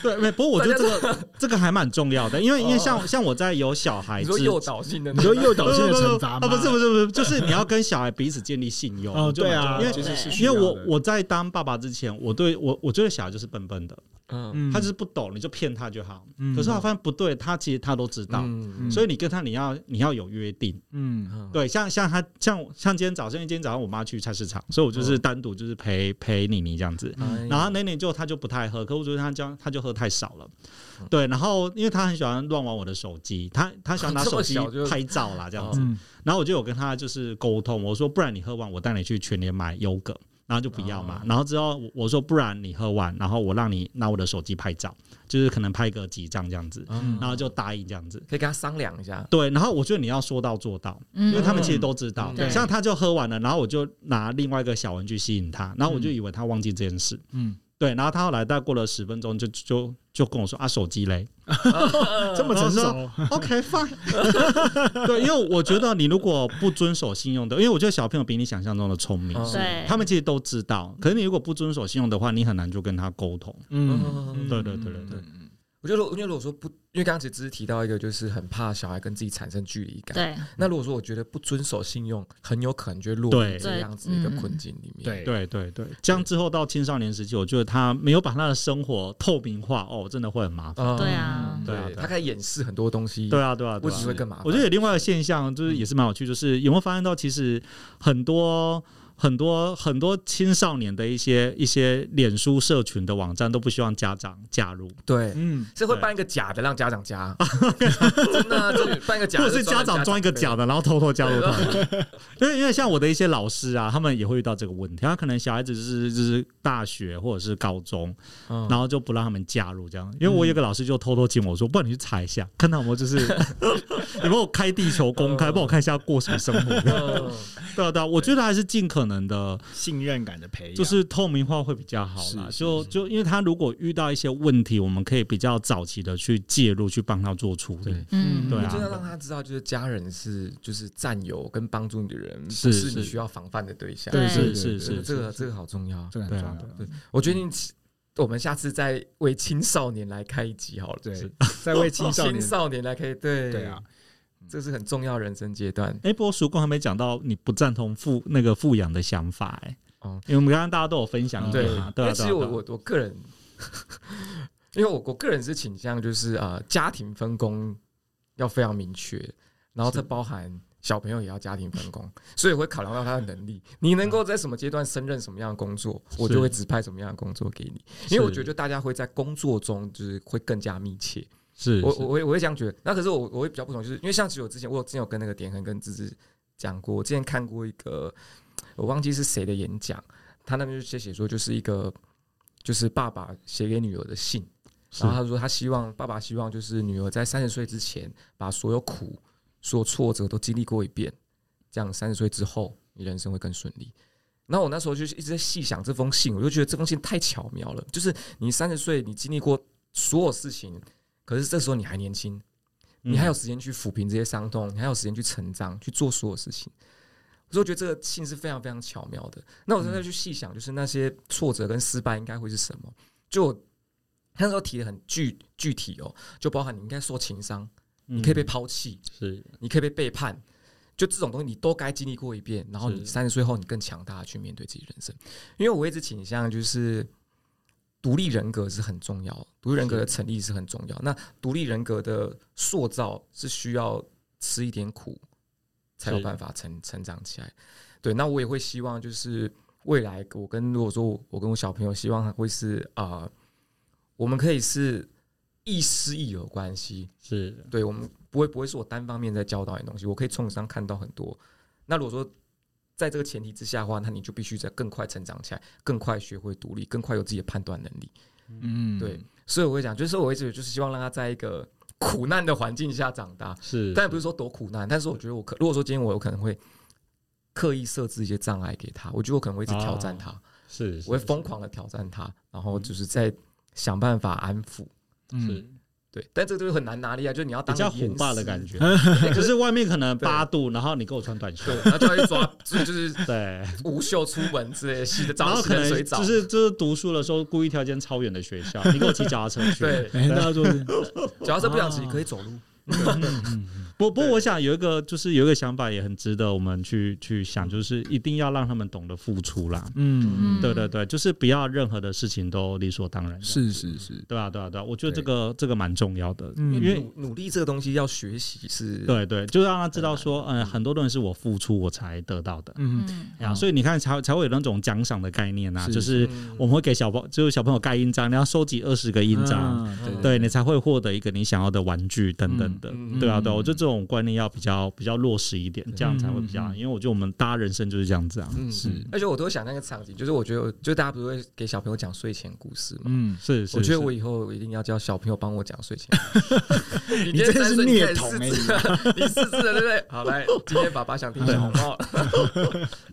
Speaker 4: 对，没不过我觉得这
Speaker 3: 个
Speaker 4: 这个还蛮重要的，因为因为
Speaker 3: 哦
Speaker 4: 像像我在有小孩
Speaker 3: 你
Speaker 4: 之
Speaker 3: 说诱导性的
Speaker 1: 你
Speaker 3: 那
Speaker 1: 说
Speaker 3: 种，
Speaker 1: 诱导性的惩罚
Speaker 4: 啊，
Speaker 1: 吗？
Speaker 4: 不是不是不是，就是你要跟小孩彼此建 立信用。
Speaker 1: 哦，对啊，
Speaker 4: 因为
Speaker 1: 其实是需
Speaker 4: 因为
Speaker 1: 要的
Speaker 4: 我我在当爸爸之前，我对我我觉得小孩就是笨笨的，
Speaker 3: 嗯
Speaker 1: 嗯
Speaker 4: 他就是不懂，你就骗他就好。
Speaker 1: 嗯
Speaker 4: 可是我发现不对，他其实他都知道，
Speaker 3: 嗯
Speaker 4: 所以你跟他你要你要有约定。
Speaker 1: 嗯
Speaker 4: 对，像像他像像今天早上，因为今天早上我妈去菜市场，所以
Speaker 1: 嗯
Speaker 4: 我就是单独就是陪陪妮妮这样
Speaker 3: 哎
Speaker 4: 子。然后那年就他就不太喝，可我觉得他这样他就喝太少了，
Speaker 1: 嗯
Speaker 4: 对。然后因为他很喜欢乱玩我的手机，他他喜 欢拿
Speaker 3: 这么
Speaker 4: 手机
Speaker 3: 小就
Speaker 4: 拍照啦，这样子。
Speaker 1: 嗯
Speaker 4: 然后我就有跟他就是沟通，我说不然你喝完，我带你去全联买优格，然后就不要嘛。
Speaker 3: 哦
Speaker 4: 然后之后我我说不然你喝完，然后我让你拿我的手机拍照，就是可能拍个几张这样子，
Speaker 3: 嗯
Speaker 4: 然后就答应这样子。
Speaker 3: 可以跟他商量一下，
Speaker 4: 对，然后我觉得你要说到做到，
Speaker 2: 因
Speaker 4: 因为他们其实都知道
Speaker 3: 嗯，
Speaker 1: 对
Speaker 4: 像他就喝完了，然后我就拿另外一个小玩具吸引
Speaker 3: 嗯
Speaker 4: 他，然后我就以为他忘记这件事，
Speaker 1: 嗯，
Speaker 4: 对，然后他后来大概过了十分钟就就就跟我说啊手机嘞，
Speaker 1: 这么成熟，
Speaker 4: OK fine，对，因 为我觉得你如果不遵守信用的，因为我觉得小朋友比你想象中的聪明，
Speaker 3: 嗯
Speaker 2: 对
Speaker 4: 他们其实都知道，可是你如果不遵守信用的话，你很难就跟他沟通。
Speaker 1: 嗯，
Speaker 4: 对对对对对
Speaker 1: 嗯
Speaker 3: 我觉得，我觉得如果说不，因为刚刚其实只是提到一个，就是很怕小孩跟自己产生距离感。。
Speaker 2: 对
Speaker 3: 那如果说我觉得不遵守信用，很有可能就会落
Speaker 4: 对
Speaker 3: 入这样子一
Speaker 2: 嗯
Speaker 3: 个困境里面。
Speaker 1: 对
Speaker 4: 对对对，这样之后到青少年时期，我觉得他没有把他的生活透明化，哦，真的会很麻烦。
Speaker 3: 嗯
Speaker 2: 对啊
Speaker 4: 对啊对啊
Speaker 3: 他可以掩饰很多东西。
Speaker 4: 对啊，对啊，对
Speaker 3: 问题
Speaker 4: 啊。
Speaker 3: 会更麻烦。
Speaker 4: 我觉得有另外一个现象，就是也是蛮有趣，就是有没有发现到，其实很多很多很多青少年的一些一些脸书社群的网站都不希望家长加入，
Speaker 3: 对，
Speaker 1: 嗯，
Speaker 3: 是会办一个假的让家长 加，真的啊就是办一个假的，
Speaker 4: 或者是家长装一个假
Speaker 3: 的，
Speaker 4: 的，然后偷偷加入他们。 因为因为像我的一些老师啊，他们也会遇到这个问题，他可能小孩子是就是大学或者是高中，
Speaker 3: 嗯
Speaker 4: 然后就不让他们加入这样。因为我有一个老师就偷偷请我说，不然你去查一下，看到有没有就是有没有开地球公开，
Speaker 3: 嗯
Speaker 4: 帮我看一下过什么生活。
Speaker 3: 嗯
Speaker 4: 对啊对啊，我觉得还是尽可能的，
Speaker 1: 信任感的培养
Speaker 4: 就是透明化会比较好
Speaker 1: 是
Speaker 4: 啦。
Speaker 1: 是
Speaker 4: 就就因为他如果遇到一些问题，我们可以比较早期的去介入，去帮他做处理。
Speaker 3: 对
Speaker 2: 嗯
Speaker 4: 对啊
Speaker 3: 就是要让他知道，就是家人是就是占有跟帮助你的人，不
Speaker 4: 是
Speaker 3: 是你
Speaker 4: 是
Speaker 3: 需要防范的对象。
Speaker 2: 对
Speaker 4: 是
Speaker 3: 真
Speaker 4: 是
Speaker 3: 的
Speaker 4: 是，
Speaker 3: 这个这个好重要。
Speaker 1: 这个很
Speaker 4: 对
Speaker 1: 重
Speaker 4: 啊
Speaker 1: 要。
Speaker 3: 对，我决定起我们下次再为青少年来开一集好了。
Speaker 1: 对
Speaker 3: 是，
Speaker 1: 在为青少
Speaker 3: 青
Speaker 1: 年，
Speaker 3: 少年来开，对
Speaker 1: 对啊，，
Speaker 3: 这是很重要人生阶段。
Speaker 4: 哎、不过曙光还没讲到你不赞同富那个富养的想法、哎，
Speaker 3: 哦
Speaker 4: 因为我们刚刚大家都有分享一
Speaker 3: 对
Speaker 4: 点嘛，，
Speaker 3: 因
Speaker 4: 对啊，
Speaker 3: 为其
Speaker 4: 对啊
Speaker 3: 实我
Speaker 4: 对啊
Speaker 3: 我我个人， 因为我我个人是倾向就是呃家庭分工要非常明确，然后这包含小朋友也要家庭分工， 所以我会考量到他的能力，你能够在什么阶段胜任什么样的工作，我
Speaker 4: 是
Speaker 3: 就会指派什么样的工作给你，因为我觉得就大家会在工作中就是会更加密切，
Speaker 4: 是
Speaker 3: 我
Speaker 4: 是
Speaker 3: 我会我会这样觉得。那可是我我会比较不同，就是因为像其实我之前我有之前有跟那个点恒跟芝芝讲过，我之前看过一个我忘记是谁的演讲，他那边就写写说就是一个就是爸爸写给女儿的信，
Speaker 4: 是
Speaker 3: 然后他说，他希望爸爸希望就是女儿在三十岁之前把所有苦、所有挫折都经历过一遍，这样三十岁之后你人生会更顺利。然后我那时候就是一直在细想这封信，我就觉得这封信太巧妙了。就是你三十岁，你经历过所有事情，可是这时候你还年轻，
Speaker 4: 嗯
Speaker 3: 你还有时间去抚平这些伤痛，你还有时间去成长，去做所有事情。所以我觉得这个信是非常非常巧妙的。那我现在去细想，就是那些挫折跟失败应该会是什么？就我那时候提的很具具体哦，就包含你应该受情伤，
Speaker 4: 你
Speaker 3: 你可以被抛弃，
Speaker 4: 嗯是
Speaker 3: 你可以被背叛，就这种东西你都该经历过一遍，然后你
Speaker 4: 是
Speaker 3: 三十岁后你更强大的去面对自己人生。因为我一直倾向就是独立人格是很重要，独立人格的成立是很重要。那独立人格的塑造是需要吃一点苦才有
Speaker 4: 是
Speaker 3: 办法成成长起来。对，那我也会希望就是未来我跟如果说我我跟我小朋友希望会是啊、呃我们可以是亦师亦友关系，
Speaker 4: 是
Speaker 3: 对我们不会不会是我单方面在教导你东西，我可以从你身上看到很多。那如果说在这个前提之下的话，那你就必须在更快成长起来，更快学会独立，更快有自己的判断能力。
Speaker 1: 嗯，
Speaker 3: 对，所以我会讲，就是我一直就是希望让他在一个苦难的环境下长大，
Speaker 4: 是，
Speaker 3: 但不是说多苦难，但是我觉得我可如果说今天我有可能会刻意设置一些障碍给他，我觉得我可能会一直挑战他，
Speaker 4: 啊是是嗯
Speaker 3: 我会疯狂的挑战他，然后就是在想办法安抚。
Speaker 4: 是
Speaker 1: 嗯，
Speaker 3: 对，但这个就是很难拿捏啊，就是你要
Speaker 4: 比
Speaker 3: 当
Speaker 4: 较
Speaker 3: 个严
Speaker 4: 虎爸的
Speaker 3: 师
Speaker 4: 感觉，
Speaker 3: 对
Speaker 4: 就是外面可能八度，然后你给我穿短袖
Speaker 3: 对，，然后就会抓， 就就是
Speaker 4: 对，
Speaker 3: 无袖出门之类的，洗的
Speaker 4: 然
Speaker 3: 澡
Speaker 4: 后
Speaker 3: 洗
Speaker 4: 可
Speaker 3: 冷
Speaker 4: 能
Speaker 3: 水澡，
Speaker 4: 就是就是读书的时候故意挑一间超远的学校，你给我骑脚踏车去。
Speaker 3: 对，
Speaker 1: 哎，大家说是，
Speaker 3: 脚踏车不想骑可以走路，
Speaker 4: 不不过
Speaker 3: 对
Speaker 4: 我想有一个就是有一个想法也很值得我们去去想，就是一定要让他们懂得付出啦。
Speaker 1: 嗯，
Speaker 2: 嗯
Speaker 4: 对对对，就是不要任何的事情都理所当然。，
Speaker 1: 是是是，
Speaker 4: 对啊对啊对啊，我觉得
Speaker 3: 对
Speaker 4: 这个这个蛮重要的，
Speaker 1: 嗯
Speaker 4: 因
Speaker 3: 因
Speaker 4: 为
Speaker 3: 为。努努力这个东西要学习是，
Speaker 4: 对对，就让他知道
Speaker 3: 很难
Speaker 4: 说，嗯、
Speaker 3: 嗯
Speaker 4: 很多东西是我付出我才得到的，
Speaker 1: 嗯，
Speaker 2: 嗯
Speaker 4: 啊，所以你看才才会有那种奖赏的概念啊，
Speaker 1: 是
Speaker 4: 就是
Speaker 3: 嗯
Speaker 4: 我们会给小朋就是小朋友盖印章，你要收集二十个印章，
Speaker 1: 嗯对
Speaker 4: 对你才会获得一个你想要的玩具等等的。
Speaker 3: 嗯
Speaker 4: 对啊，对啊，
Speaker 1: 嗯
Speaker 4: 我觉得这种观念要比较比较落实一点，这样才会比较好。
Speaker 1: 嗯嗯
Speaker 4: 因为我觉得我们大家人生就是这样子啊，
Speaker 3: 嗯
Speaker 1: 是
Speaker 3: 而且我都会想那个场景，就是我觉得，就大家不是会给小朋友讲睡前故事嘛？
Speaker 1: 嗯，
Speaker 4: 是是。
Speaker 3: 我觉得
Speaker 4: 是
Speaker 3: 我以后一定要叫小朋友帮我讲睡前故事。 你
Speaker 1: 你真的是虐童哎
Speaker 3: 你开始试字了， 你试字了对不对？好，来，今天爸爸想听小红帽。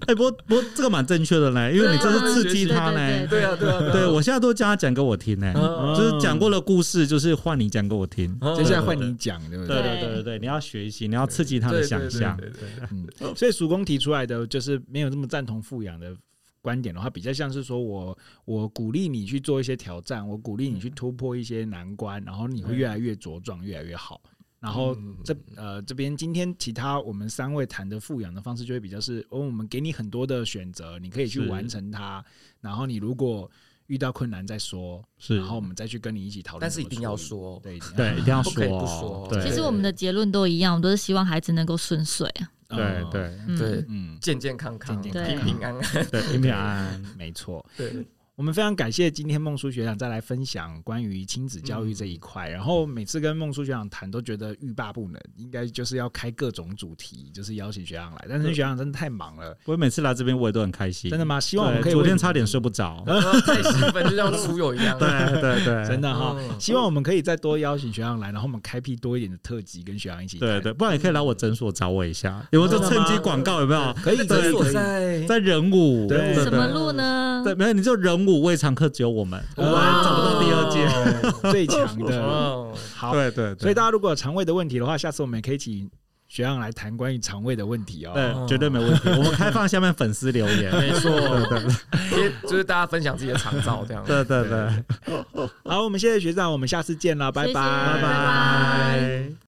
Speaker 4: 哎，不过不过这个蛮正确的嘞，因为你这是刺激他嘞。
Speaker 3: 对啊，对啊，
Speaker 4: 对，我现在都叫他讲给我听嘞，
Speaker 3: 嗯
Speaker 4: 就是讲过的故事，就是换你讲给我听。
Speaker 3: 啊
Speaker 1: 接下来换你讲，对不
Speaker 4: 对
Speaker 1: 对？
Speaker 4: 对对对对，你要学习，你要刺激他的想象。
Speaker 3: 对对对对对
Speaker 1: 嗯，所以曙光提出来的就是没有这么赞同富养的观点的话，比较像是说我我鼓励你去做一些挑战，我鼓励你去
Speaker 4: 嗯
Speaker 1: 突破一些难关，然后你会越来越茁壮，越来越好。然后
Speaker 3: 嗯
Speaker 1: 这呃这边今天其他我们三位谈的富养的方式就会比较是，哦，我们给你很多的选择，你可以去
Speaker 4: 是
Speaker 1: 完成它。然后你如果遇到困难再说，
Speaker 4: 是
Speaker 1: 然后我们再去跟你一起讨论。
Speaker 3: 但是一定要，说哦，
Speaker 1: 对
Speaker 4: 对，一定要
Speaker 3: 不可以不
Speaker 4: 说
Speaker 3: 说
Speaker 4: 哦。
Speaker 3: 对
Speaker 2: 其
Speaker 4: 对
Speaker 2: 实我们的结论都一样，我们都是希望孩子能够顺遂啊。
Speaker 4: 对，对
Speaker 2: 嗯
Speaker 3: 对
Speaker 1: 嗯，
Speaker 3: 健健康康、
Speaker 1: 健
Speaker 3: 平
Speaker 1: 健
Speaker 2: 康康
Speaker 3: 平安安。
Speaker 4: 对，平平安安。
Speaker 1: 没错。
Speaker 3: 对，
Speaker 1: 我们非常感谢今天孟叔学长再来分享关于亲子教育这
Speaker 4: 嗯
Speaker 1: 一块。然后每次跟孟叔学长谈，都觉得欲罢不能，应该就是要开各种主题，就是邀请学长来。但是
Speaker 4: 对
Speaker 1: 学长真的太忙了，
Speaker 4: 我每次来这边我也都很开心，
Speaker 1: 真的
Speaker 4: 吗？
Speaker 1: 吗？希望我们可以
Speaker 4: 昨
Speaker 1: 为
Speaker 4: 天差点睡不着。
Speaker 3: 太兴奋就像出游一样。
Speaker 4: 对对对，
Speaker 1: 真的哈，
Speaker 3: 嗯
Speaker 1: 希望我们可以再多邀请学长来，然后我们开辟多一点的特辑，跟学长一起
Speaker 4: 对
Speaker 1: 谈。
Speaker 4: 对，不然也可以来我诊所找我一下，有就趁机广告有没有？
Speaker 1: 可以可
Speaker 3: 诊
Speaker 1: 以
Speaker 3: 所
Speaker 1: 可以。
Speaker 3: 在
Speaker 4: 在人武，
Speaker 1: 对
Speaker 4: 对
Speaker 2: 什么路呢？
Speaker 4: 对，没有你就人武胃肠科只有我们，我
Speaker 1: 哇
Speaker 4: 们找不到第二届。
Speaker 3: 届。
Speaker 1: 呃最强 的。
Speaker 3: 哦，
Speaker 1: 好，
Speaker 4: 对对，对
Speaker 1: 所以大家如果有肠胃的问题的话，下次我们也可以请学长来谈关于肠胃的问题哦。
Speaker 4: 对绝对没问题，我们开放下面粉丝留言。
Speaker 3: 没错，也就是大家分享自己的长照这样。
Speaker 4: 对对对，
Speaker 1: 好，我们谢谢学长，我们下次见了，拜
Speaker 2: 谢谢
Speaker 1: 拜
Speaker 2: 拜
Speaker 4: 拜。